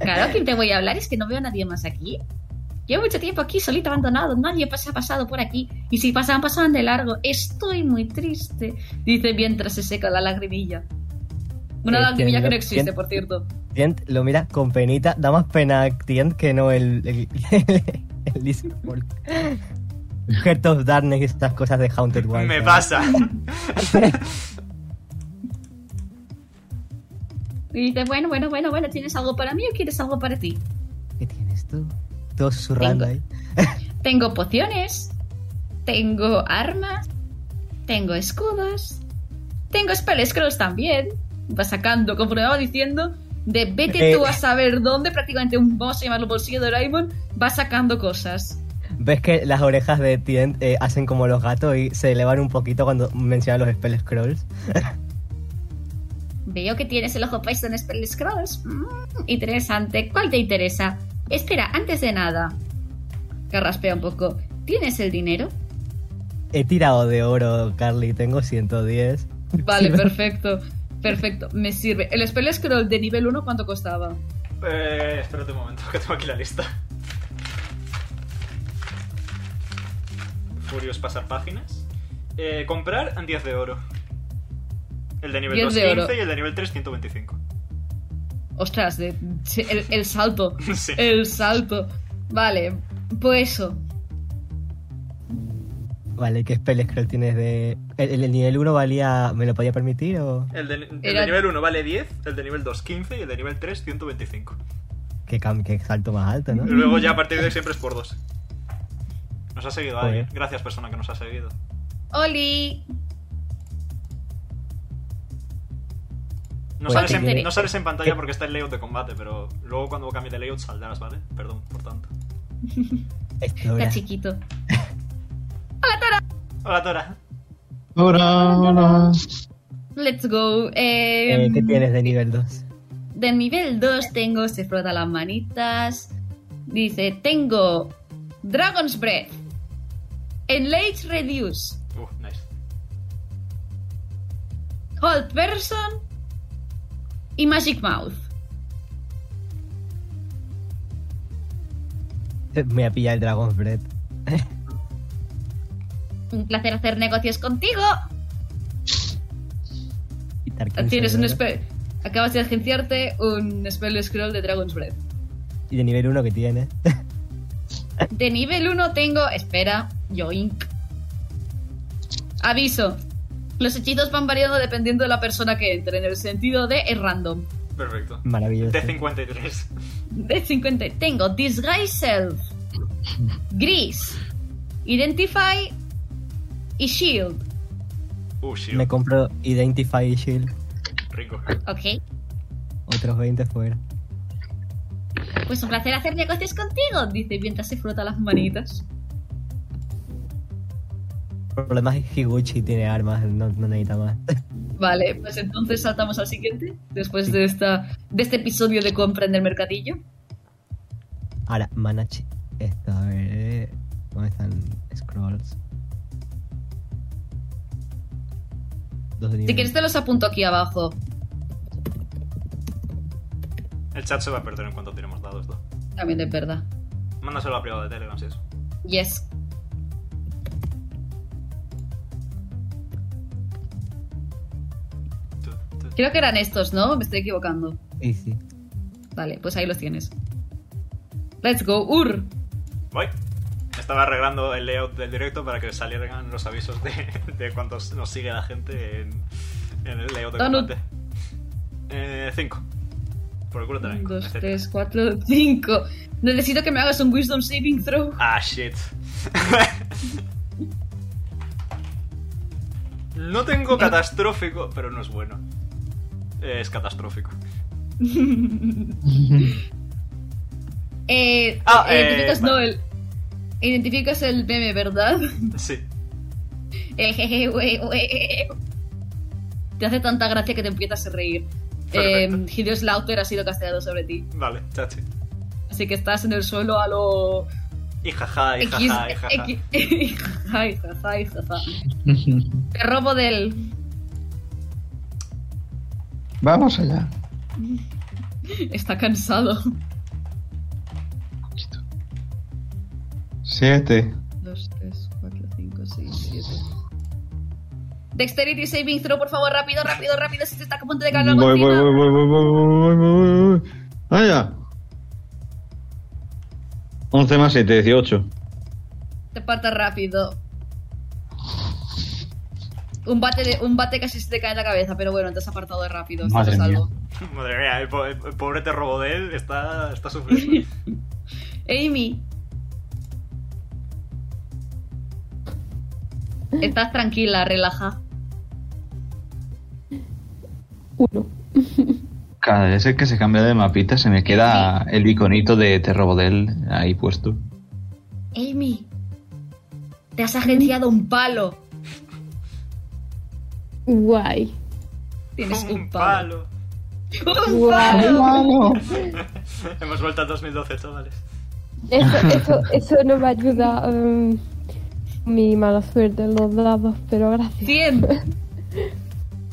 Speaker 2: Claro, ¿quién te voy a hablar? Es que no veo a nadie más aquí. Llevo mucho tiempo aquí, solito, abandonado. Nadie pasa, ha pasado por aquí. Y si pasan, pasan de largo. Estoy muy triste. Dice mientras se seca la lagrimilla. Una
Speaker 4: Eh,
Speaker 2: lagrimilla que
Speaker 4: ¿quién lo-
Speaker 2: no existe,
Speaker 4: quién-
Speaker 2: por cierto.
Speaker 4: Tient lo mira con penita, da más pena a Tient que no el. el. (laughs) el, el Lizard Folk. Heart of Darkness y estas cosas de Haunted
Speaker 1: (laughs)
Speaker 4: One.
Speaker 1: Me pasa.
Speaker 2: Y dice, bueno, bueno, bueno, bueno, ¿tienes algo para mí o quieres algo para ti?
Speaker 4: ¿Qué tienes tú? Todo susurrando ahí.
Speaker 2: Tengo pociones, tengo armas, tengo escudos, tengo spell scrolls también. Va sacando, conforme va diciendo, de vete
Speaker 4: Eh.
Speaker 2: tú a saber dónde, prácticamente un boss llamarlo bolsillo de Doraemon, va sacando cosas.
Speaker 4: Ves que las orejas de Tient eh, hacen como los gatos y se elevan un poquito cuando mencionan los spell scrolls.
Speaker 2: Veo que tienes el ojo puesto en spell scrolls. Mm, interesante. ¿Cuál te interesa? Espera, antes de nada, carraspea un poco. ¿Tienes el dinero?
Speaker 4: He tirado de oro, Carly, tengo 110.
Speaker 2: Vale,
Speaker 4: Sí, ¿verdad?
Speaker 2: perfecto. Perfecto, me sirve. ¿El spell scroll de nivel 1 cuánto costaba?
Speaker 1: Eh, espérate un momento, que tengo aquí la lista. Furios pasar páginas. Eh, comprar 10 de oro. El de nivel
Speaker 2: 10
Speaker 1: 2,
Speaker 2: de
Speaker 1: 15
Speaker 2: oro.
Speaker 1: y el de nivel 3, 125.
Speaker 2: Ostras, de- se- el, el salto.
Speaker 1: (laughs) Sí.
Speaker 2: El salto. Vale, pues eso.
Speaker 4: Vale, ¿qué spell scroll tienes de.? ¿El, el- el nivel 1 valía. ¿Me lo podía permitir o.?
Speaker 1: El de, el de
Speaker 2: Era-
Speaker 1: nivel 1 vale 10, el de nivel 2, 15 y el de nivel 3, 125.
Speaker 4: Qué, cam- qué salto más alto,
Speaker 1: Y
Speaker 4: ¿no?
Speaker 1: luego ya a partir de ahí siempre es por 2. Nos ha seguido
Speaker 4: Joder.
Speaker 1: alguien. Gracias, persona que nos ha seguido.
Speaker 2: ¡Oli!
Speaker 1: No
Speaker 4: Pues
Speaker 1: sales,
Speaker 4: sí
Speaker 1: en,
Speaker 4: que-
Speaker 1: no sales en pantalla
Speaker 4: que-
Speaker 1: porque está el layout de combate, pero luego cuando cambie de layout saldrás, ¿vale? Perdón, por tanto.
Speaker 4: Esto
Speaker 2: Está
Speaker 4: era-
Speaker 2: chiquito.
Speaker 1: Hola, Tora.
Speaker 3: Hola, hola.
Speaker 2: Let's go. Eh,
Speaker 4: Eh, ¿Qué tienes de nivel 2?
Speaker 2: De nivel 2 tengo, se frota las manitas. Dice, tengo Dragon's Breath. Enlage Reduce.
Speaker 1: Uh, nice.
Speaker 2: Hold Person. Y Magic Mouth.
Speaker 4: Me voy a pillar el Dragon's Breath.
Speaker 2: Un placer hacer negocios contigo.
Speaker 4: Quitar 15
Speaker 2: Ah, Tienes
Speaker 4: de
Speaker 2: un
Speaker 4: oro.
Speaker 2: spell. Acabas de agenciarte un spell scroll de Dragon's Breath.
Speaker 4: Y de nivel 1 que tienes.
Speaker 2: De nivel 1 tengo. Espera, Yoink. Aviso. Los hechizos van variando dependiendo de la persona que entre, en el sentido de es random.
Speaker 1: Perfecto.
Speaker 4: Maravilloso.
Speaker 1: T53.
Speaker 2: De 50 tengo Disguise Self, Gris, Identify y Shield.
Speaker 1: Uh, shit.
Speaker 4: Me compro Identify Shield.
Speaker 1: Rico.
Speaker 2: Ok.
Speaker 4: Otros 20 fuera.
Speaker 2: Pues un placer hacer negocios contigo, dice mientras se frota las manitas.
Speaker 4: Por lo demás, Higuchi tiene armas, no, no necesita más.
Speaker 2: Vale, pues entonces saltamos al siguiente, después de, esta, de este episodio de compra en el mercadillo.
Speaker 4: Ahora, Manachi. Esto, a ver. eh, ¿Dónde están scrolls? Dos de nivel.
Speaker 2: Si quieres te los apunto aquí abajo.
Speaker 1: El chat se va a perder en cuanto tiremos dados, ¿no?
Speaker 2: También es verdad.
Speaker 1: Mándaselo a la privada de Telegram, si eso.
Speaker 2: Yes.
Speaker 1: Tu, tu.
Speaker 2: Creo que eran estos, ¿no? Me estoy equivocando.
Speaker 4: Y sí.
Speaker 2: Vale, pues ahí los tienes. Let's go, Ur.
Speaker 1: Voy. Estaba arreglando el layout del directo para que salieran los avisos de, de cuántos nos sigue la gente en, en el layout de
Speaker 2: Danu.
Speaker 1: combate. Eh, cinco. Por el culo te la este
Speaker 2: 1,
Speaker 1: vengo,
Speaker 2: 2,
Speaker 1: etcétera.
Speaker 2: 3, (laughs) 4, 5. Necesito que me hagas un Wisdom Saving Throw.
Speaker 1: (laughs) Ah, shit. no tengo catastrófico, pero no es bueno. Eh, Es catastrófico.
Speaker 2: Eh,
Speaker 1: Ah, eh,
Speaker 2: identificas,
Speaker 1: vale.
Speaker 2: no, el, identificas el meme, ¿verdad? (laughs)
Speaker 1: Sí.
Speaker 2: Eh, jeje, güey, güey. Te hace tanta gracia que te empiezas a reír. Eh,
Speaker 1: Perfecto.
Speaker 2: Hideo Slaughter ha sido casteado sobre ti.
Speaker 1: Vale, chachi.
Speaker 2: Así que estás en el suelo a lo.
Speaker 1: Y jaja, y
Speaker 2: X.
Speaker 1: jaja, y jaja.
Speaker 2: (laughs) X- Ay, jaja, y
Speaker 3: (laughs)
Speaker 2: jaja. Te robo del.
Speaker 6: Vamos allá.
Speaker 2: Está cansado.
Speaker 3: Siete.
Speaker 2: 2, 3, 4, 5, 6, 7. Dexterity Saving Throw, por favor, rápido, rápido, rápido. Si te está a punto de caer la
Speaker 3: Voy, voy,
Speaker 2: cortina.
Speaker 3: voy, voy, voy, voy, voy, voy, Ah, voy, voy. ¡Vaya! 11 más 7, 18.
Speaker 2: Te parta rápido. Un bate, de- un bate casi se te cae en la cabeza, pero bueno, te has apartado de rápido. estás
Speaker 6: Madre
Speaker 2: a salvo.
Speaker 1: Madre mía, el, po- el pobre te robó de él, está, está sufriendo.
Speaker 2: Amy. Estás tranquila, relaja.
Speaker 5: Uno.
Speaker 3: Cada vez que se cambia de mapita se me queda el iconito de Terrobodel ahí puesto.
Speaker 2: Amy. Te has agenciado un palo.
Speaker 5: Guay.
Speaker 2: (laughs) Tienes
Speaker 1: Como
Speaker 2: un palo. ¡Un
Speaker 5: Guau.
Speaker 2: palo!
Speaker 6: Vamos.
Speaker 1: Hemos vuelto al 2012, chavales.
Speaker 5: Eso, eso, (laughs) eso no me ayuda. em, mi mala suerte en los dados, pero gracias.
Speaker 2: 100.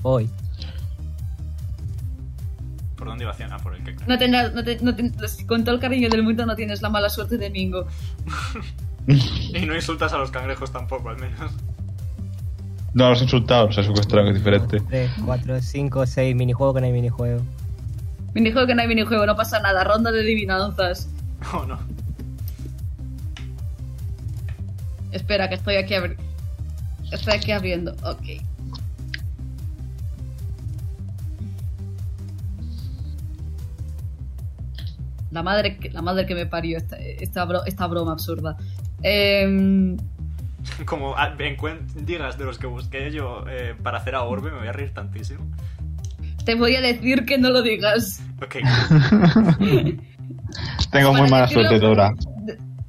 Speaker 4: Hoy.
Speaker 1: ¿Por dónde iba a Ah, por el
Speaker 2: (laughs)
Speaker 1: que
Speaker 2: No tendrás, no te- no ten- con todo el cariño del mundo no tienes la mala suerte de Mingo.
Speaker 1: Y no insultas a los cangrejos tampoco, al menos. (laughs)
Speaker 3: No, los insultados, se secuestrado, es diferente.
Speaker 4: 3, 4, 5, 6. Minijuego que no hay minijuego.
Speaker 2: Minijuego que no hay minijuego, no pasa nada. Ronda de adivinanzas.
Speaker 1: Oh, no.
Speaker 2: Espera, que estoy aquí abri- Estoy aquí abriendo. Ok. La madre, que- la madre que me parió esta, esta, bro- esta broma absurda. Em,
Speaker 1: Como ah, me encuen- digas de los que busqué yo eh, para hacer a Orbe, me voy a reír tantísimo.
Speaker 2: te voy a decir que no lo digas.
Speaker 1: Ok.
Speaker 3: Tengo
Speaker 2: Para
Speaker 3: muy mala
Speaker 2: decirlo-
Speaker 3: suerte, Dora.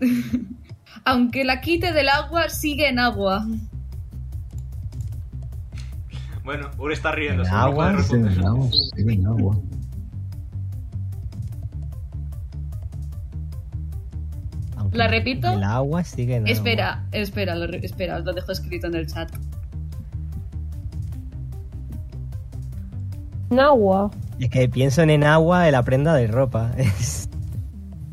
Speaker 2: (laughs) Aunque la quite del agua, sigue en agua.
Speaker 1: Bueno, Uri está riendo.
Speaker 6: En
Speaker 1: seguro que puede
Speaker 6: agua, sí,
Speaker 1: responder.
Speaker 6: en agua, sí, en agua.
Speaker 4: Aunque
Speaker 2: ¿La repito?
Speaker 4: El agua sigue en agua.
Speaker 2: Espera, espera, lo, re- espera, os lo dejo escrito en el chat.
Speaker 5: Nahua.
Speaker 4: Es que pienso en en agua de la prenda de ropa. (laughs) Es-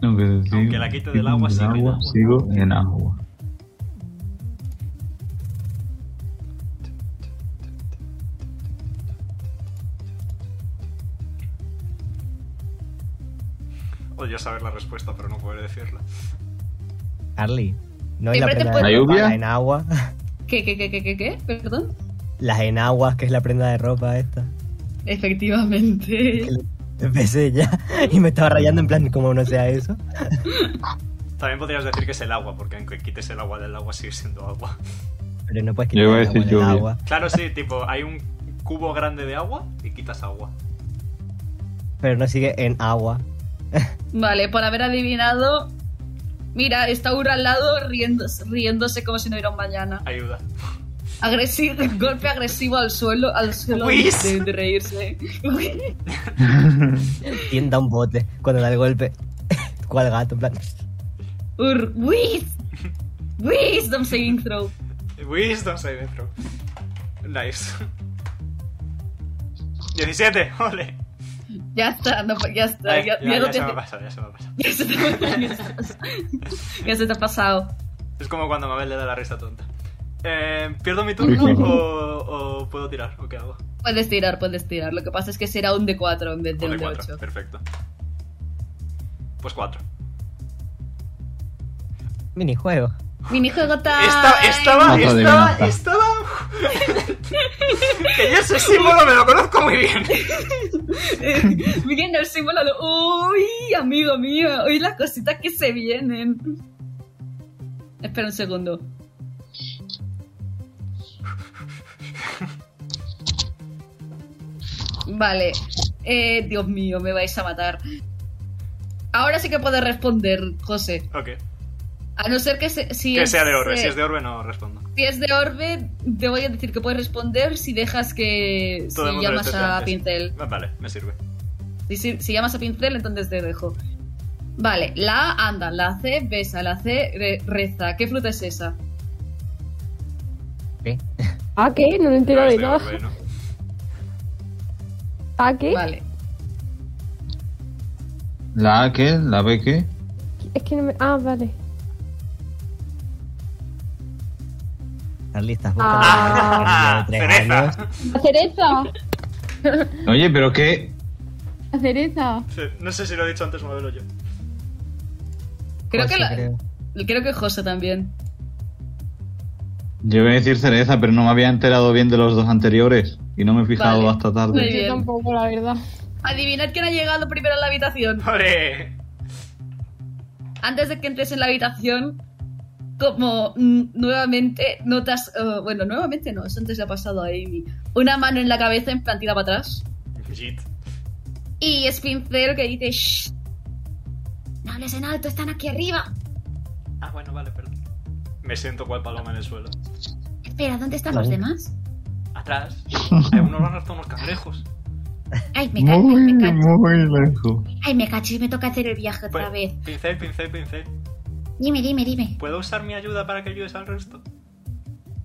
Speaker 3: Aunque,
Speaker 1: Aunque la quite del agua, sigue en agua.
Speaker 3: sigo en agua.
Speaker 1: Odio saber la respuesta, pero no podré decirla.
Speaker 4: Carly. No hay la
Speaker 2: Siempre te
Speaker 4: prenda
Speaker 2: puedes-
Speaker 3: ¿La
Speaker 4: de ropa,
Speaker 3: lluvia?
Speaker 4: la enagua.
Speaker 2: ¿Qué, qué, qué, qué, qué, qué? Perdón.
Speaker 4: (laughs) Las enaguas, que es la prenda de ropa esta. (laughs)
Speaker 2: Efectivamente.
Speaker 4: Empecé ya (laughs) y me estaba rayando en plan, como no sea eso.
Speaker 1: También podrías decir que es el agua, porque aunque quites el agua del agua, sigue siendo agua.
Speaker 4: Pero no puedes
Speaker 3: Yo
Speaker 4: quitar
Speaker 3: iba a
Speaker 4: el agua
Speaker 3: decir
Speaker 4: del
Speaker 3: lluvia.
Speaker 4: agua.
Speaker 1: Claro,
Speaker 6: (laughs)
Speaker 1: sí, tipo, hay un cubo grande de agua y quitas agua.
Speaker 4: Pero no sigue en agua.
Speaker 2: Vale, por haber adivinado. Mira, está Ura al lado riéndose, riéndose como si no hubiera un mañana.
Speaker 1: Ayuda.
Speaker 2: Agresivo, (laughs) golpe agresivo al suelo, al suelo
Speaker 1: Whis.
Speaker 2: de, de reírse. (laughs)
Speaker 4: Tienda un bote cuando da el golpe. (laughs) ¿Cuál gato? En plan,
Speaker 2: Ur, Whis. Wisdom saving throw.
Speaker 1: Wisdom saving throw. (laughs) Nice. 17, ole.
Speaker 2: Ya está, no, pues, ya está.
Speaker 1: Ay,
Speaker 2: Ya,
Speaker 1: ya-
Speaker 2: ya no
Speaker 1: ya
Speaker 2: te-
Speaker 1: se me ha pasado, ya se me ha pasado.
Speaker 2: (laughs) ya se te- ya se te ha pasado.
Speaker 1: Es como cuando Mabel le da la risa tonta. Eh, ¿Pierdo mi turno o, o puedo tirar? ¿O qué hago?
Speaker 2: Puedes tirar, puedes tirar. Lo que pasa es que será un D4 en vez de
Speaker 1: O
Speaker 2: un
Speaker 1: de cuatro,
Speaker 2: D8.
Speaker 1: perfecto. Pues cuatro.
Speaker 4: Minijuego.
Speaker 2: Minijuego time.
Speaker 1: Esta- estaba,
Speaker 3: No te
Speaker 1: estaba,
Speaker 3: adivinanza.
Speaker 1: estaba. (laughs) que yo ese símbolo me lo conozco muy bien.
Speaker 2: (laughs) Miren el símbolo. de- Uy, amigo mío. Uy, las cositas que se vienen. Espera un segundo. Vale. Eh, Dios mío, me vais a matar. Ahora sí que puedes responder, José.
Speaker 1: Ok.
Speaker 2: A no ser que se- si
Speaker 1: Que
Speaker 2: es,
Speaker 1: sea de orbe.
Speaker 2: eh,
Speaker 1: Si es de orbe, no respondo.
Speaker 2: Si es de Orbe, te voy a decir que puedes responder si dejas que.
Speaker 1: Todo el
Speaker 2: si
Speaker 1: mundo lo
Speaker 2: llamas
Speaker 1: esté
Speaker 2: a
Speaker 1: antes.
Speaker 2: Pincel.
Speaker 1: Ah, Vale, me sirve.
Speaker 2: Si, si- si llamas a Pincel, entonces te dejo. Vale, la A anda, la C besa, la C re- reza. ¿Qué fruta es esa?
Speaker 5: ¿A qué? No lo entiendo
Speaker 1: No, Ah, es
Speaker 5: de
Speaker 1: de
Speaker 5: nada.
Speaker 1: orbe, ¿no?
Speaker 5: ¿A qué?
Speaker 2: Vale.
Speaker 3: ¿La A qué? ¿La B qué?
Speaker 5: Es que no me... Ah, vale.
Speaker 4: Carlistas,
Speaker 5: Ah,
Speaker 4: busca una niña de tres
Speaker 1: cereza.
Speaker 4: años.
Speaker 5: La cereza.
Speaker 3: Oye, pero qué.
Speaker 5: La cereza.
Speaker 1: Sí, No sé si lo he dicho antes, Mabel o (laughs) yo.
Speaker 2: Creo
Speaker 4: José,
Speaker 2: que, la- creo que José también.
Speaker 3: Yo iba a decir cereza, pero no me había enterado bien de los dos anteriores. Y no me he fijado
Speaker 2: Vale.
Speaker 3: hasta tarde.
Speaker 2: Muy
Speaker 5: Yo
Speaker 2: bien.
Speaker 5: tampoco, la verdad.
Speaker 2: Adivinad quién ha llegado primero a la habitación.
Speaker 1: ¡Ole!
Speaker 2: Antes de que entres en la habitación, como mm, nuevamente notas. eh, bueno, nuevamente no, eso antes le ha pasado a Amy. Una mano en la cabeza en plan tira para atrás.
Speaker 1: Jit.
Speaker 2: Y es Pincel que dice: Shh, no hables en alto, están aquí arriba.
Speaker 1: Ah, bueno, vale, perdón. Me siento cual paloma en el suelo.
Speaker 2: Espera, ¿dónde están
Speaker 4: Vale.
Speaker 2: los demás?
Speaker 1: Atrás. Hay unos van hasta unos cangrejos.
Speaker 2: Ay, me cacho,
Speaker 3: Muy,
Speaker 2: me cacho.
Speaker 3: muy lejos.
Speaker 2: Ay, me cacho, me toca hacer el viaje otra
Speaker 1: Pues-
Speaker 2: vez.
Speaker 1: Pincel, pincel, pincel.
Speaker 2: Dime, dime, dime.
Speaker 1: ¿Puedo usar mi ayuda para que ayudes al resto?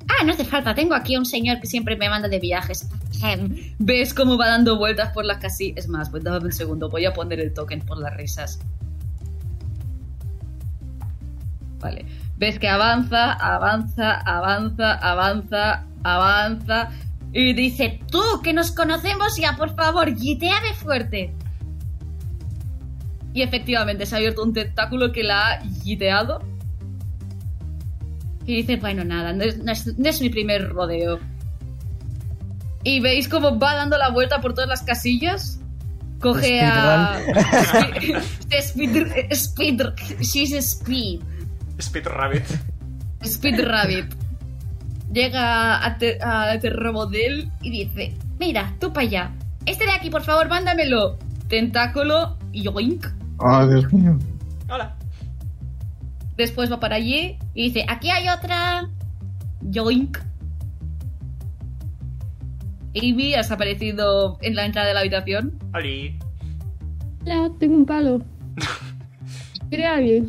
Speaker 2: Ah, no hace falta, tengo aquí a un señor que siempre me manda de viajes. Em, Ahem. ¿Ves cómo va dando vueltas por las casillas? Es más, pues dame un segundo, voy a poner el token por las risas. Vale. Ves que avanza, avanza, avanza, avanza, avanza. Y dice, tú, que nos conocemos ya, por favor, giteame fuerte. Y efectivamente se ha abierto un tentáculo que la ha giteado. Y dice, bueno, nada, no es, no es- no es mi primer rodeo. Y veis cómo va dando la vuelta por todas las casillas. Coge a... (laughs) Speed, speed, she's a speed.
Speaker 1: Speed Rabbit.
Speaker 2: Speed Rabbit. Llega a, Te- a Terromodel y dice: Mira, tú para allá. Este de aquí, por favor, mándamelo. Tentáculo y yoink.
Speaker 3: Ah, Dios mío.
Speaker 1: Hola.
Speaker 2: Después va para allí y dice: Aquí hay otra. Yoink. Amy has aparecido en la entrada de la habitación. (laughs)
Speaker 1: Oli.
Speaker 5: Ya, tengo un (laughs) palo. ¿Quiere alguien?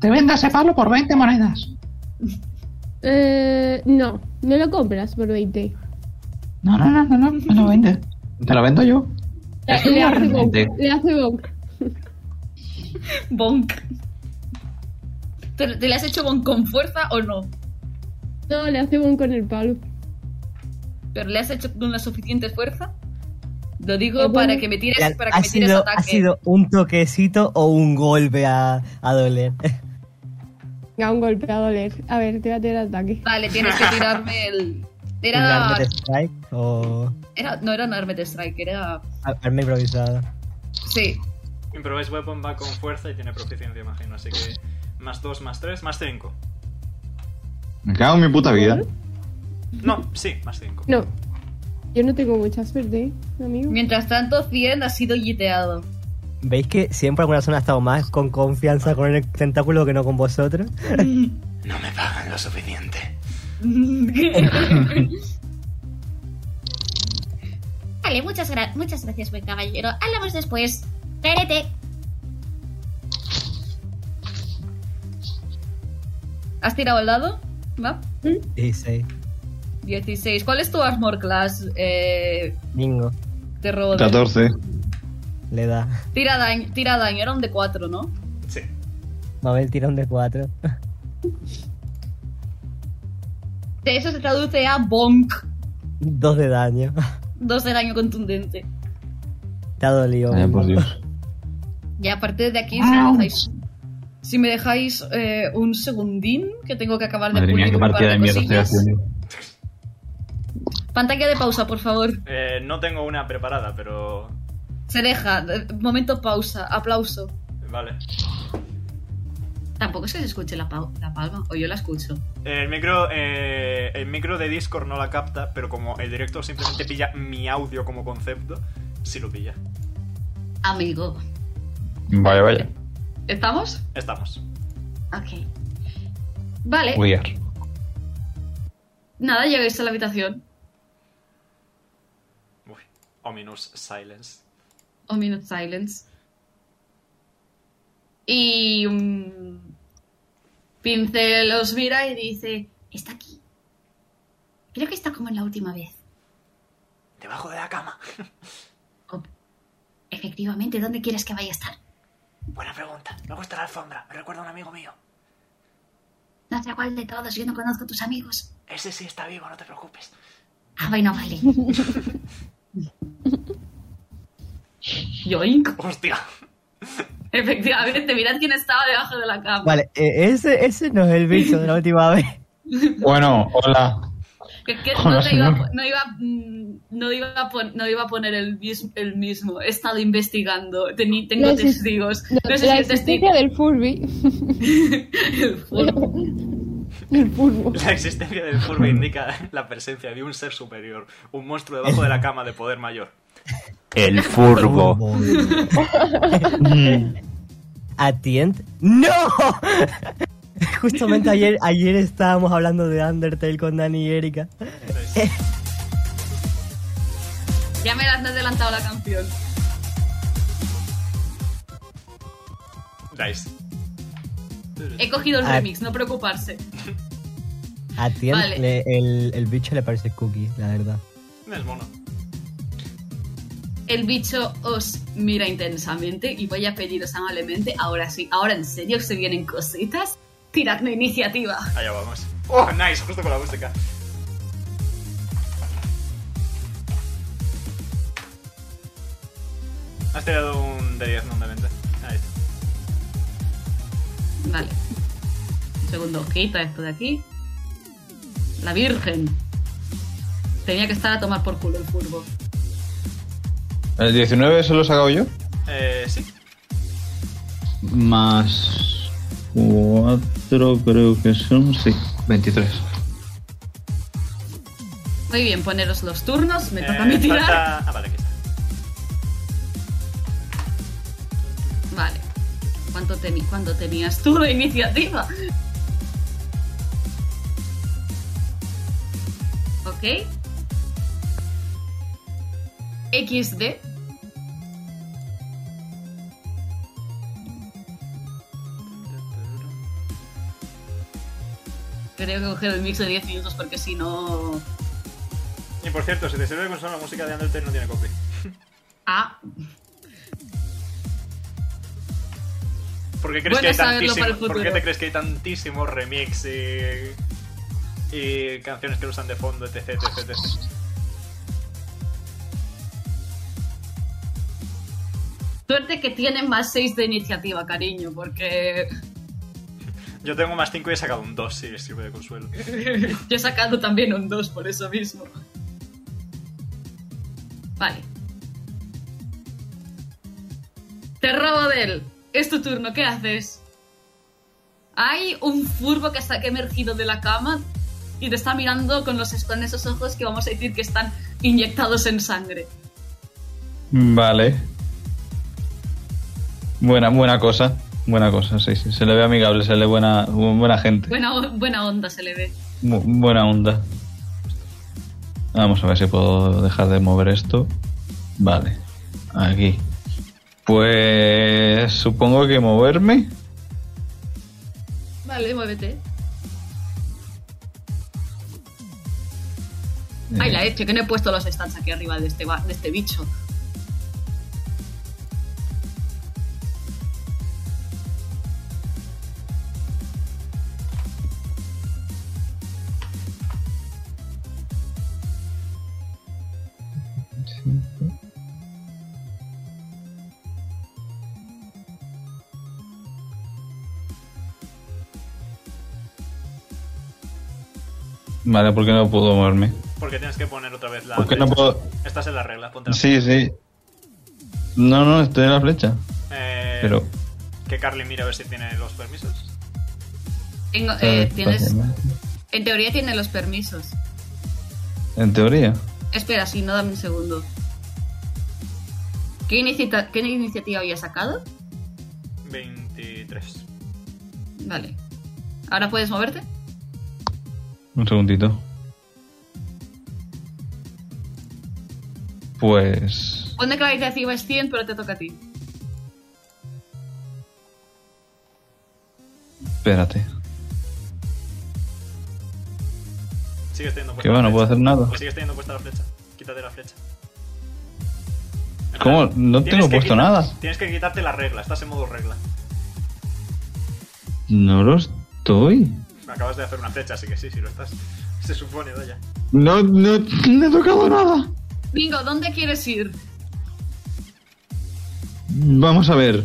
Speaker 6: Te vendo ese palo por 20 monedas.
Speaker 5: Eh, no, no lo compras por 20.
Speaker 6: No, no, no, no, no, me lo
Speaker 7: (laughs)
Speaker 6: vendes.
Speaker 3: Te la vendo yo.
Speaker 6: Es
Speaker 5: Le hace bonk.
Speaker 6: un
Speaker 3: realmente.
Speaker 5: Le hace bonk.
Speaker 2: Bonk. ¿Te, te la has hecho bonk con fuerza o no?
Speaker 5: No, le hace bonk con el palo.
Speaker 2: ¿Pero le has hecho con la suficiente fuerza? Lo digo
Speaker 5: Eh, bueno.
Speaker 2: para que me tires,
Speaker 4: Real,
Speaker 2: para que
Speaker 4: ha,
Speaker 2: me tires
Speaker 4: sido,
Speaker 2: ataque.
Speaker 4: ha sido un toquecito o un golpe a, a doler.
Speaker 5: Venga, un golpe a doler. A ver, te voy a tirar ataque.
Speaker 2: Vale, tienes que
Speaker 4: (laughs)
Speaker 2: tirarme el.
Speaker 4: Un
Speaker 2: Era.
Speaker 4: arma de strike o
Speaker 2: era- no era un Armed Strike, era.
Speaker 4: ar- arma improvisada.
Speaker 2: Sí.
Speaker 1: Improvise Weapon va con fuerza y tiene proficiencia, imagino. Así que más 2, más 3, más 5.
Speaker 3: Me cago en mi puta vida.
Speaker 1: No, sí, más 5.
Speaker 5: No. Yo no tengo mucha suerte, ¿eh, amigo.
Speaker 2: Mientras tanto, 100 ha sido yiteado.
Speaker 4: ¿Veis que siempre alguna zona ha estado más con confianza con el tentáculo que no con vosotros?
Speaker 1: No me pagan lo suficiente.
Speaker 8: Vale, muchas, gra- muchas gracias, buen caballero. Hablamos después. Espérate.
Speaker 2: ¿Has tirado al lado? ¿Va?
Speaker 4: 16.
Speaker 2: 16. ¿Cuál es tu armor class? Eh,
Speaker 4: Bingo.
Speaker 2: te robo de-
Speaker 3: 14.
Speaker 4: Le da. (laughs)
Speaker 2: Tira daño, tira daño, era un de 4, ¿no?
Speaker 1: Sí.
Speaker 4: Mabel tira un de (laughs) 4.
Speaker 2: De eso se traduce a bonk,
Speaker 4: 2 de daño. (laughs)
Speaker 2: 2 de daño contundente.
Speaker 4: Te ha dolido.
Speaker 3: Ay, por
Speaker 4: Bingo.
Speaker 3: Dios.
Speaker 2: Y a partir de aquí, si me dejáis, si me dejáis, eh, un segundín, que tengo que acabar de
Speaker 3: Madre mía,
Speaker 2: pulir
Speaker 3: qué
Speaker 2: un par
Speaker 3: partida de mierda estoy
Speaker 2: cosillas.
Speaker 3: haciendo.
Speaker 2: Pantalla de pausa, por favor.
Speaker 1: Eh, no tengo una preparada, pero.
Speaker 2: Se deja. eh, Momento pausa. Aplauso.
Speaker 1: Vale.
Speaker 2: Tampoco es que se escuche la, pau- la palma, o yo la escucho.
Speaker 1: El micro, eh, el micro de Discord no la capta, pero como el director simplemente pilla mi audio como concepto, sí lo pilla.
Speaker 2: Amigo.
Speaker 3: Vaya, vaya.
Speaker 2: ¿Estamos?
Speaker 1: Estamos.
Speaker 2: Ok. Vale.
Speaker 3: Weird.
Speaker 2: Nada, llegáis a la habitación.
Speaker 1: Uy, ominous silence.
Speaker 2: O minute silence. Y. mm, Pincel os mira y dice: Está aquí. Creo que está como en la última vez.
Speaker 1: Debajo de la cama. (laughs)
Speaker 2: Oh,
Speaker 8: Efectivamente, ¿dónde quieres que vaya a estar?
Speaker 1: Buena pregunta. Me gusta la alfombra. Me recuerda a un amigo mío.
Speaker 8: No sé cuál de todos, yo no conozco a tus amigos.
Speaker 1: Ese sí está vivo, no te preocupes.
Speaker 8: Ah, bueno, vale.
Speaker 2: Yoink. (laughs)
Speaker 1: Hostia.
Speaker 2: Efectivamente, mirad quién estaba debajo de la cama.
Speaker 4: Vale, eh, ese, ese no es el bicho de la última vez.
Speaker 3: Bueno, hola.
Speaker 2: Que- que no,
Speaker 3: Hola,
Speaker 2: te iba a,
Speaker 3: señor.
Speaker 2: po- no iba, mm, no iba a pon- no iba a poner el, mis- el mismo. He estado investigando. Teni- tengo
Speaker 5: No, sí.
Speaker 2: testigos. No, sé
Speaker 5: la
Speaker 2: si el testigo.
Speaker 5: (laughs) existencia del Furby.
Speaker 2: el furbo.
Speaker 5: El Furbo.
Speaker 1: (laughs) La existencia del furbo indica la presencia de un ser superior, un monstruo debajo de la cama de poder mayor.
Speaker 3: El furbo. Mm,
Speaker 4: Atient. ¡No! (laughs) Justamente ayer, ayer estábamos hablando de Undertale con Dani y Erika.
Speaker 2: Ya me has adelantado la canción.
Speaker 1: Nice.
Speaker 2: He cogido el
Speaker 4: Ah.
Speaker 2: remix, no preocuparse.
Speaker 4: Atient,
Speaker 2: Vale.
Speaker 4: le- el, el bicho le parece cookie, la verdad.
Speaker 1: Es mono.
Speaker 2: El bicho os mira intensamente y voy a pediros amablemente, ahora sí, ahora en serio se vienen cositas, tiradme iniciativa.
Speaker 1: Allá vamos. Oh, nice, justo con la música. Has tirado un de 10, no un de 20. Ahí está.
Speaker 2: Vale. Un segundo, quita esto de aquí. La Virgen. Tenía que estar a tomar por culo el furbo.
Speaker 3: ¿El 19 se lo he sacado yo?
Speaker 1: Eh, sí.
Speaker 3: Más 4 creo que son, sí. 23.
Speaker 2: Muy bien, poneros los turnos, me toca
Speaker 1: Eh,
Speaker 2: a mí tirar.
Speaker 1: falta- Ah, vale, aquí está.
Speaker 2: Vale. ¿Cuánto, teni- cuánto tenías tú de iniciativa? Ok. XD. Creo que coger el mix de 10 minutos porque si no...
Speaker 1: Y por cierto, si te sirve con solo la música de Undertale no tiene copy.
Speaker 2: Ah,
Speaker 1: ¿Por qué crees
Speaker 2: Bueno,
Speaker 1: que hay
Speaker 2: saberlo
Speaker 1: tantísimo-
Speaker 2: para el futuro.
Speaker 1: ¿Por qué te crees que hay tantísimos remix y, y canciones que lo usan de fondo, etc, etc, etc?
Speaker 2: suerte que tienen más 6 de iniciativa, cariño, porque
Speaker 1: Yo tengo más 5 y he sacado un 2, si sirve de consuelo.
Speaker 2: Yo he sacado también un 2 por eso mismo. Vale. Te robo de él. Es tu turno, ¿qué haces? Hay un furbo que está que ha emergido de la cama y te está mirando con, los, con esos ojos que vamos a decir que están inyectados en sangre.
Speaker 3: Vale. Buena, buena cosa. Buena cosa, sí, sí. Se le ve amigable, se le ve buena, bu- buena gente.
Speaker 2: Buena, o- buena onda se le ve.
Speaker 3: Bu- buena onda. Vamos a ver si puedo dejar de mover esto. Vale. Aquí. Pues supongo que moverme.
Speaker 2: Vale, muévete. Ay,
Speaker 3: Eh,
Speaker 2: la leche, que no he puesto los stands aquí arriba de este, ba- de este bicho.
Speaker 3: Vale, ¿por qué no puedo moverme?
Speaker 1: Porque tienes que poner otra vez la.
Speaker 3: ¿Por qué no
Speaker 1: flecha.
Speaker 3: puedo...?
Speaker 1: Estás en la regla, ponte la
Speaker 3: Sí, sí. No, no, estoy en la flecha.
Speaker 1: Eh,
Speaker 3: Pero...
Speaker 1: Que Carly mire a ver si tiene los permisos.
Speaker 2: Tengo,
Speaker 3: claro,
Speaker 2: eh, tienes,
Speaker 3: fácil, ¿no?
Speaker 2: en teoría tiene los permisos.
Speaker 3: En teoría.
Speaker 2: Espera, sí, no, dame un segundo. ¿Qué, iniciata- ¿Qué iniciativa había sacado?
Speaker 1: 23.
Speaker 2: Vale. ¿Ahora puedes moverte?
Speaker 3: Un segundito. Pues...
Speaker 2: Pone que la iniciativa es 100, pero te toca a ti.
Speaker 3: Espérate.
Speaker 1: Sigues teniendo puesta
Speaker 3: Que bueno,
Speaker 1: la
Speaker 3: no puedo
Speaker 1: flecha.
Speaker 3: hacer nada.
Speaker 1: O sigues teniendo puesta la flecha. Quítate la flecha.
Speaker 3: ¿Cómo? No
Speaker 1: Tienes
Speaker 3: tengo
Speaker 1: que
Speaker 3: puesto
Speaker 1: quitar-
Speaker 3: nada.
Speaker 1: Tienes que quitarte la regla, estás en modo regla.
Speaker 3: No lo estoy.
Speaker 1: Me acabas de hacer una flecha, así que sí, sí lo estás. Se supone, vaya.
Speaker 3: No, no, no he tocado nada.
Speaker 2: Bingo, ¿dónde quieres ir?
Speaker 3: Vamos a ver.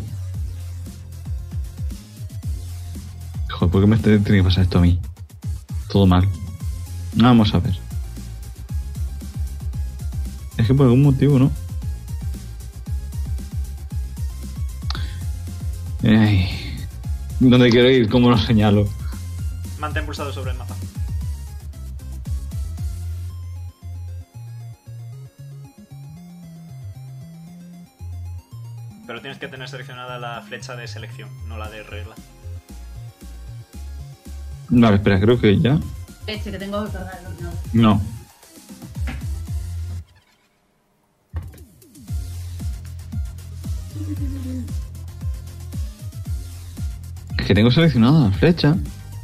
Speaker 3: Joder, ¿por qué me tiene que pasar esto a mí? Todo mal. Vamos a ver. Es que por algún motivo, ¿no? Ay. ¿Dónde quiero ir? ¿Cómo lo señalo?
Speaker 1: Mantén pulsado sobre el mapa. Pero tienes que tener seleccionada la flecha de selección, no la de regla.
Speaker 3: Vale, espera, creo que ya.
Speaker 2: Leche, que tengo que cargar el ordenador.
Speaker 3: No. Es que tengo seleccionada la flecha.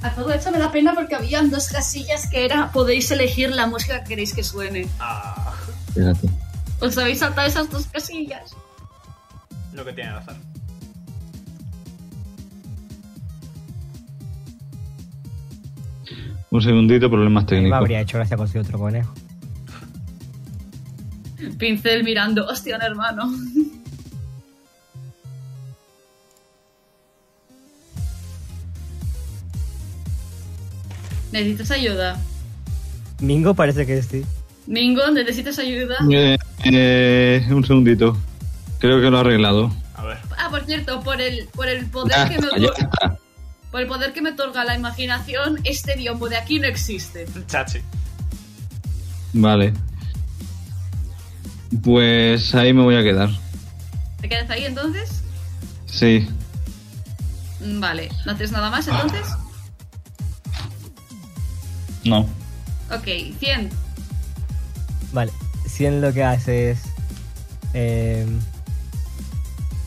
Speaker 2: A todo esto me da pena porque habían dos casillas que era podéis elegir la música que queréis que suene.
Speaker 1: Ah,
Speaker 3: Espérate.
Speaker 2: Os habéis saltado esas dos casillas.
Speaker 1: (laughs) lo que tiene el azar.
Speaker 3: Un segundito, problemas
Speaker 4: Me
Speaker 3: técnicos.
Speaker 4: habría hecho gracia conseguir otro conejo.
Speaker 2: Pincel mirando, hostia, un hermano. (laughs) ¿Necesitas ayuda?
Speaker 4: Mingo parece que sí.
Speaker 2: Mingo, ¿necesitas ayuda?
Speaker 3: Eh, eh, un segundito. Creo que lo he arreglado.
Speaker 1: A ver.
Speaker 2: Ah, por cierto, por el, por el
Speaker 3: Ya
Speaker 2: poder que me
Speaker 3: está, ya está.
Speaker 2: por el poder que me otorga la imaginación, este biombo de aquí no existe.
Speaker 1: Chachi.
Speaker 3: Vale. Pues ahí me voy a quedar.
Speaker 2: ¿Te quedas ahí entonces?
Speaker 3: Sí.
Speaker 2: Mm, Vale, ¿no haces nada más entonces?
Speaker 3: No.
Speaker 2: Ok, 100.
Speaker 4: Vale, 100 lo que hace es. eh,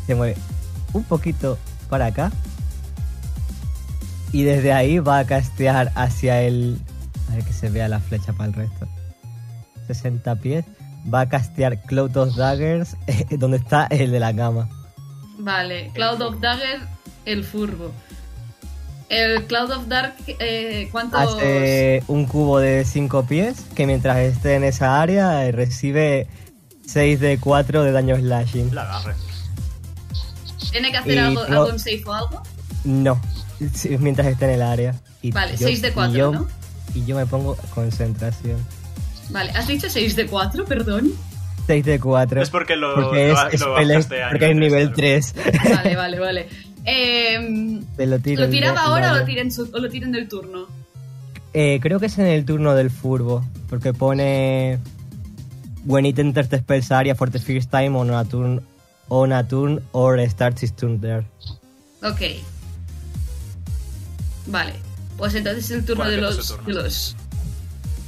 Speaker 4: se mueve un poquito para acá. Y desde ahí va a castear hacia el. A ver que se vea la flecha para el resto. 60 pies. Va a castear Cloud of Daggers, (laughs) donde está el de la cama.
Speaker 2: Vale, Cloud of Dagger, el furbo. El Cloud of Dark, eh, ¿cuántos?
Speaker 4: Hace un cubo de 5 pies que mientras esté en esa área eh, recibe 6 de 4 de daño slashing.
Speaker 1: La agarre.
Speaker 2: ¿Tiene que hacer
Speaker 4: y
Speaker 2: algo,
Speaker 4: Cloud-
Speaker 2: algún save o algo?
Speaker 4: No, sí, mientras esté en el área. Y
Speaker 2: Vale,
Speaker 4: yo-
Speaker 2: 6 de
Speaker 4: y yo,
Speaker 2: 4, ¿no?
Speaker 4: Y yo me pongo concentración.
Speaker 2: Vale, ¿has dicho 6 de 4, perdón?
Speaker 4: (laughs) 6 de 4.
Speaker 1: Es porque lo.
Speaker 4: porque
Speaker 1: lo,
Speaker 4: es,
Speaker 1: lo
Speaker 4: es pele-
Speaker 1: bajaste a
Speaker 4: porque es nivel 3.
Speaker 2: Vale, vale, vale. Eh,
Speaker 4: Te lo tiro.
Speaker 2: ¿Lo
Speaker 4: el
Speaker 2: tiraba
Speaker 4: de-
Speaker 2: ahora o lo
Speaker 4: vale.
Speaker 2: tira en, su- o lo tira en el turno?
Speaker 4: Eh, creo que es en el turno del furbo. Porque pone. When it enters the spell's area for the first time on a turn, on a turn or starts its turn there.
Speaker 2: Ok. Vale, pues entonces es el turno
Speaker 1: Bueno,
Speaker 2: de
Speaker 1: que no es
Speaker 2: los,
Speaker 1: su turno.
Speaker 4: (laughs)
Speaker 2: de los...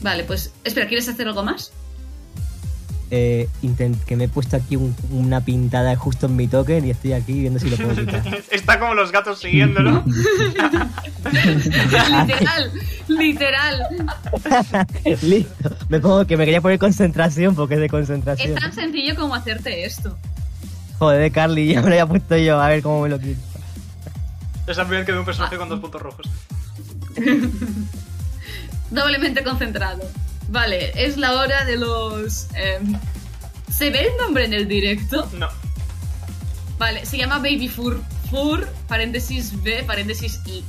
Speaker 2: Vale, pues... Espera, ¿quieres hacer algo más?
Speaker 4: eh, intent- que me he puesto aquí un- una pintada justo en mi token y estoy aquí viendo si lo puedo quitar.
Speaker 1: (laughs) Está como los gatos
Speaker 4: (laughs)
Speaker 1: siguiéndolo.
Speaker 2: (laughs) literal, literal.
Speaker 4: (laughs) Listo. Me pongo que me quería poner concentración porque es de concentración.
Speaker 2: Es tan sencillo como hacerte esto.
Speaker 4: Joder, Carly, ya me lo había puesto yo. A ver cómo me lo quito.
Speaker 1: Es la primera vez que veo un
Speaker 4: Ah.
Speaker 1: personaje con dos puntos rojos.
Speaker 2: Doblemente concentrado. Vale, es la hora de los... em, ¿Se ve el nombre en el directo?
Speaker 1: No. (laughs)
Speaker 2: Vale, se llama Baby Fur. Fur, paréntesis B, paréntesis I.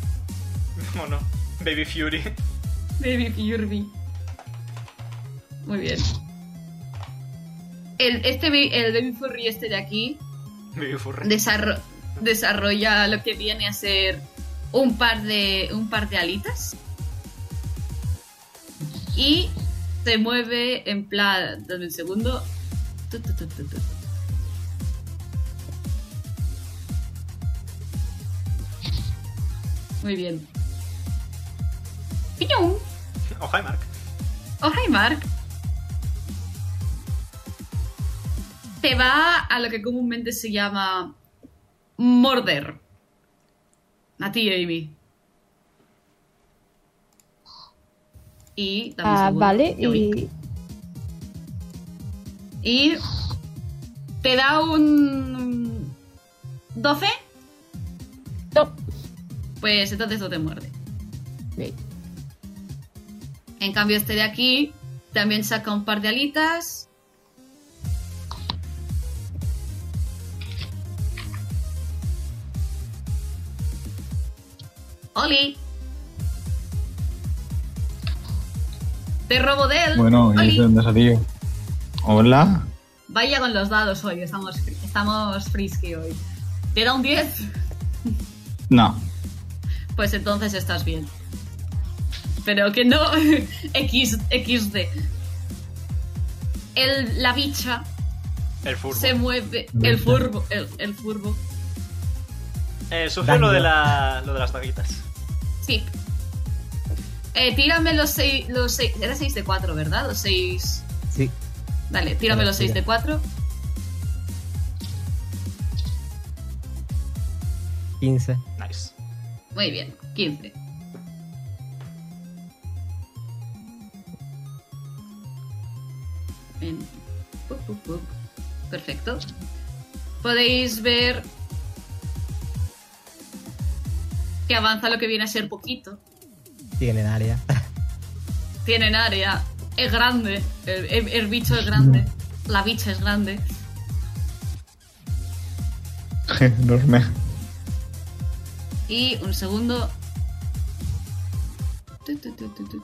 Speaker 1: ¿Cómo no? Baby Fury. (laughs)
Speaker 2: Baby Furby. Muy bien. El, este, ba- el Baby Furry este de aquí
Speaker 1: Baby Furry.
Speaker 2: desarro- desarrolla lo que viene a ser un par de un par de alitas y se mueve en plan dame un segundo Tu, tu, tu, tu, tu. muy bien ¡Piñón!
Speaker 1: Oh, hi, Mark.
Speaker 2: Oh, hi, Mark. Te va a lo que comúnmente se llama morder. A ti, Amy. Y... dame un
Speaker 5: Ah,
Speaker 2: segundo,
Speaker 5: vale,
Speaker 2: yo voy.
Speaker 5: y
Speaker 2: Y... Te da un... ¿12?
Speaker 5: No.
Speaker 2: Pues entonces no te muerde.
Speaker 5: Ok.
Speaker 2: En cambio, este de aquí también saca un par de alitas. ¡Oli! Te robo de él.
Speaker 3: Bueno, y
Speaker 2: ¡Oli!
Speaker 3: es un desafío. Hola.
Speaker 2: Vaya con los dados hoy, estamos, estamos frisky hoy. ¿Te da un 10?
Speaker 3: No.
Speaker 2: Pues entonces estás bien. Pero que no. (laughs) X, XD. El, la bicha
Speaker 1: El furbo.
Speaker 2: se mueve. El furbo. El, el furbo.
Speaker 1: Eh, sufre lo de,
Speaker 4: Daño.
Speaker 1: la, lo de las daguitas.
Speaker 2: Sí. Eh, tírame los 6. Los seis, era 6 de 4, ¿verdad? Los 6.
Speaker 4: Sí.
Speaker 2: Dale, tírame
Speaker 4: Vale,
Speaker 2: los 6
Speaker 4: tira.
Speaker 2: de 4.
Speaker 4: 15.
Speaker 1: Nice.
Speaker 2: Muy bien, 15. Ven. Pup, pup, pup. uh, Perfecto. Podéis ver que avanza lo que viene a ser poquito.
Speaker 4: Tiene el área.
Speaker 2: Tienen área, es grande, el, el- el bicho es grande, la bicha es grande.
Speaker 3: (laughs) Enorme.
Speaker 2: Y un segundo. Tu, tu, tu, tu, tu.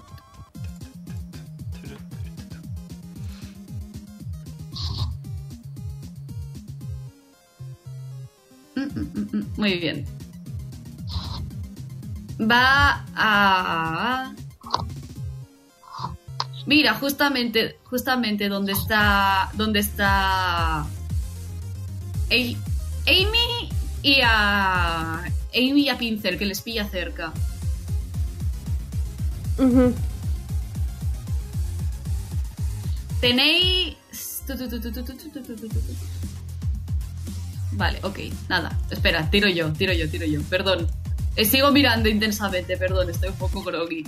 Speaker 2: Mm, mm, mm, mm. Muy bien. Va a... Mira, justamente, justamente donde está, donde está Ei- Amy y a Amy y a Pincel que les pilla cerca.
Speaker 5: Ujú.
Speaker 2: Tenéis. tu, tu, tu, tu, tu, tu, tu, tu, tu, tu, tu, tu. Vale, ok, nada. Espera, tiro yo, tiro yo, tiro yo. Perdón. Eh, sigo mirando intensamente, perdón, estoy un poco groggy.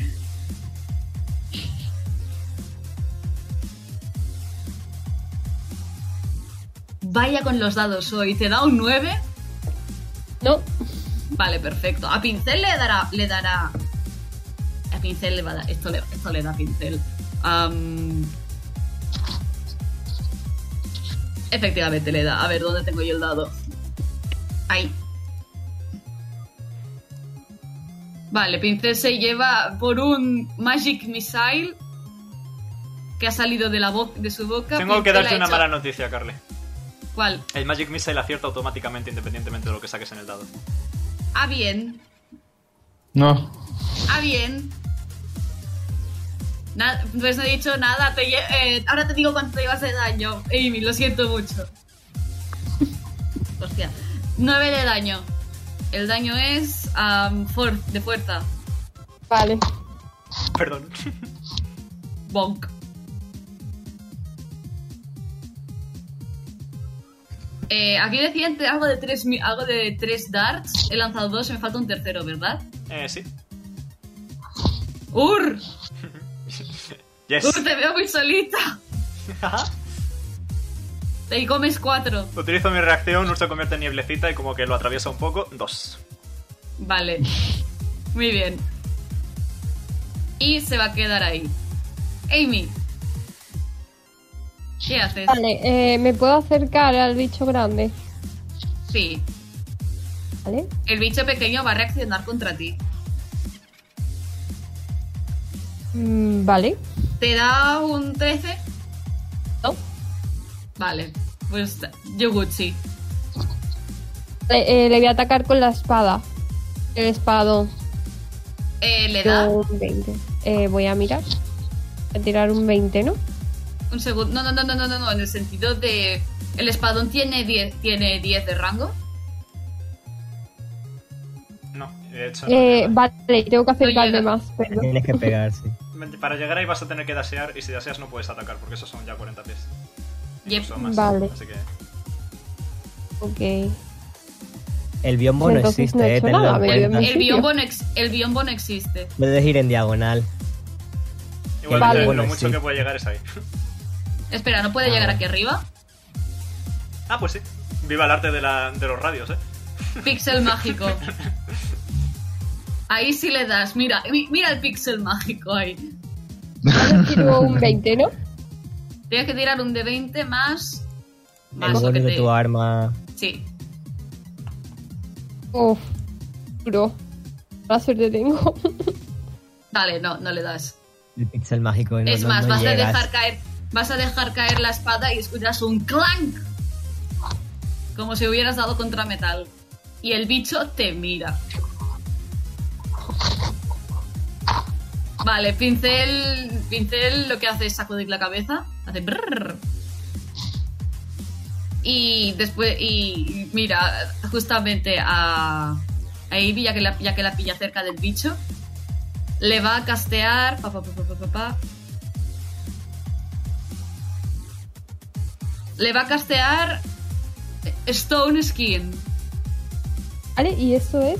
Speaker 2: Vaya con los dados hoy. ¿Te da un 9?
Speaker 5: No.
Speaker 2: Vale, perfecto. A pincel le dará. Le dará. A pincel le va a dar. Esto le, esto le da a pincel. Am, efectivamente le da. A ver, ¿dónde tengo yo el dado? Ahí. Vale, pincel se lleva por un Magic Missile que ha salido de, la bo- de su boca.
Speaker 1: Tengo que
Speaker 2: Pincel
Speaker 1: darte
Speaker 2: ha
Speaker 1: una
Speaker 2: hecho-
Speaker 1: mala noticia, Carly.
Speaker 2: ¿Cuál?
Speaker 1: El Magic Missile acierta automáticamente independientemente de lo que saques en el dado. (laughs)
Speaker 2: Ah, bien.
Speaker 3: No.
Speaker 2: Ah, bien. Na- pues no he dicho nada. te lle- eh, ahora te digo cuánto te llevas de daño. Amy, lo siento mucho. Hostia. 9 de daño. El daño es am, for- de fuerza.
Speaker 5: Vale.
Speaker 1: Perdón.
Speaker 2: Bonk. Eh, aquí decían te- algo de, tres, mi- algo de tres darts. He lanzado dos, me falta un tercero, ¿verdad?
Speaker 1: Eh, sí.
Speaker 2: ¡Ur! ¡Ur,
Speaker 1: (laughs) Yes.
Speaker 2: te veo muy solita! Te comes cuatro.
Speaker 1: Utilizo mi reacción, Urso convierte en nieblecita y como que lo atraviesa un poco. Dos.
Speaker 2: Vale. Muy bien. Y se va a quedar ahí. Amy. ¿Qué haces?
Speaker 5: Vale, eh, me puedo acercar al bicho grande,
Speaker 2: Sí.
Speaker 5: ¿vale?
Speaker 2: El bicho pequeño va a reaccionar contra ti.
Speaker 5: Mm, vale.
Speaker 2: ¿Te da un 13?
Speaker 5: No.
Speaker 2: Vale. Pues Yoguchi.
Speaker 5: Le, eh, le voy a atacar con la espada. El espadón.
Speaker 2: Eh, ¿Le da?
Speaker 5: Yo un 20. Eh, voy a mirar. Voy a tirar un 20, ¿no?
Speaker 2: Un segundo. No, no, no, no, no, no, no. En el sentido de. El espadón tiene 10, tiene 10 de rango.
Speaker 1: No, de hecho. no.
Speaker 5: Eh, vale, tengo que acercarme
Speaker 2: llega.
Speaker 5: más,
Speaker 4: (laughs)
Speaker 5: perdón.
Speaker 4: Tienes que pegarse.
Speaker 1: Para llegar ahí vas a tener que dasear y si daseas no puedes atacar porque esos son ya 40 pies.
Speaker 2: Yep.
Speaker 1: Incluso más.
Speaker 5: Vale.
Speaker 1: Así que
Speaker 5: Ok.
Speaker 4: El biombo no
Speaker 5: Entonces no he
Speaker 4: existe, eh,
Speaker 5: hecho
Speaker 4: tenlo
Speaker 5: nada,
Speaker 4: en
Speaker 5: me
Speaker 4: cuenta.
Speaker 5: quedé en mi-
Speaker 2: El biombo, no ex- el biombo no existe.
Speaker 4: Puedes ir en diagonal.
Speaker 1: Igualmente,
Speaker 5: Vale.
Speaker 1: lo mucho
Speaker 4: Sí.
Speaker 1: que puede llegar es ahí. (laughs)
Speaker 2: Espera, ¿no puede
Speaker 4: Ah.
Speaker 2: llegar aquí arriba?
Speaker 1: Ah, pues sí. Viva el arte de, la, de los radios, ¿eh?
Speaker 2: Pixel mágico. Ahí sí le das. Mira, mi- mira el pixel mágico ahí.
Speaker 5: Vale, tiro un 20, ¿no?
Speaker 2: Tienes que tirar un de 20 más.
Speaker 4: El
Speaker 2: Más lo que
Speaker 4: bonus de
Speaker 2: te.
Speaker 4: tu arma.
Speaker 2: Sí.
Speaker 5: Uf, duro. La suerte tengo.
Speaker 2: Vale, no, no le das.
Speaker 4: El pixel mágico. no-
Speaker 2: es
Speaker 4: no-
Speaker 2: más,
Speaker 4: no
Speaker 2: vas a
Speaker 4: llegas.
Speaker 2: dejar caer. Vas a dejar caer la espada y escuchas un clank. Como si hubieras dado contra metal. Y el bicho te mira. Vale, pincel. Pincel lo que hace es sacudir la cabeza. Hace brrr. Y después. Y mira, justamente a. A Ivy, ya que la, ya que la pilla cerca del bicho. Le va a castear. pa, pa, pa, pa, pa, pa, pa. Le va a castear. Stone Skin.
Speaker 5: Vale, y eso es.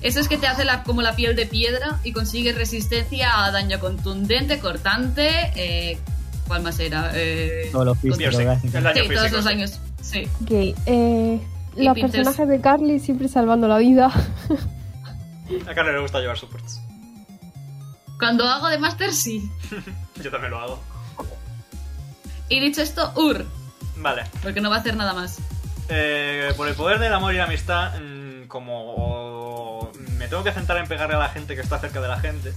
Speaker 2: Eso es que te hace la- como la piel de piedra y consigues resistencia a daño contundente, cortante. Eh, ¿Cuál más era? Eh,
Speaker 4: Todos los
Speaker 2: con-
Speaker 4: físicos.
Speaker 1: Piercing.
Speaker 4: gracias.
Speaker 1: El daño
Speaker 2: sí,
Speaker 1: físico.
Speaker 2: todos los
Speaker 1: sí.
Speaker 2: daños. Sí.
Speaker 5: Ok, eh,
Speaker 2: Y
Speaker 5: los
Speaker 2: pintas.
Speaker 5: personajes de Carly siempre salvando la vida. (laughs)
Speaker 1: A Carlos le gusta llevar supports.
Speaker 2: Cuando hago de Master, sí.
Speaker 1: Yo también lo hago.
Speaker 2: Y dicho esto, Ur,
Speaker 1: Vale.
Speaker 2: porque no va a hacer nada más.
Speaker 1: Eh, por el poder del amor y la amistad, mm, como me tengo que centrar en pegarle a la gente que está cerca de la gente,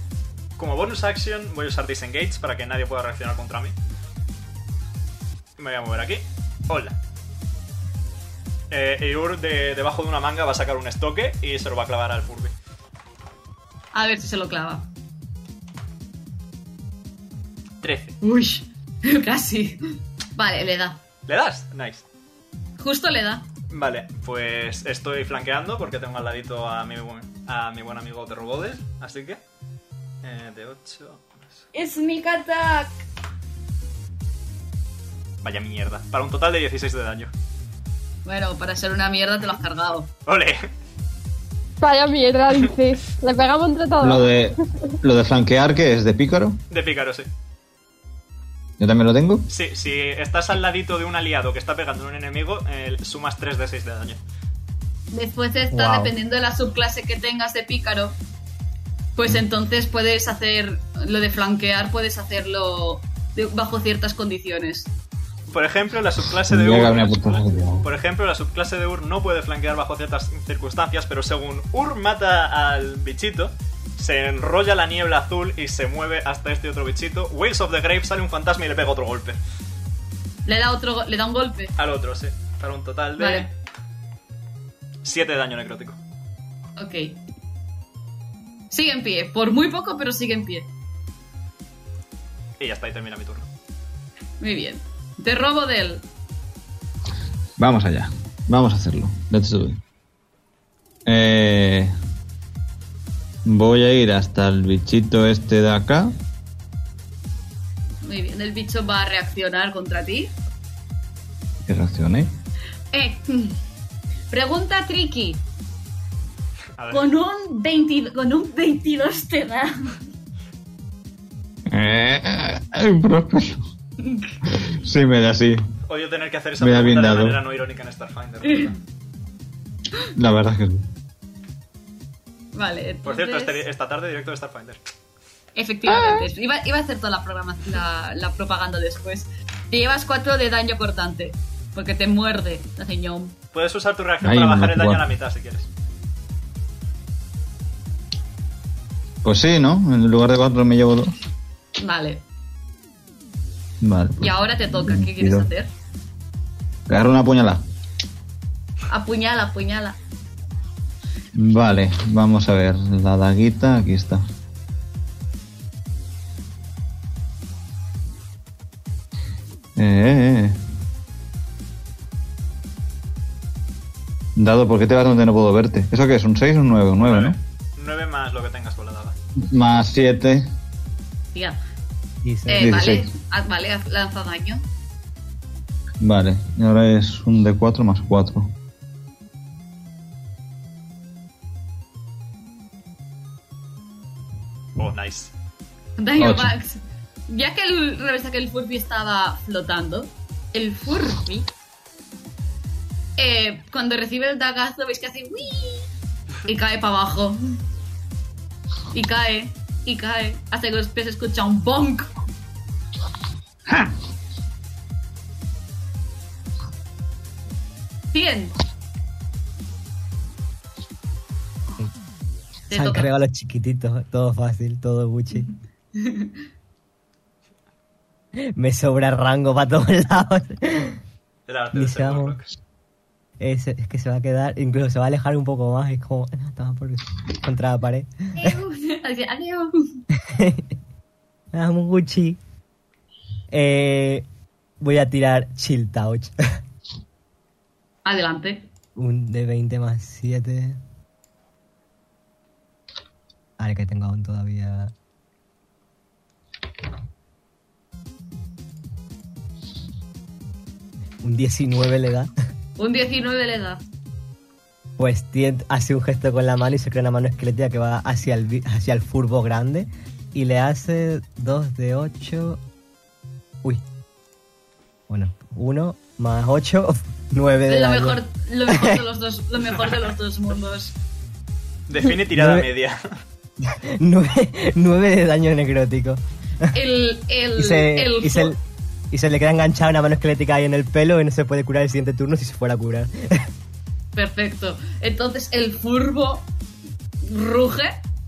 Speaker 1: como bonus action voy a usar disengage para que nadie pueda reaccionar contra mí. Me voy a mover aquí. Hola. Eh, Eur de- debajo de una manga va a sacar un estoque y se lo va a clavar al Furby.
Speaker 2: A ver si se lo clava.
Speaker 1: 13.
Speaker 2: Uy, (laughs) casi. Vale, le da.
Speaker 1: ¿Le das? Nice.
Speaker 2: Justo le da.
Speaker 1: Vale, pues estoy flanqueando porque tengo al ladito a mi, bu- a mi buen amigo Terrobodes, así que... eh, de 8...
Speaker 2: Sneak attack.
Speaker 1: Vaya mierda. Para un total de 16 de daño.
Speaker 2: Bueno, para ser una mierda te lo has cargado.
Speaker 1: ¡Ole! (laughs)
Speaker 5: Vaya mierda, dices. Le pegamos un tratado.
Speaker 3: Lo de, lo de flanquear, que es de pícaro,
Speaker 1: De pícaro, sí.
Speaker 3: yo también lo tengo.
Speaker 1: Sí, si estás al ladito de un aliado que está pegando a un enemigo, eh, sumas 3 de 6 de daño.
Speaker 2: Después está
Speaker 4: Wow.
Speaker 2: dependiendo de la subclase que tengas de pícaro. Pues entonces puedes hacer lo de flanquear, puedes hacerlo de- bajo ciertas condiciones.
Speaker 1: Por ejemplo, la subclase de
Speaker 3: Llega una puta
Speaker 1: Ur.
Speaker 3: subclase.
Speaker 1: Por ejemplo, la subclase de Ur no puede flanquear bajo ciertas circunstancias, pero según Ur mata al bichito, se enrolla la niebla azul y se mueve hasta este otro bichito. Waves of the Grave sale un fantasma y le pega otro golpe.
Speaker 2: Le da otro, go- le da un golpe.
Speaker 1: Al otro, sí. Para un total de
Speaker 2: Vale.
Speaker 1: 7 de daño necrótico.
Speaker 2: Ok. Sigue en pie, por muy poco, pero sigue en pie.
Speaker 1: Y ya está, ahí termina mi turno.
Speaker 2: Muy bien. Te robo del.
Speaker 3: Vamos allá. Vamos a hacerlo. Let's do it. Eh, voy a ir hasta el bichito este de acá.
Speaker 2: Muy bien, el bicho va a reaccionar contra ti.
Speaker 3: Que reaccione.
Speaker 2: Eh, (laughs) pregunta tricky.
Speaker 1: A ver,
Speaker 2: Con un, 20 con un 22 te da.
Speaker 3: Eh, eh, profe. (laughs) Sí, me da así.
Speaker 1: odio tener que hacer esa
Speaker 3: Me ha
Speaker 1: pregunta
Speaker 3: bien
Speaker 1: de
Speaker 3: dado.
Speaker 1: manera no irónica en
Speaker 2: (laughs)
Speaker 1: Starfinder. ¿verdad?
Speaker 3: La verdad es que sí.
Speaker 2: Vale,
Speaker 1: Por cierto,
Speaker 2: entonces-
Speaker 1: este- esta tarde directo de Starfinder.
Speaker 2: Efectivamente. Iba, iba a hacer toda la, programa- la, la propaganda después. Te llevas 4 de daño cortante. Porque te muerde. Te hace ñom.
Speaker 1: Puedes usar tu reacción
Speaker 3: Ay,
Speaker 1: para bajar el daño a
Speaker 3: guau.
Speaker 1: la mitad si quieres.
Speaker 3: Pues sí, ¿no? En lugar de cuatro me llevo dos.
Speaker 2: Vale.
Speaker 3: Vale. pues.
Speaker 2: Y ahora te toca. ¿Qué quieres hacer?
Speaker 3: Agarro una puñalada.
Speaker 2: Apuñala, apuñala.
Speaker 3: Vale, vamos a ver. La daguita, aquí está. Eh, eh, eh. Dado, ¿por qué te vas donde no puedo verte? ¿Eso qué es? ¿Un 6 o un 9? Un 9, ¿no?
Speaker 1: 9 más lo que tengas con la daga.
Speaker 3: Más 7.
Speaker 2: Tía.
Speaker 4: Dice,
Speaker 2: Eh, vale.
Speaker 3: 16.
Speaker 2: haz- Vale, haz- lanza daño.
Speaker 3: Vale, y ahora es un D4 más 4.
Speaker 1: Oh, nice.
Speaker 2: Daño
Speaker 3: Ocho.
Speaker 2: Max. Ya que el revés que el Furby estaba flotando, el Furby. eh, cuando recibe el dagazo, veis que hace "Wii", y cae para abajo. Y cae, y cae. Hasta que los pies escucha un bonk.
Speaker 6: ¡Ja!
Speaker 2: 100. Te
Speaker 4: se han
Speaker 2: toca.
Speaker 4: cargado a los chiquititos, todo fácil,
Speaker 2: (laughs)
Speaker 4: todo Gucci. Me sobra rango para todos (laughs) lados.
Speaker 1: El arte de
Speaker 4: Ni
Speaker 1: ser
Speaker 4: se
Speaker 1: Warlock.
Speaker 4: Es, es que se va a quedar, incluso se va a alejar un poco más. Es como, "Ah, no, estaba por contra la pared.
Speaker 2: Dice, "Adiós".
Speaker 4: Ah, un Gucci. Eh, voy a tirar Chill Touch. (laughs)
Speaker 2: Adelante.
Speaker 4: Un de 20 más 7. Ahora que tengo aún todavía. Un 19 le da.
Speaker 2: Un 19 le da.
Speaker 4: Pues Tient hace un gesto con la mano y se crea una mano esquelética que va hacia el, vi- hacia el furbo grande. Y le hace 2 de 8. Uy. Bueno, 1 más (laughs) 8, 9 de
Speaker 2: Lo
Speaker 4: daño. (laughs)
Speaker 2: mejor, lo mejor de los dos, lo mejor de los dos mundos.
Speaker 1: Define tirada
Speaker 4: Nueve.
Speaker 1: media.
Speaker 4: 9, de daño necrótico.
Speaker 2: El, el,
Speaker 4: Y se,
Speaker 2: el,
Speaker 4: y, se, y se le queda enganchada una mano esquelética ahí en el pelo y no se puede curar el siguiente turno si se fuera a curar.
Speaker 2: Perfecto. Entonces el furbo ruge.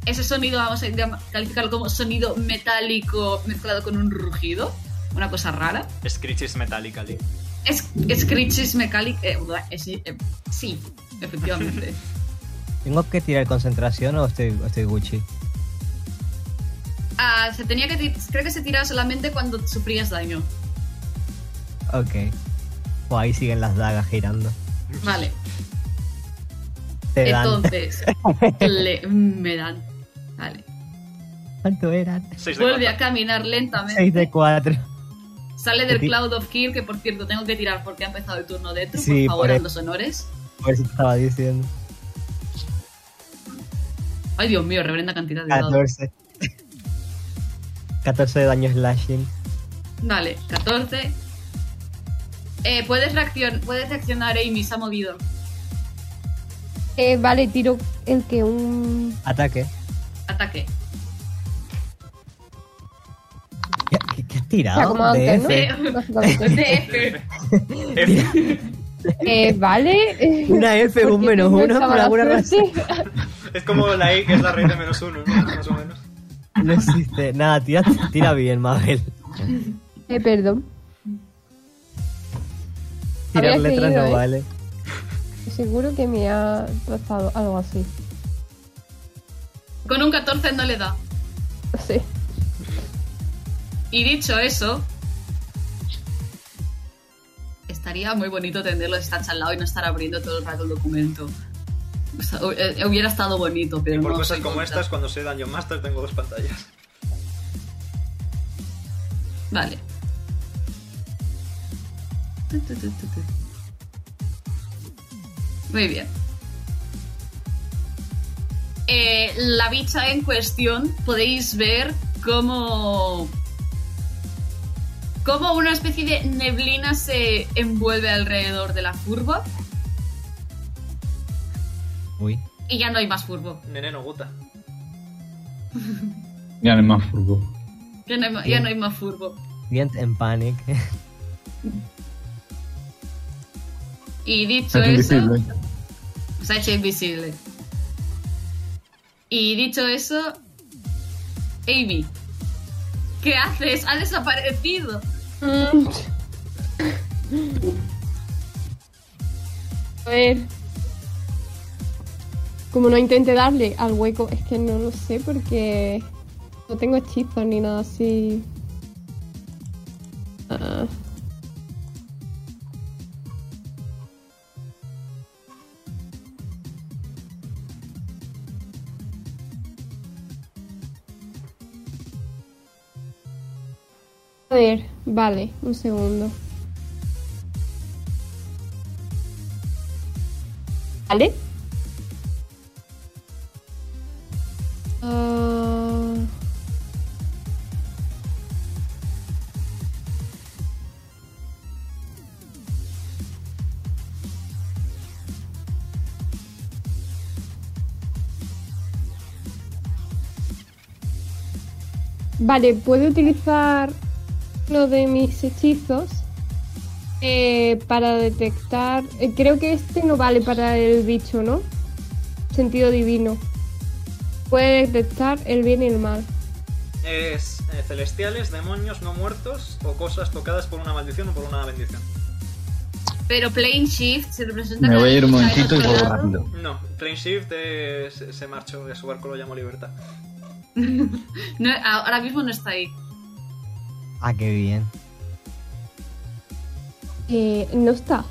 Speaker 2: Ese sonido vamos a llam- calificarlo como sonido metálico mezclado con un rugido. Una cosa rara.
Speaker 1: Screech is metallically.
Speaker 2: Es Screeches Mechanic. eh, bla, es- eh, sí,
Speaker 4: (laughs)
Speaker 2: efectivamente.
Speaker 4: ¿Tengo que tirar concentración o estoy, o estoy Gucci?
Speaker 2: Ah, se tenía que ti- creo que se tiraba solamente cuando sufrías daño.
Speaker 4: Ok. Pues ahí siguen las dagas girando.
Speaker 2: Vale.
Speaker 4: Te dan.
Speaker 2: Entonces le, me dan. Vale.
Speaker 4: (laughs) ¿Cuánto eran?
Speaker 1: 6 de
Speaker 2: Vuelve a
Speaker 1: cuatro.
Speaker 2: caminar
Speaker 4: 6
Speaker 2: lentamente.
Speaker 4: de 4.
Speaker 2: Sale del
Speaker 4: Ti-
Speaker 2: Cloud of Kill, que por cierto tengo que tirar porque ha empezado el turno de Etru,
Speaker 4: Sí,
Speaker 2: por favor,
Speaker 4: por
Speaker 2: haz
Speaker 4: el-
Speaker 2: los honores.
Speaker 4: Por eso te estaba diciendo.
Speaker 2: Ay, Dios mío, reverenda cantidad de dados.
Speaker 4: 14. 14 de daño slashing.
Speaker 2: Vale, 14. Eh, puedes, reaccion- puedes reaccionar, Amy, se ha movido.
Speaker 5: Eh, vale, tiro el que un.
Speaker 4: Ataque.
Speaker 2: Ataque.
Speaker 4: ¿Qué, qué- qué has
Speaker 5: O sea,
Speaker 4: tirado?
Speaker 5: como antes, ¿no?
Speaker 4: DF.
Speaker 5: Básicamente.
Speaker 2: DF.
Speaker 1: F.
Speaker 5: Eh,
Speaker 4: (laughs)
Speaker 5: vale.
Speaker 4: Una F, un
Speaker 5: Porque (laughs)
Speaker 4: menos
Speaker 5: tengo
Speaker 4: uno
Speaker 5: esa
Speaker 4: por
Speaker 5: mala
Speaker 4: alguna razón.
Speaker 5: suerte.
Speaker 1: Es como la E que es la raíz de menos uno, ¿no? Más o
Speaker 2: (laughs)
Speaker 1: menos.
Speaker 4: No existe. Nada, tira, tira bien, Mabel.
Speaker 5: Eh, perdón. Habría
Speaker 4: Tirar letras
Speaker 5: seguido,
Speaker 4: no
Speaker 5: ¿eh?
Speaker 4: vale.
Speaker 5: Seguro que me ha pasado algo así.
Speaker 2: (laughs) Con un 14 no le da.
Speaker 5: Sí.
Speaker 2: Y dicho eso, estaría muy bonito tener los stats al lado y no estar abriendo todo el rato el documento. O sea, hu- eh, hubiera estado bonito, pero
Speaker 1: Y por
Speaker 2: no
Speaker 1: cosas
Speaker 2: soy
Speaker 1: como
Speaker 2: tonta.
Speaker 1: estas, cuando soy Dungeon Master tengo dos pantallas.
Speaker 2: Vale. Tu, tu, tu, tu, tu. Muy bien. Eh, la bicha en cuestión podéis ver cómo. cómo una especie de neblina se envuelve alrededor de la curva
Speaker 4: Uy.
Speaker 2: y ya no hay más furbo.
Speaker 1: Nene no gusta.
Speaker 3: Ya no hay más furbo.
Speaker 2: Ya no hay, ma- ya no hay más furbo.
Speaker 4: Dient en panic. (laughs)
Speaker 2: Y dicho
Speaker 3: Es
Speaker 2: eso,
Speaker 3: invisible.
Speaker 1: eh,
Speaker 2: se ha hecho invisible. Y dicho eso, Amy, ¿qué haces? Ha desaparecido.
Speaker 5: A ver. Como no intente darle al hueco, es que no lo sé porque no tengo hechizos ni nada así. Ah. A ver, vale, un segundo. ¿Vale? Ah. Vale, puedo utilizar uno de mis hechizos eh, para detectar. eh, creo que este no vale para el bicho, ¿no? Sentido divino. Puede detectar el bien y el mal.
Speaker 1: Es eh, celestiales, demonios no muertos o cosas tocadas por una maldición o por una bendición.
Speaker 2: Pero Plane Shift se representa
Speaker 7: Me
Speaker 2: con
Speaker 7: voy a ir un
Speaker 2: la
Speaker 7: momentito y
Speaker 2: bicha del
Speaker 7: vuelvo
Speaker 2: otro lado.
Speaker 7: rápido.
Speaker 1: No, Plane Shift eh, se se marchó de su barco, lo llamó Libertad.
Speaker 2: No, ahora mismo no está ahí.
Speaker 4: Ah, qué bien.
Speaker 5: Eh, no está.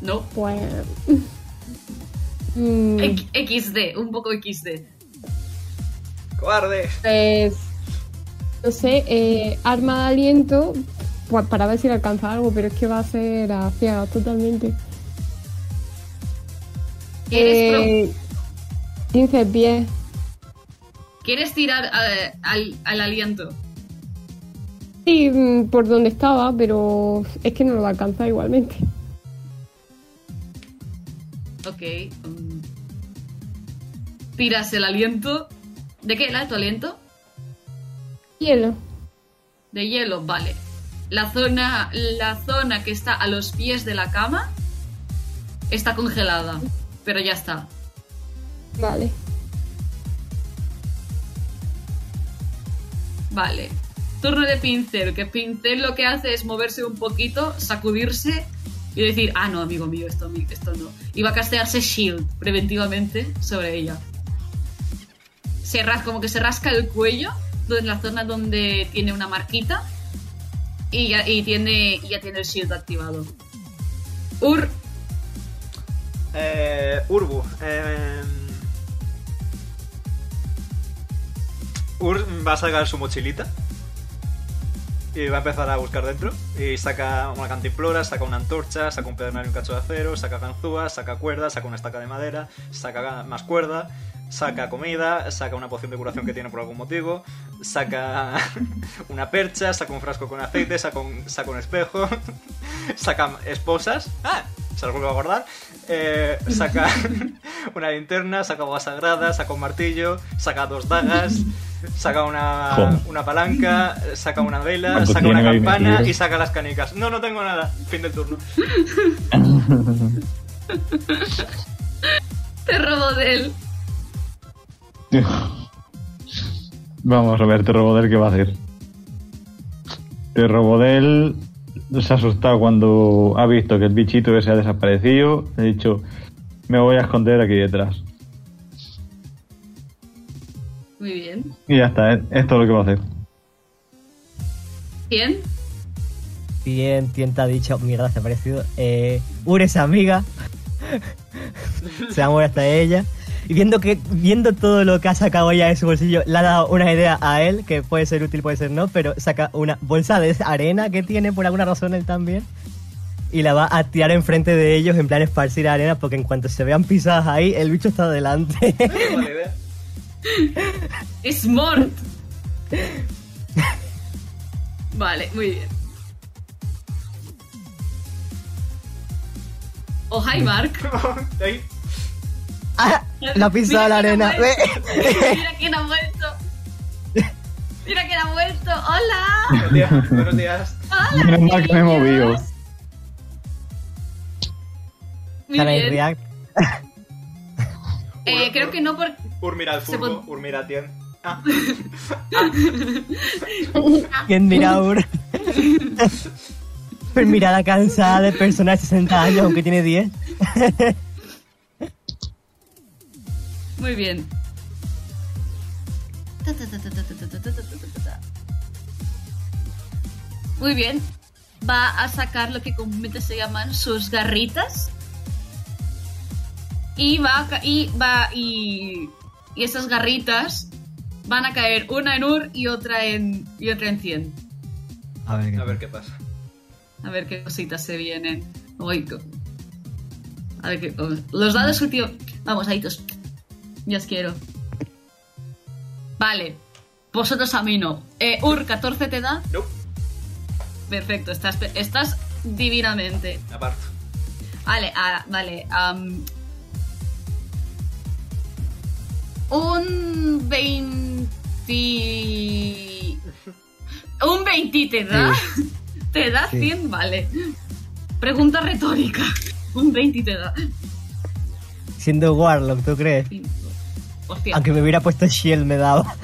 Speaker 2: No.
Speaker 5: Pues. Mm,
Speaker 2: X- XD, un poco XD.
Speaker 1: ¡Cobarde!
Speaker 5: pues. No sé, eh, arma de aliento. pues, para ver si le alcanza algo, pero es que va a ser a ciegas totalmente.
Speaker 2: ¿Quieres,
Speaker 5: Eh, 15 pies.
Speaker 2: pro- ¿quieres tirar eh, al, al aliento?
Speaker 5: Sí, mm, por donde estaba, pero es que no lo va a alcanzar igualmente.
Speaker 2: Ok. mm. Tiras el aliento. ¿De qué era tu aliento?
Speaker 5: Hielo.
Speaker 2: De hielo, vale. La zona, la zona que está a los pies de la cama está congelada, pero ya está.
Speaker 5: Vale.
Speaker 2: Vale. Turno de pincel, que pincel lo que hace es moverse un poquito, sacudirse y decir, ah, no, amigo mío, esto, mi- esto no. Y va a castearse Shield preventivamente sobre ella. Se ras- como que se rasca el cuello, do- en la zona donde tiene una marquita, y ya, y tiene, y ya tiene el Shield activado. Ur,
Speaker 1: Eh, Urbu. eh, Ur va a sacar su mochilita. Y eh, va a empezar a buscar dentro. Y saca una cantimplora, saca una antorcha, saca un pedernal y un cacho de acero, saca ganzúas, saca cuerda, saca una estaca de madera, saca más cuerda, saca comida, saca una poción de curación que tiene por algún motivo, saca (laughs) una percha, saca un frasco con aceite, saca un, saca un espejo, (laughs) saca esposas. ¡Ah! Se las vuelve a guardar. Eh, saca (laughs) una linterna, saca agua sagrada, saca un martillo, saca dos dagas, saca una,
Speaker 7: Jo.
Speaker 1: una palanca, saca una vela,
Speaker 7: Marco
Speaker 1: saca una
Speaker 7: tiene ahí
Speaker 1: campana
Speaker 7: metido.
Speaker 1: y saca las canicas. No, no tengo nada. Fin del turno. (laughs)
Speaker 2: te robo de él.
Speaker 7: (laughs) Vamos a ver, te robodel, ¿qué va a hacer? Te robodel se ha asustado cuando ha visto que el bichito ese ha desaparecido. Ha dicho, me voy a esconder aquí detrás.
Speaker 2: Muy bien.
Speaker 7: Y ya está, ¿eh? esto es lo que va a hacer.
Speaker 2: Bien.
Speaker 4: Bien, Tien te ha dicho, mierda, se ha parecido. Eh, Ure es amiga. (laughs) se va a mover hasta ella. Y viendo, que, viendo todo lo que ha sacado ella de su bolsillo, le ha dado una idea a él, que puede ser útil, puede ser no, pero saca una bolsa de arena que tiene por alguna razón él también. y la va a tirar enfrente de ellos en plan esparcir arena porque en cuanto se vean pisadas ahí, el bicho está adelante. (laughs)
Speaker 1: No vale idea.
Speaker 2: Es Mort. vale, muy bien. Oh, hi, Mark.
Speaker 1: (laughs) Ahí.
Speaker 4: ¡Ah! La ha pisado la
Speaker 2: Mira quién ha
Speaker 4: arena. (laughs) Ve.
Speaker 2: vuelto. Mira quién ha vuelto. Mira quién ha vuelto. Hola.
Speaker 1: Buenos días. Buenos días.
Speaker 2: Hola.
Speaker 7: Menos mal que me he
Speaker 2: niños.
Speaker 7: movido.
Speaker 2: Muy
Speaker 4: Can I
Speaker 2: bien.
Speaker 4: react?
Speaker 2: Eh, creo que no porque
Speaker 1: Urmira al
Speaker 2: Se
Speaker 1: furgo,
Speaker 2: pon-
Speaker 1: Urmira a Tien. Ah,
Speaker 2: (laughs)
Speaker 4: ¿Quién mira ahora? Pero mirada cansada de persona de 60 años, aunque tiene 10.
Speaker 2: Muy bien. Ta, ta, ta, ta, ta, ta, ta, ta, ta, ta, ta, ta, ta. Muy bien. Va a sacar lo que comúnmente se llaman sus garritas. Y va a ca- y va y y esas garritas van a caer una en Ur y otra en y otra en 100.
Speaker 4: A ver,
Speaker 1: a ver qué pasa.
Speaker 2: A ver qué cositas se vienen. Voy co- A ver qué. oh, Los dados últimos. Vamos, aditos. Ya os quiero. Vale. Vosotros a mí no. Eh, Ur, 14 te da.
Speaker 1: Nope,
Speaker 2: Perfecto, estás, pe- estás divinamente.
Speaker 1: aparto.
Speaker 2: Vale, ah, vale. am. un 20. Un 20 te da. Te da
Speaker 4: Sí.
Speaker 2: 100, vale. Pregunta retórica. Un 20 te da.
Speaker 4: Siendo Warlock, ¿tú crees?
Speaker 2: Hostia.
Speaker 4: Aunque me hubiera puesto Shield me daba.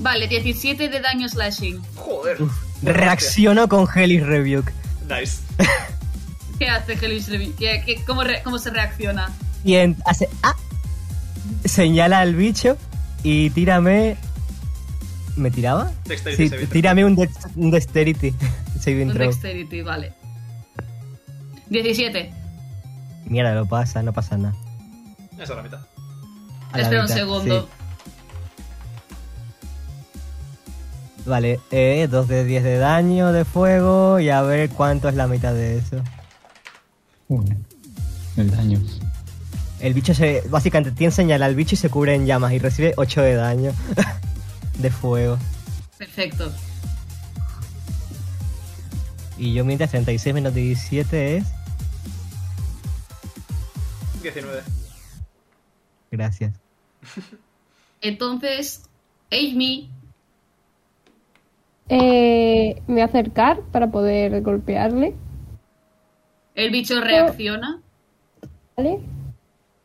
Speaker 2: Vale, 17 de daño slashing.
Speaker 1: Joder.
Speaker 4: Reacciono con Hellish Rebuke.
Speaker 1: Nice.
Speaker 2: ¿Qué hace Hellish Rebuke? ¿Qué- qué- cómo, re- ¿Cómo se reacciona?
Speaker 4: Y en- hace... ¡Ah! Señala al bicho y tírame... ¿Me tiraba?
Speaker 1: Dexterity
Speaker 4: Sí,
Speaker 1: saving throw.
Speaker 4: tírame un, dex- un Dexterity. (laughs) Saving
Speaker 2: Un
Speaker 4: throw.
Speaker 2: dexterity, vale. 17.
Speaker 4: Mierda, lo pasa, no pasa nada.
Speaker 1: Esa es la mitad.
Speaker 4: A la
Speaker 2: Espera un
Speaker 4: mitad,
Speaker 2: segundo.
Speaker 4: sí. Vale, eh, 2 de 10 de daño de fuego y a ver cuánto es la mitad de eso.
Speaker 7: Uy, El daño.
Speaker 4: El bicho se. Básicamente, tiene señala al bicho y se cubre en llamas y recibe 8 de daño (laughs) de fuego.
Speaker 2: Perfecto.
Speaker 4: Y yo mientras 36 menos 17 es.
Speaker 1: 19.
Speaker 4: Gracias.
Speaker 2: Entonces, Amy,
Speaker 5: Eh, me voy a acercar para poder golpearle,
Speaker 2: el bicho reacciona,
Speaker 5: ¿vale?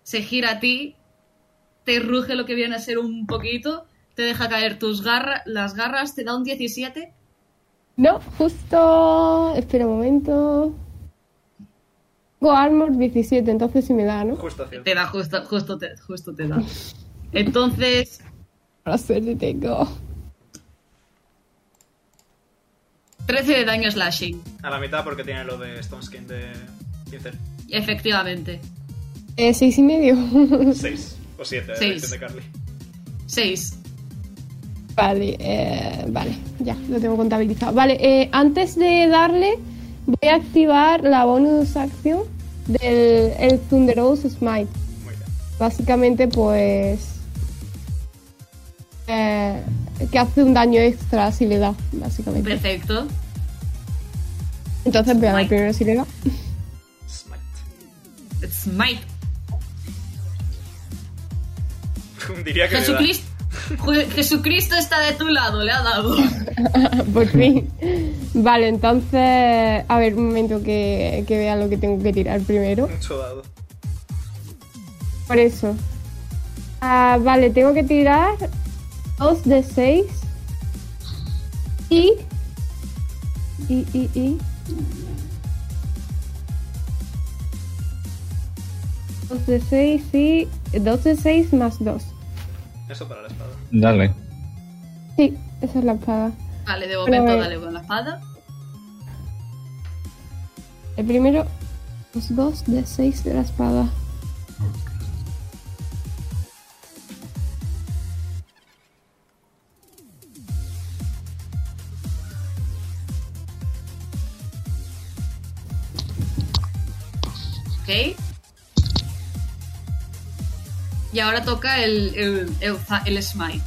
Speaker 2: se gira a ti, te ruge lo que viene a ser un poquito, te deja caer tus garras, las garras, te da un 17.
Speaker 5: No, justo... Espera un momento. Go Armor 17, entonces sí me da, ¿no?
Speaker 1: Justo cierto.
Speaker 2: Te da justo, justo te, justo te da. Entonces,
Speaker 5: Ahora suerte tengo.
Speaker 2: 13 de daño slashing,
Speaker 1: A la mitad porque tiene lo de Stone Skin de pincel.
Speaker 2: efectivamente.
Speaker 5: Eh, seis y medio. (laughs)
Speaker 1: 6 o 7 de
Speaker 2: Seis.
Speaker 1: reacción de Carly.
Speaker 2: 6.
Speaker 5: Vale, eh, vale, ya, lo tengo contabilizado. Vale, eh, antes de darle, voy a activar la bonus acción del el Thunderous Smite.
Speaker 1: Muy bien.
Speaker 5: Básicamente, pues. eh, que hace un daño extra si le da, básicamente.
Speaker 2: Perfecto.
Speaker 5: Entonces voy a dar
Speaker 2: Smite.
Speaker 5: primero si
Speaker 2: (laughs)
Speaker 5: le da.
Speaker 1: Smite. (laughs)
Speaker 2: Smite.
Speaker 1: Diría que le da.
Speaker 2: Jesucristo, Je- Jesucristo está de tu lado, le ha dado.
Speaker 5: Por fin. Vale, entonces. A ver, un momento que, que vea lo que tengo que tirar primero.
Speaker 1: Mucho dado.
Speaker 5: Por eso. Ah, vale, tengo que tirar 2 de 6. Y. Y, y, y. 2 de 6 y. 2 de 6 más 2.
Speaker 1: Eso para la espada.
Speaker 7: Dale.
Speaker 5: Sí, esa es la espada.
Speaker 2: Vale, de momento
Speaker 5: Pero-
Speaker 2: dale con la espada.
Speaker 5: El primero, los 2 de 6 de la espada.
Speaker 2: Ok. Y ahora toca el, el, el, fa- el smite.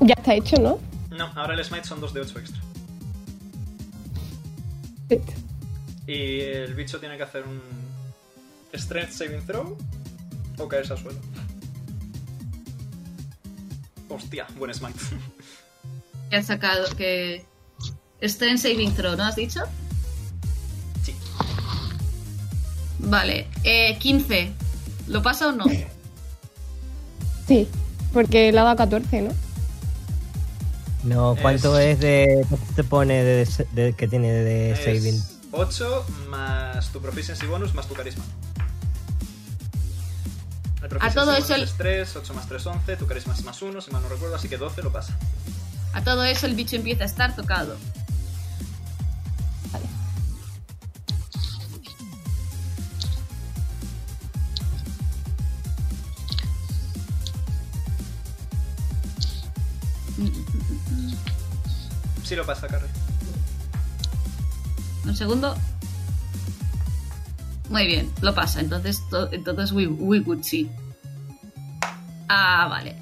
Speaker 5: Ya está hecho, ¿no?
Speaker 1: No, ahora el smite son 2 de 8 extra. Y el bicho tiene que hacer un strength saving throw o caerse al suelo. Hostia, buen smite. (laughs)
Speaker 2: Que ha sacado. Que. Está en Saving Throw, ¿no has dicho?
Speaker 1: Sí.
Speaker 2: Vale. Eh, 15. ¿Lo pasa o no?
Speaker 5: Sí, porque le ha dado 14, ¿no?
Speaker 4: No, ¿cuánto
Speaker 1: Es-
Speaker 4: es, de. ¿Cuánto te pone de, de- que tiene de Eh, saving?
Speaker 1: 8 más tu proficiency bonus más tu carisma. El proficiency
Speaker 2: todo
Speaker 1: bonus
Speaker 2: eso el-
Speaker 1: es 3, 8 más 3, 11, tu carisma es más 1, si mal no recuerdo, así que 12 lo pasa.
Speaker 2: A todo eso el bicho empieza a estar tocado. Mm,
Speaker 1: Sí lo pasa, Carrie.
Speaker 2: Un segundo. Muy bien, lo pasa. Entonces, to- entonces we, we would see. Ah, vale.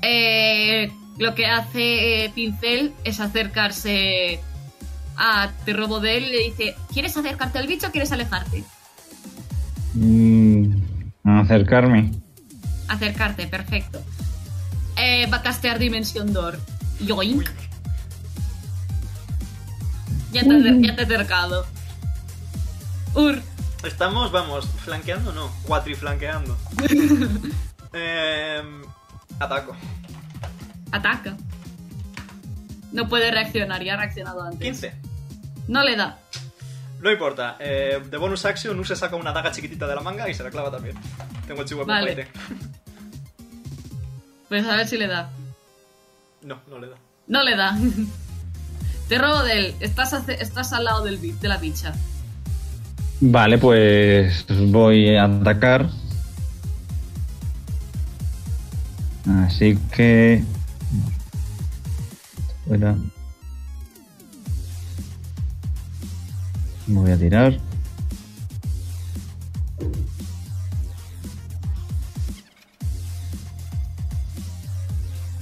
Speaker 2: Eh, lo que hace eh, Pincel es acercarse a Terrobodel y le dice: ¿Quieres acercarte al bicho o quieres alejarte?
Speaker 7: Mm, acercarme.
Speaker 2: Acercarte, perfecto. Eh, va a castear Dimensión Door. Yoink. Ya te, acer- ya te he acercado. Ur,
Speaker 1: Estamos, vamos, flanqueando, no, cuatriflanqueando. Em, ataco.
Speaker 2: ataca. No puede reaccionar, ya ha reaccionado antes.
Speaker 1: 15.
Speaker 2: No le da.
Speaker 1: No importa, eh, de bonus action, Nu se saca una daga chiquitita de la manga y se la clava también. Tengo el chivo de
Speaker 2: Vale.
Speaker 1: papaite.
Speaker 2: Pues a ver si le da.
Speaker 1: No, no le da.
Speaker 2: No le da. (laughs) Te robo de él. Estás, hace- estás al lado del, bi- de la bicha.
Speaker 7: Vale, pues voy a atacar. Así que... Fuera. Voy a tirar.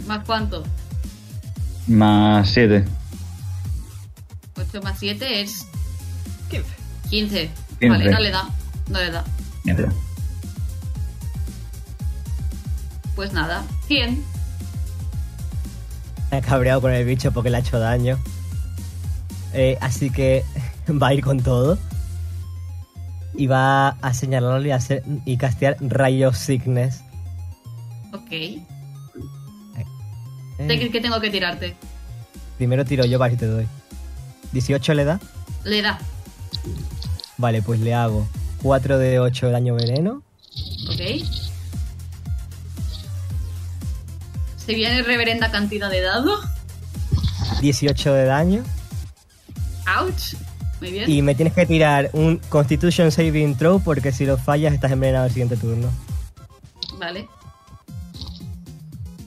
Speaker 2: ¿Más cuánto?
Speaker 7: Más 7.
Speaker 2: 8 más 7 es
Speaker 1: 15.
Speaker 2: 15.
Speaker 7: 15.
Speaker 2: Vale, no le da. No le da. Pues nada. 100.
Speaker 4: Me ha cabreado con el bicho porque le ha hecho daño. Eh, así que (laughs) va a ir con todo. Y va a señalarlo y, hacer, y castear Rayo Sickness.
Speaker 2: Ok.
Speaker 4: Eh,
Speaker 2: Te- ¿Qué tengo que tirarte?
Speaker 4: primero tiro yo para que te doy. 18 le da.
Speaker 2: Le da.
Speaker 4: Vale, pues le hago 4 de 8 daño veneno.
Speaker 2: Ok. Se viene reverenda cantidad de dado.
Speaker 4: 18 de daño.
Speaker 2: Ouch. Muy bien.
Speaker 4: Y me tienes que tirar un Constitution Saving Throw porque si lo fallas estás envenenado el siguiente turno.
Speaker 2: Vale.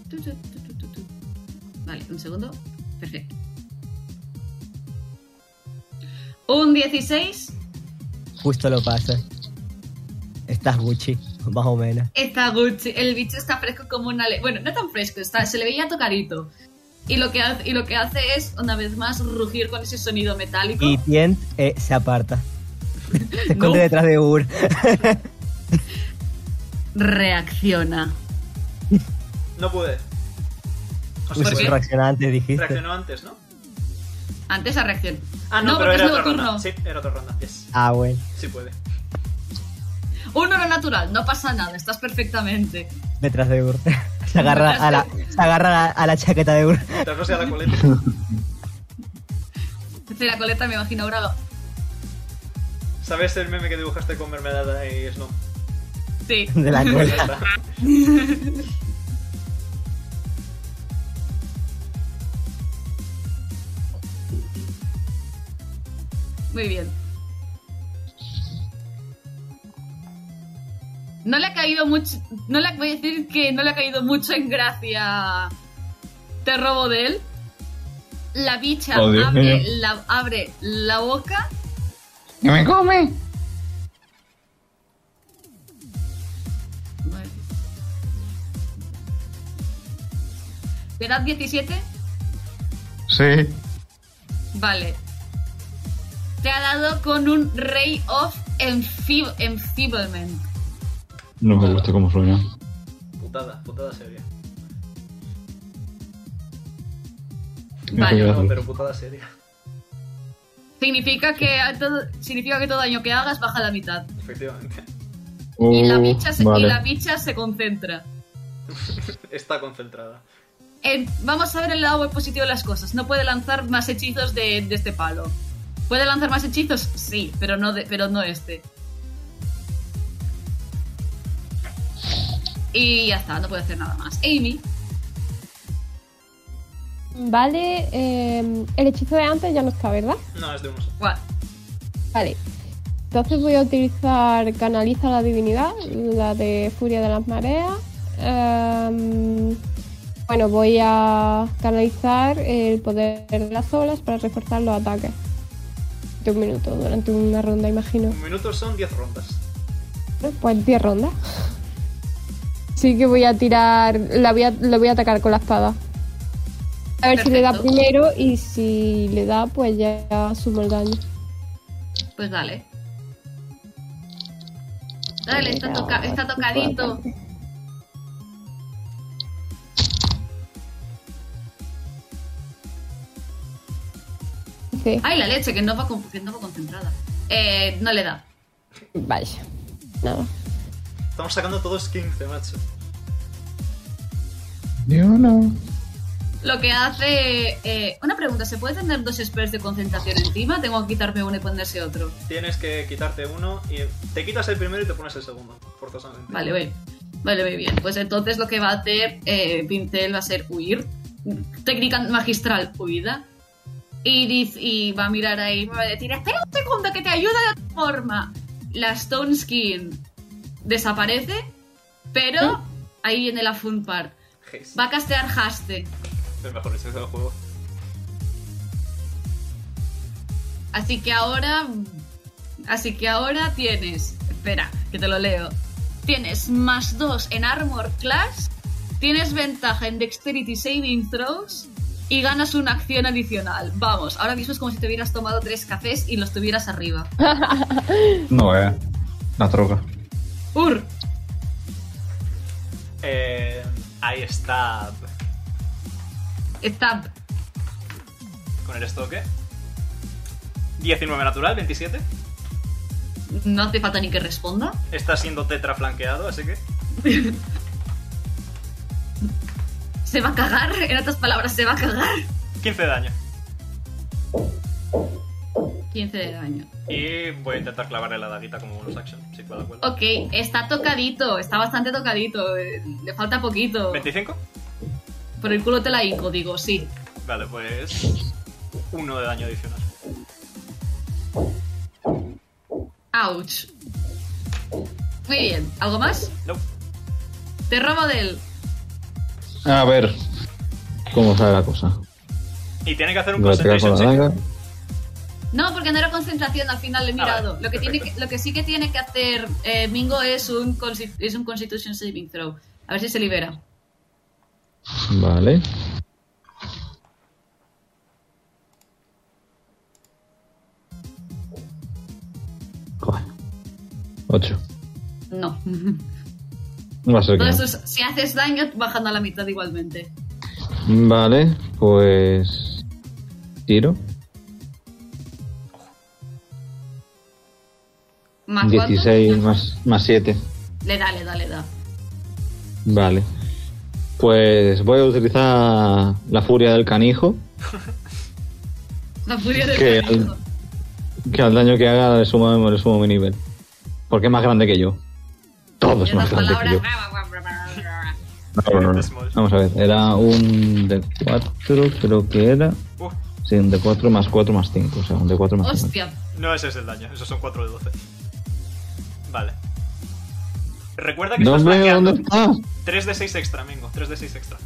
Speaker 2: Tu, tu, tu, tu, tu, tu. Vale, un segundo. Perfecto. Un 16.
Speaker 4: Justo lo pasas. Estás Gucci, más o menos.
Speaker 2: Está Gucci. El bicho está fresco como una... le- bueno, no tan fresco. Está, se le veía tocadito. Y lo, que hace, y lo que hace es, una vez más, rugir con ese sonido metálico.
Speaker 4: Y Tient eh, se aparta. Se
Speaker 2: No.
Speaker 4: esconde detrás de Ur.
Speaker 2: Reacciona.
Speaker 1: No pude. O sea,
Speaker 4: Usó
Speaker 2: ¿por
Speaker 4: su
Speaker 2: qué?
Speaker 4: reacción antes, dijiste.
Speaker 1: Reaccionó antes, ¿no?
Speaker 2: Antes ha reaccionado.
Speaker 1: Ah, no,
Speaker 2: No,
Speaker 1: pero era
Speaker 2: porque es
Speaker 1: otra
Speaker 2: nuevo
Speaker 1: ronda.
Speaker 2: turno.
Speaker 1: Sí, era otra ronda. Yes.
Speaker 4: Ah, bueno.
Speaker 1: Sí
Speaker 2: (laughs)
Speaker 1: puede.
Speaker 2: Un oro natural, no pasa nada, estás perfectamente.
Speaker 4: Detrás
Speaker 2: (laughs)
Speaker 4: de Ur. Se agarra, a la, se agarra a la, a la chaqueta de Ur. (laughs)
Speaker 1: Te rosa la coleta.
Speaker 2: la coleta me imagino ahora.
Speaker 1: ¿Sabes el meme que dibujaste con mermelada y snow?
Speaker 2: Sí.
Speaker 4: De la
Speaker 1: Pues ya
Speaker 4: cola.
Speaker 2: (laughs)
Speaker 1: está.
Speaker 2: Muy bien. No le ha caído mucho. No le voy a decir que no le ha caído mucho en gracia. Te robo de él. La bicha
Speaker 7: Oh, Dios
Speaker 2: abre,
Speaker 7: mío.
Speaker 2: la, abre la boca
Speaker 6: ¡Que me come!
Speaker 2: ¿Te das 17?
Speaker 7: Sí.
Speaker 2: Vale. Te ha dado con un Ray of enfeeb- Enfeeblement.
Speaker 7: No me gusta cómo suena.
Speaker 1: Putada, putada seria.
Speaker 2: Vale.
Speaker 1: No, pero putada seria.
Speaker 2: Significa que, a todo, significa que todo daño que hagas baja la mitad.
Speaker 1: Efectivamente.
Speaker 2: y, la
Speaker 7: Uh,
Speaker 2: bicha se, y
Speaker 7: vale.
Speaker 2: la bicha se concentra.
Speaker 1: Está concentrada.
Speaker 2: En- vamos a ver el lado positivo de las cosas. No puede lanzar más hechizos de, de este palo. ¿Puede lanzar más hechizos? Sí, pero no, de- pero no este. Y ya está, no puede hacer nada más. Amy,
Speaker 5: Vale, eh, el hechizo de antes ya no está, ¿verdad?
Speaker 1: No, es de unos.
Speaker 2: what?
Speaker 5: Vale. Entonces voy a utilizar Canaliza la Divinidad, la de Furia de las Mareas. Em, bueno, voy a canalizar el poder de las olas para reforzar los ataques. De un minuto, durante una ronda, imagino.
Speaker 1: Un minuto son 10 rondas.
Speaker 5: Bueno, Pues 10 rondas. Así que voy a tirar. La voy a, la voy a atacar con la espada. A ver si le da
Speaker 2: Perfecto.
Speaker 5: primero y si le da, pues ya sumo el daño.
Speaker 2: Pues dale. Dale, está, toca- está tocadito.
Speaker 5: Sí.
Speaker 2: Ay, la leche, que no va, con- que no va concentrada. Eh, no le da.
Speaker 5: Vaya. Nada.
Speaker 1: Estamos sacando todos 15, macho.
Speaker 6: Yo no.
Speaker 2: Lo que hace... eh, una pregunta, ¿se puede tener dos spells de concentración encima? Tengo que quitarme uno y ponerse otro.
Speaker 1: Tienes que quitarte uno y te quitas el primero y te pones el segundo, forzosamente.
Speaker 2: Vale, voy. Vale, muy bien. Pues entonces lo que va a hacer eh, Pincel va a ser huir. Técnica magistral, huida. Y, dice- y va a mirar ahí y va a decir, espera un segundo que te ayuda de otra forma. La Stone Skin desaparece, pero ahí viene la Fun Part.
Speaker 1: Haze.
Speaker 2: Va a castear Haste.
Speaker 1: El mejor hechizo del juego.
Speaker 2: Así que ahora. Así que ahora tienes. Espera, que te lo leo. Tienes más 2 en Armor Class, tienes ventaja en Dexterity Saving Throws y ganas una acción adicional. Vamos, ahora mismo es como si te hubieras tomado tres cafés y los tuvieras arriba.
Speaker 7: No, eh. La troca.
Speaker 2: ¡Ur!
Speaker 1: Eh, ahí está.
Speaker 2: Stab.
Speaker 1: Con el estoque. 19 natural, 27.
Speaker 2: No hace falta ni que responda.
Speaker 1: Está siendo tetra flanqueado, así que.
Speaker 2: Se va a cagar, en otras palabras, se va a cagar.
Speaker 1: 15 de daño.
Speaker 2: 15 de daño.
Speaker 1: Y voy a intentar clavarle la daguita como bonus action, si puedo. puedo.
Speaker 2: Ok, está tocadito, está bastante tocadito. eh, Le falta poquito.
Speaker 1: ¿25?
Speaker 2: Por el culo te la hinco, digo, sí.
Speaker 1: Vale, pues. Uno de daño adicional.
Speaker 2: Ouch. Muy bien, ¿algo más?
Speaker 1: No.
Speaker 2: Te robo del.
Speaker 7: A ver. ¿Cómo sale la cosa?
Speaker 1: Y tiene que hacer un
Speaker 7: Voy a atacar con
Speaker 1: concentration
Speaker 7: la
Speaker 1: check.
Speaker 7: daga.
Speaker 2: No, porque no era concentración, al final le he
Speaker 1: Ah,
Speaker 2: mirado.
Speaker 1: vale,
Speaker 2: lo, que tiene que,
Speaker 1: perfecto.
Speaker 2: lo que sí que tiene que hacer eh, Mingo es un, consti- es un Constitution Saving Throw. A ver si se libera.
Speaker 7: Vale. Joder. Ocho.
Speaker 2: No.
Speaker 7: Va a ser que
Speaker 2: Todo
Speaker 7: no.
Speaker 2: eso es- si haces daño, bajando a la mitad igualmente.
Speaker 7: Vale, pues. Tiro.
Speaker 2: Más cuatro.
Speaker 7: 16 más, más 7.
Speaker 2: Le da, le da, le da.
Speaker 7: Vale. Pues voy a utilizar la furia del canijo.
Speaker 2: La furia del
Speaker 7: Que
Speaker 2: canijo.
Speaker 7: al, que al daño que haga le sumo, le sumo mi nivel. Porque es más grande que yo. Todo es
Speaker 2: En
Speaker 7: más
Speaker 2: otras
Speaker 7: grande que yo.
Speaker 2: palabras.
Speaker 7: No, no, no, no. Vamos a ver, era un D4, creo que era.
Speaker 1: Uf,
Speaker 7: Sí, un D4 más 4 más 5. O sea, un D4 más 5.
Speaker 2: Hostia.
Speaker 1: no ese es el daño, esos son 4 de 12. Vale. Recuerda que estás
Speaker 7: ¿Dónde,
Speaker 1: flanqueando.
Speaker 7: ¿Dónde está?
Speaker 1: 3 de 6 extra, Mingo, 3 de 6 extra.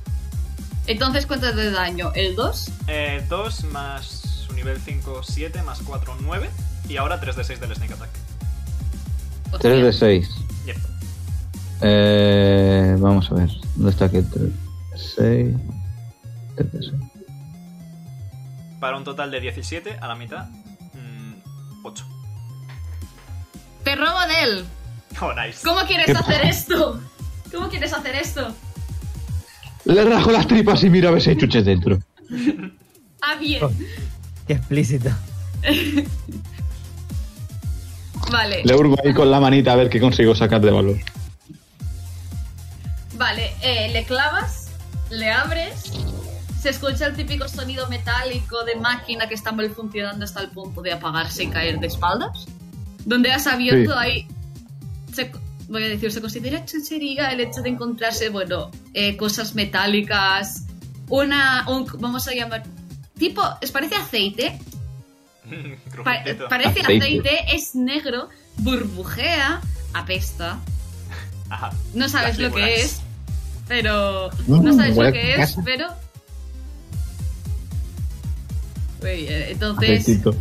Speaker 2: Entonces, ¿cuánto de daño? ¿El 2?
Speaker 1: 2 Eh, más su nivel 5, 7, más 4, 9. Y ahora 3 de 6 del Sneak Attack.
Speaker 7: 3 de 6.
Speaker 1: Yep.
Speaker 7: Eh, vamos a ver. ¿Dónde está aquí? 3 de 6. 3 de 6.
Speaker 1: Para un total de 17, a la mitad, mm, 8.
Speaker 2: ¡Te robo de él!
Speaker 1: (laughs) Oh, nice. (laughs)
Speaker 2: ¿Cómo quieres
Speaker 7: ¿Qué?
Speaker 2: hacer esto? ¿Cómo quieres hacer esto?
Speaker 7: Le rajo las tripas y mira a ver si hay chuches dentro.
Speaker 2: Ah, bien.
Speaker 4: Oh. Qué explícito.
Speaker 2: Vale.
Speaker 7: Le urgo ahí con la manita a ver qué consigo sacar de valor.
Speaker 2: Vale, eh, le clavas, le abres, se escucha el típico sonido metálico de máquina que está mal funcionando hasta el punto de apagarse y caer de espaldas. Donde has abierto
Speaker 7: Sí.
Speaker 2: ahí, se- voy a decir, se considera chuchería el hecho de encontrarse, bueno, eh, cosas metálicas, una, un- vamos a llamar, tipo, es parece aceite, Pa-
Speaker 1: Crujentito.
Speaker 2: parece
Speaker 7: Aceite.
Speaker 2: aceite, es negro, burbujea, apesta.
Speaker 1: Ajá.
Speaker 2: No
Speaker 1: Las
Speaker 2: sabes lo que
Speaker 1: víboras.
Speaker 2: es, pero.
Speaker 7: Mm,
Speaker 2: No sabes
Speaker 7: huele
Speaker 2: lo
Speaker 7: a
Speaker 2: que es,
Speaker 7: casa.
Speaker 2: pero. Muy bien,
Speaker 4: Pues-
Speaker 2: entonces
Speaker 7: Aceitito.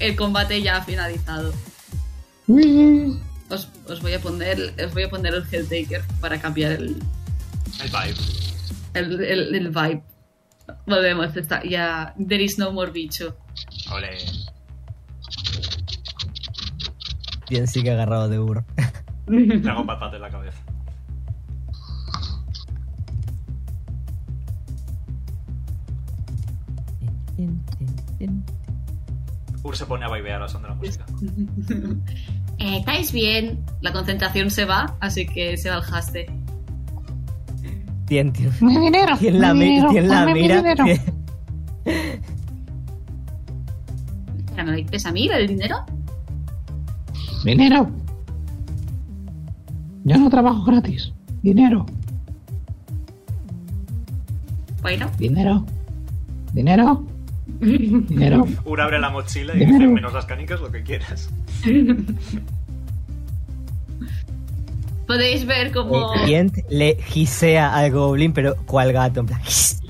Speaker 2: el combate ya ha finalizado.
Speaker 7: Uy.
Speaker 2: Os, os voy a poner os voy a poner el Helltaker para cambiar el,
Speaker 1: El vibe.
Speaker 2: el, el- el vibe. Volvemos, está- ya. There is no more bicho.
Speaker 1: Ole.
Speaker 4: Bien sí que agarrado de burro.
Speaker 1: Traigo patate en la cabeza. Ur se pone a bailear al son de la música.
Speaker 8: Eh, ¿Estáis bien?
Speaker 2: La concentración se va, así que se va el haste.
Speaker 4: Tien, tien.
Speaker 6: Mi dinero.
Speaker 4: Tien la,
Speaker 6: mi
Speaker 4: mi-
Speaker 6: dinero,
Speaker 4: tien la
Speaker 6: dame mi
Speaker 4: mira.
Speaker 6: dinero.
Speaker 4: tien-
Speaker 2: Espera, ¿Me lo dices a mí, el dinero?
Speaker 6: Dinero. Yo no trabajo gratis. Dinero.
Speaker 2: Bueno,
Speaker 6: Dinero. Dinero. Dinero.
Speaker 1: Ur abre la mochila y dice menos las canicas lo que quieras.
Speaker 2: podéis ver como.
Speaker 4: Tien le gisea al goblin, pero cual gato, en plan. "Gis".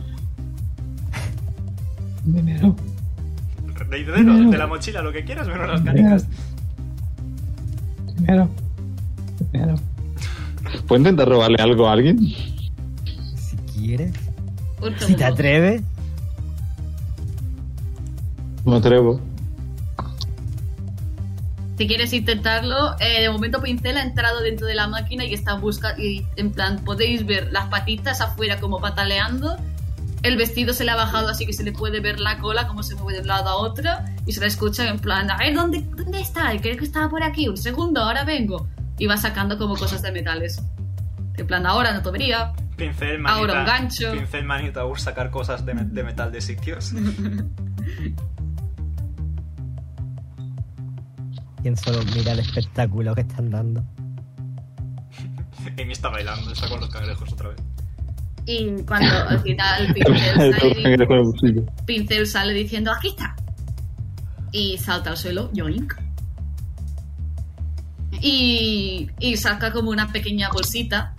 Speaker 6: Dinero.
Speaker 1: Rey de dedo, de la mochila lo que quieras menos las
Speaker 6: Dinero.
Speaker 1: canicas.
Speaker 6: Dinero. Dinero.
Speaker 7: ¿Puedo intentar Pues robarle algo a alguien?
Speaker 4: Si quieres,
Speaker 2: Un
Speaker 4: si te
Speaker 2: segundo.
Speaker 4: atreves.
Speaker 7: No
Speaker 4: (laughs)
Speaker 7: atrevo.
Speaker 2: Si quieres intentarlo, eh, de momento Pincel ha entrado dentro de la máquina y está busca y en plan podéis ver las patitas afuera como pataleando. El vestido se le ha bajado así que se le puede ver la cola como se mueve de un lado a otro y se la escucha en plan, a ver, ¿dónde, dónde está? Creo que estaba por aquí, un segundo, ahora vengo. Y va sacando como cosas de metales. En plan, ahora no tomería.
Speaker 1: Pincel, manita.
Speaker 2: Ahora un gancho.
Speaker 1: Pincel, manita, Ur sacar cosas de, me- de metal de
Speaker 2: (laughs)
Speaker 1: sitios.
Speaker 4: Tien solo mira el espectáculo que están dando.
Speaker 1: Y me está bailando, está con los cangrejos otra vez.
Speaker 2: Y cuando al final
Speaker 7: (laughs)
Speaker 2: Pincel
Speaker 7: Tengo
Speaker 2: sale,
Speaker 7: sangre por el bolsillo.
Speaker 2: Pincel sale diciendo, aquí está. Y salta al suelo, yoink. Y, y saca como una pequeña bolsita.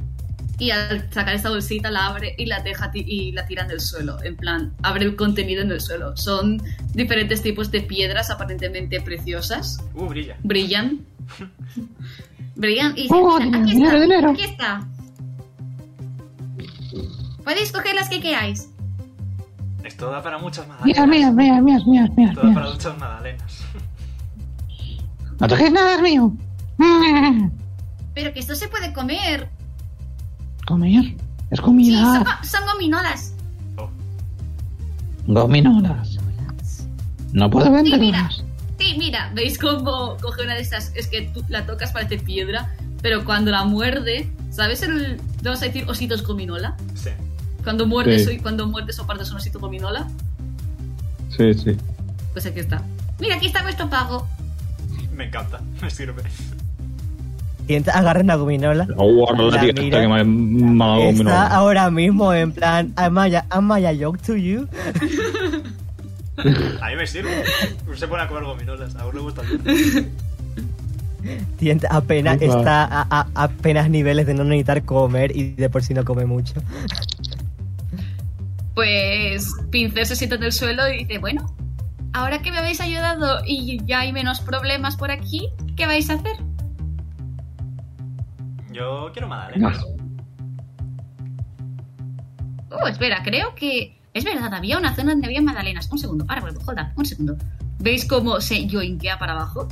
Speaker 2: Y al sacar esta bolsita la abre y la deja ti- y la tira en el suelo. En plan, abre el contenido en el suelo. Son diferentes tipos de piedras aparentemente preciosas.
Speaker 1: Uh, brilla.
Speaker 2: Brillan. Brillan y...
Speaker 6: Oh,
Speaker 8: Aquí
Speaker 6: dinero,
Speaker 8: está,
Speaker 6: dinero.
Speaker 8: aquí está. Podéis coger las que queráis.
Speaker 1: Esto da para muchas
Speaker 6: Mías, mías,
Speaker 1: magdalenas.
Speaker 6: mías, mías, mías, mías.
Speaker 1: Esto da para
Speaker 6: mías.
Speaker 1: muchas magdalenas.
Speaker 7: No toqué.
Speaker 6: No toques nada, Ah. es mío.
Speaker 8: Pero que esto se puede comer.
Speaker 6: Comer. Es
Speaker 8: Sí, son,
Speaker 6: comida.
Speaker 8: go- son gominolas.
Speaker 6: Gominolas. No puedo venderlas.
Speaker 2: Sí, mira, veis cómo coge una de estas. Es que tú la tocas, parece piedra, pero cuando la muerde, ¿sabes el. Vamos a decir ositos gominola?
Speaker 1: (laughs) Sí.
Speaker 2: Cuando muerdes,
Speaker 7: Sí.
Speaker 2: o- cuando muerdes o partes un osito gominola,
Speaker 7: Sí, sí.
Speaker 2: pues aquí está.
Speaker 8: Mira, aquí está vuestro pago.
Speaker 1: Me encanta, (laughs) me sirve.
Speaker 4: Tien agarra una gominola.
Speaker 7: Oh, ahora la
Speaker 4: La
Speaker 7: tía
Speaker 4: mira.
Speaker 7: está que me ha mamado un
Speaker 4: Está
Speaker 7: minuto.
Speaker 4: ahora mismo en plan, am I a, am I a joke to you?
Speaker 1: A mí me sirve. Ur se pone a comer gominolas, a Ur le gusta el dulce.
Speaker 4: Tien apenas
Speaker 7: Upa.
Speaker 4: está a, a- apenas niveles de no necesitar comer y de por sí no come mucho.
Speaker 2: Pues Pincel se sienta en el suelo y dice, bueno, ahora que me habéis ayudado y ya hay menos problemas por aquí, ¿qué vais a hacer?
Speaker 1: Yo quiero magdalenas.
Speaker 8: Oh, espera, creo que. Es verdad, había una zona donde había magdalenas. Un segundo, ahora vuelvo, hold up, un segundo.
Speaker 2: ¿Veis cómo se yoinkea para abajo?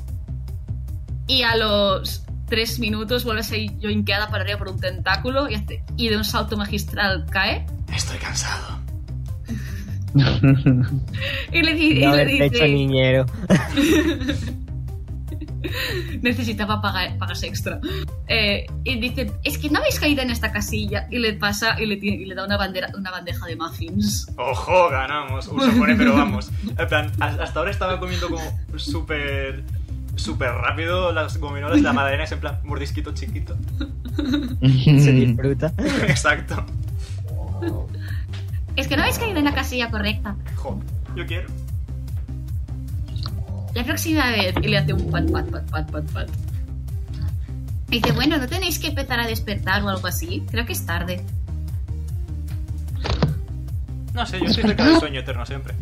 Speaker 2: Y a los tres minutos vuelve a ser yoinqueada para arriba por un tentáculo y, hace- y de un salto magistral cae.
Speaker 1: Estoy cansado.
Speaker 2: Y le, di- y
Speaker 4: No
Speaker 2: le
Speaker 4: haber hecho
Speaker 2: dice,
Speaker 4: niñero.
Speaker 2: necesitaba pagar, pagas extra. Eh, y dice, es que no habéis caído en esta casilla. Y le pasa y le, tiene- y le da una, bandera, una bandeja de muffins.
Speaker 1: Ojo, ganamos. Usa pone, pero vamos. En plan, has- hasta ahora estaba comiendo como súper. súper rápido las gominolas. La magdalena es en plan mordisquito chiquito.
Speaker 3: (laughs)
Speaker 4: Se disfruta.
Speaker 1: Exacto.
Speaker 8: Es que no habéis caído en la casilla correcta.
Speaker 1: Jo, yo quiero.
Speaker 2: La próxima vez, y le hace un pat, pat, pat, pat, pat, pat.
Speaker 8: Y dice, bueno, no tenéis que empezar a despertar o algo así. Creo que es tarde.
Speaker 1: No sé, yo estoy cerca del sueño eterno siempre.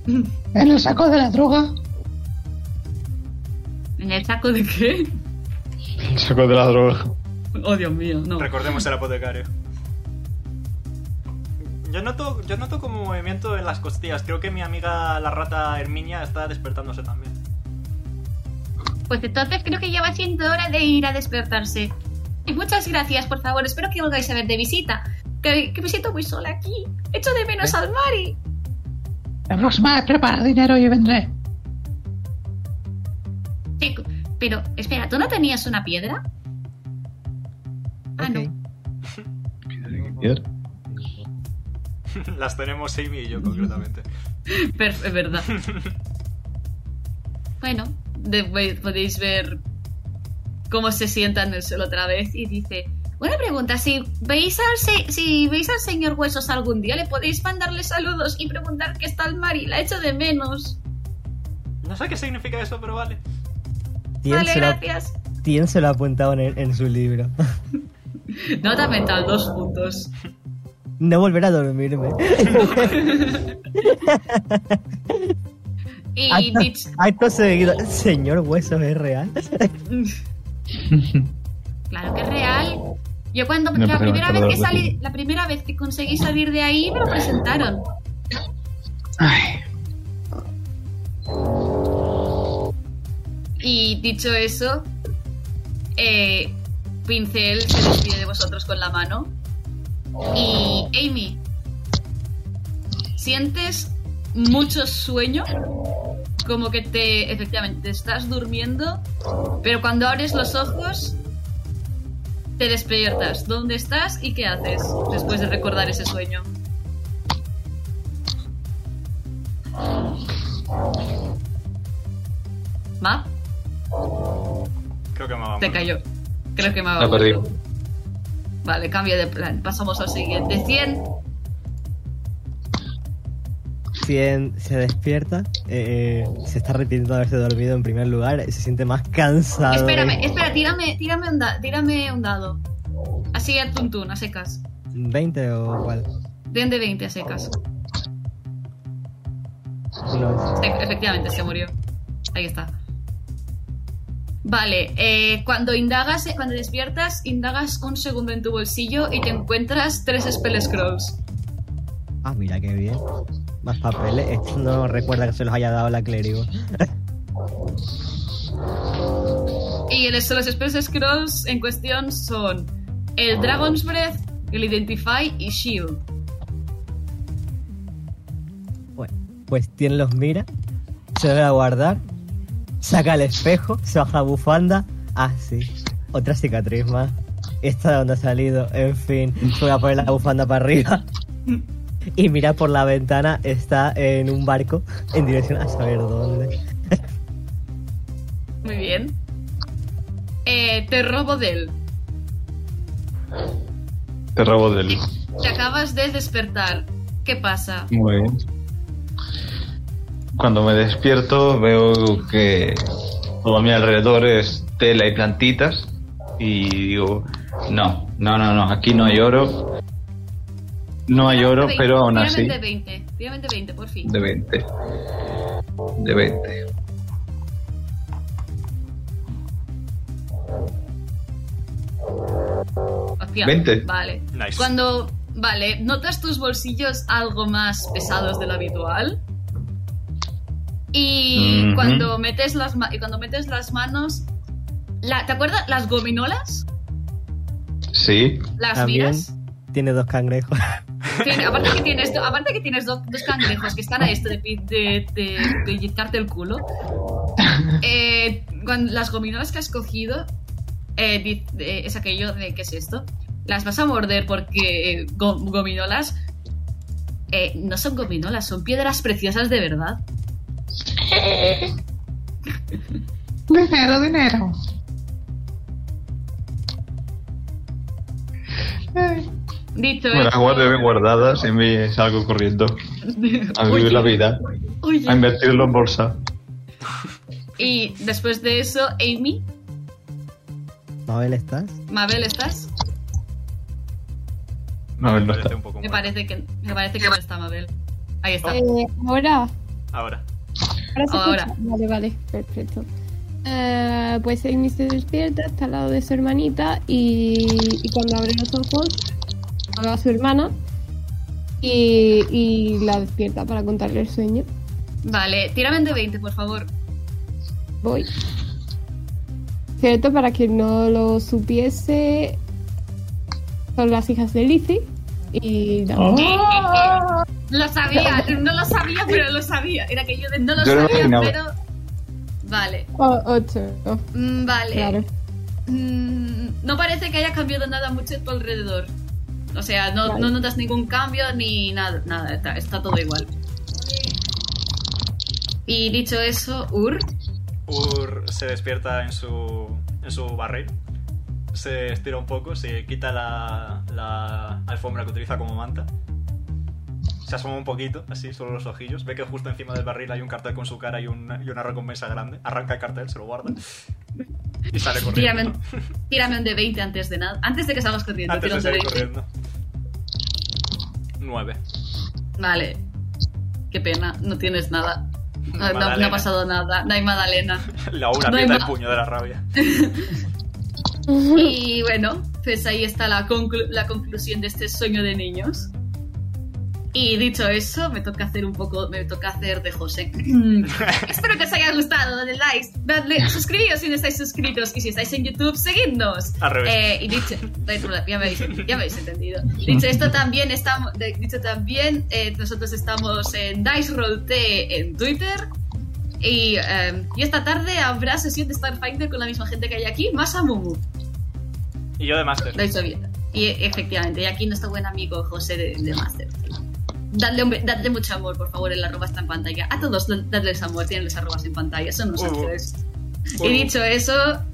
Speaker 6: (laughs) En el saco de la droga.
Speaker 8: En el saco
Speaker 2: ¿Saco de
Speaker 8: (laughs)
Speaker 2: qué?
Speaker 7: Saco de la droga.
Speaker 2: Oh, Dios mío, no.
Speaker 1: Recordemos el apotecario. Yo noto, yo noto como movimiento en las costillas. Creo que mi amiga la rata Herminia está despertándose también. (laughs)
Speaker 8: Pues entonces creo que ya va siendo hora de ir a despertarse. Y muchas gracias, por favor. Espero que volváis a ver de visita. Que, que me siento muy sola aquí. Echo de menos al Mari.
Speaker 6: La próxima vez prepara dinero y yo vendré.
Speaker 8: Sí, pero, espera, ¿tú no tenías una piedra? Ah,
Speaker 4: Ok.
Speaker 8: no.
Speaker 1: Las tenemos Amy y yo concretamente.
Speaker 2: Per- Es verdad.
Speaker 7: (laughs)
Speaker 2: bueno, de- ve- podéis ver cómo se sienta en el suelo otra vez y dice...
Speaker 8: Una pregunta, si veis, al se- si veis al señor Huesos algún día, le podéis mandarle saludos y preguntar qué está el Mari. La echo de menos.
Speaker 1: No sé qué significa eso, pero vale.
Speaker 4: Tien
Speaker 8: vale,
Speaker 4: se, lo, ha-
Speaker 8: gracias.
Speaker 4: Tien se lo ha apuntado en, el- en su libro. (laughs)
Speaker 2: Nota mental, dos puntos.
Speaker 4: No volver a dormirme.
Speaker 2: Y
Speaker 4: Acto, (laughs)
Speaker 2: dicho...
Speaker 4: acto seguido. Señor Huesos es real.
Speaker 8: Claro que es real. Yo cuando
Speaker 7: No,
Speaker 8: la
Speaker 7: pero
Speaker 8: primera
Speaker 7: me
Speaker 8: vez
Speaker 7: acuerdo
Speaker 8: que
Speaker 7: de
Speaker 8: salí,
Speaker 7: ti.
Speaker 8: la primera vez que conseguí salir de ahí me lo presentaron.
Speaker 6: Ay,
Speaker 2: Y dicho eso, eh, Pincel se despide de vosotros con la mano. Y Amy, sientes mucho sueño, como que te, efectivamente, te estás durmiendo, pero cuando abres los ojos, te despiertas. ¿Dónde estás y qué haces después de recordar ese sueño? ¿Map?
Speaker 1: Creo que me va
Speaker 2: Te cayó. Creo que me ha
Speaker 7: La perdí.
Speaker 2: Vale, cambio de plan. Pasamos al siguiente. 100.
Speaker 4: Tien se despierta. eh, eh, se está arrepintiendo de haberse dormido en primer lugar. Se siente más cansado.
Speaker 2: Espérame,
Speaker 4: eh.
Speaker 2: espera, tírame, tírame, un da- tírame un dado. Así a tuntún, a secas.
Speaker 4: 20 o cuál.
Speaker 2: Den de 20 a secas.
Speaker 4: No,
Speaker 2: Se- efectivamente, se murió. Ahí está. Vale, eh, cuando indagas, eh, cuando despiertas, indagas un segundo en tu bolsillo y te encuentras tres spell scrolls.
Speaker 4: es- Ah, mira qué bien. Más papeles. Esto no recuerda que se los haya dado la clérigo.
Speaker 2: Y el- los spell scrolls en cuestión son el Dragon's Breath, el Identify y Shield.
Speaker 4: Bueno, pues Tien los mira. Se va a guardar. Saca el espejo. Se baja la bufanda. Ah, sí. Otra cicatriz más. Esta de donde ha salido. En fin. Se va a poner la bufanda para arriba. Y mira por la ventana. Está en un barco. En dirección a saber dónde.
Speaker 2: Muy bien. Eh, te robo de él.
Speaker 7: Te robo del.
Speaker 2: Te acabas de despertar. ¿Qué pasa?
Speaker 7: Muy bien. Cuando me despierto veo que todo a mi alrededor es tela y plantitas y digo, no, no, no, no, aquí no hay oro.
Speaker 3: No hay oro,
Speaker 2: 20,
Speaker 3: pero aún así.
Speaker 2: tírame de 20, tírame de 20, por fin.
Speaker 3: De 20. De 20.
Speaker 2: Hostia,
Speaker 3: 20.
Speaker 2: Vale.
Speaker 1: Nice.
Speaker 2: Cuando, vale, notas tus bolsillos algo
Speaker 3: Oh.
Speaker 2: más pesados de lo habitual. Y
Speaker 3: Ujú.
Speaker 2: cuando metes las ma- y cuando metes las manos, la- ¿te acuerdas las gominolas?
Speaker 3: Sí.
Speaker 2: Las
Speaker 4: También
Speaker 2: miras.
Speaker 4: tiene dos cangrejos.
Speaker 2: Tiene- aparte que tienes, do- aparte que tienes do- dos cangrejos que están a esto de, pi- de, de, de inyectarte el culo. Eh, cuando- las gominolas que has cogido eh, di- eh, es aquello de qué es esto. Las vas a morder porque eh, go- gominolas eh, no son gominolas, son piedras preciosas de verdad.
Speaker 6: Dinero, dinero. Ay,
Speaker 2: Dicho
Speaker 3: Me las
Speaker 2: esto-
Speaker 3: guardo bien guardadas y me salgo
Speaker 4: (laughs)
Speaker 3: corriendo a vivir
Speaker 2: Oye,
Speaker 3: la vida,
Speaker 2: oye.
Speaker 3: a invertirlo en bolsa.
Speaker 2: Y después de eso, Amy,
Speaker 4: Mabel, ¿estás?
Speaker 2: Mabel, ¿estás?
Speaker 3: No,
Speaker 1: Me
Speaker 3: no
Speaker 1: parece
Speaker 3: está.
Speaker 1: un poco
Speaker 2: Me
Speaker 1: muerto.
Speaker 2: parece que, me parece que no está Mabel. Ahí está.
Speaker 5: Eh, ahora,
Speaker 1: Ahora.
Speaker 5: ahora se
Speaker 2: Ahora.
Speaker 5: escucha. Vale, vale, perfecto. Eh, pues Amy se despierta, está al lado de su hermanita y, y cuando abre los ojos, habla a su hermana y, y la despierta para contarle el sueño.
Speaker 2: Vale, tírame de 20, por favor.
Speaker 5: Voy. Cierto, para quien no lo supiese, son las hijas de Lizzie y Dante.
Speaker 2: Lo sabía, no lo sabía, pero lo sabía. Era que yo de- no lo
Speaker 3: Yo lo
Speaker 2: sabía,
Speaker 3: imaginaba.
Speaker 2: pero. Vale,
Speaker 5: O- ocho, oh,
Speaker 2: mm, vale.
Speaker 5: claro.
Speaker 2: Mm, no parece que haya cambiado nada mucho a tu alrededor. O sea, no,
Speaker 5: Vale.
Speaker 2: no notas ningún cambio ni nada, nada está, está todo igual. Y dicho eso, Ur,
Speaker 1: Ur se despierta en su, en su barril, se estira un poco, se quita la, la alfombra que utiliza como manta, se asoma un poquito, así, solo los ojillos, ve que justo encima del barril hay un cartel con su cara y una, y una recompensa grande, arranca el cartel, se lo guarda y sale
Speaker 2: tírame,
Speaker 1: corriendo.
Speaker 2: tírame un de 20 antes de nada. Antes de que salgas corriendo,
Speaker 1: Antes
Speaker 2: tira
Speaker 1: de
Speaker 2: un de
Speaker 1: salir
Speaker 2: 20.
Speaker 1: corriendo. (laughs) 9.
Speaker 2: Vale. Qué pena, no tienes nada. No- No, no
Speaker 1: Magdalena.
Speaker 2: ha pasado nada, no hay Madalena.
Speaker 1: La una
Speaker 2: No hay
Speaker 1: aprieta el
Speaker 2: más.
Speaker 1: puño de la rabia.
Speaker 2: Y bueno, pues ahí está la, conclu- la conclusión de este sueño de niños. Y dicho eso, me toca hacer un poco, me toca hacer de José. Espero que os haya gustado, dadle likes, dadle, suscribíos si no estáis suscritos y si estáis en YouTube, seguidnos.
Speaker 1: Al revés.
Speaker 2: Eh, y dicho, no hay problema, ya me, habéis, ya me habéis entendido. Dicho esto también estamos, de- dicho también, eh, nosotros estamos en Dice Roll T en Twitter. Y, eh, y esta tarde habrá sesión de Starfinder con la misma gente que hay aquí, más a Mumu.
Speaker 1: Y yo de Master.
Speaker 2: Lo he dicho bien. Y e- efectivamente, y aquí nuestro buen amigo José de, de Master. Dadle, un be- dadle mucho amor, por favor, el arroba está en pantalla. A todos, dadles amor, tienen los arrobas en pantalla, son unos
Speaker 1: Uh.
Speaker 2: ángeles.
Speaker 1: Uh.
Speaker 2: Y dicho eso,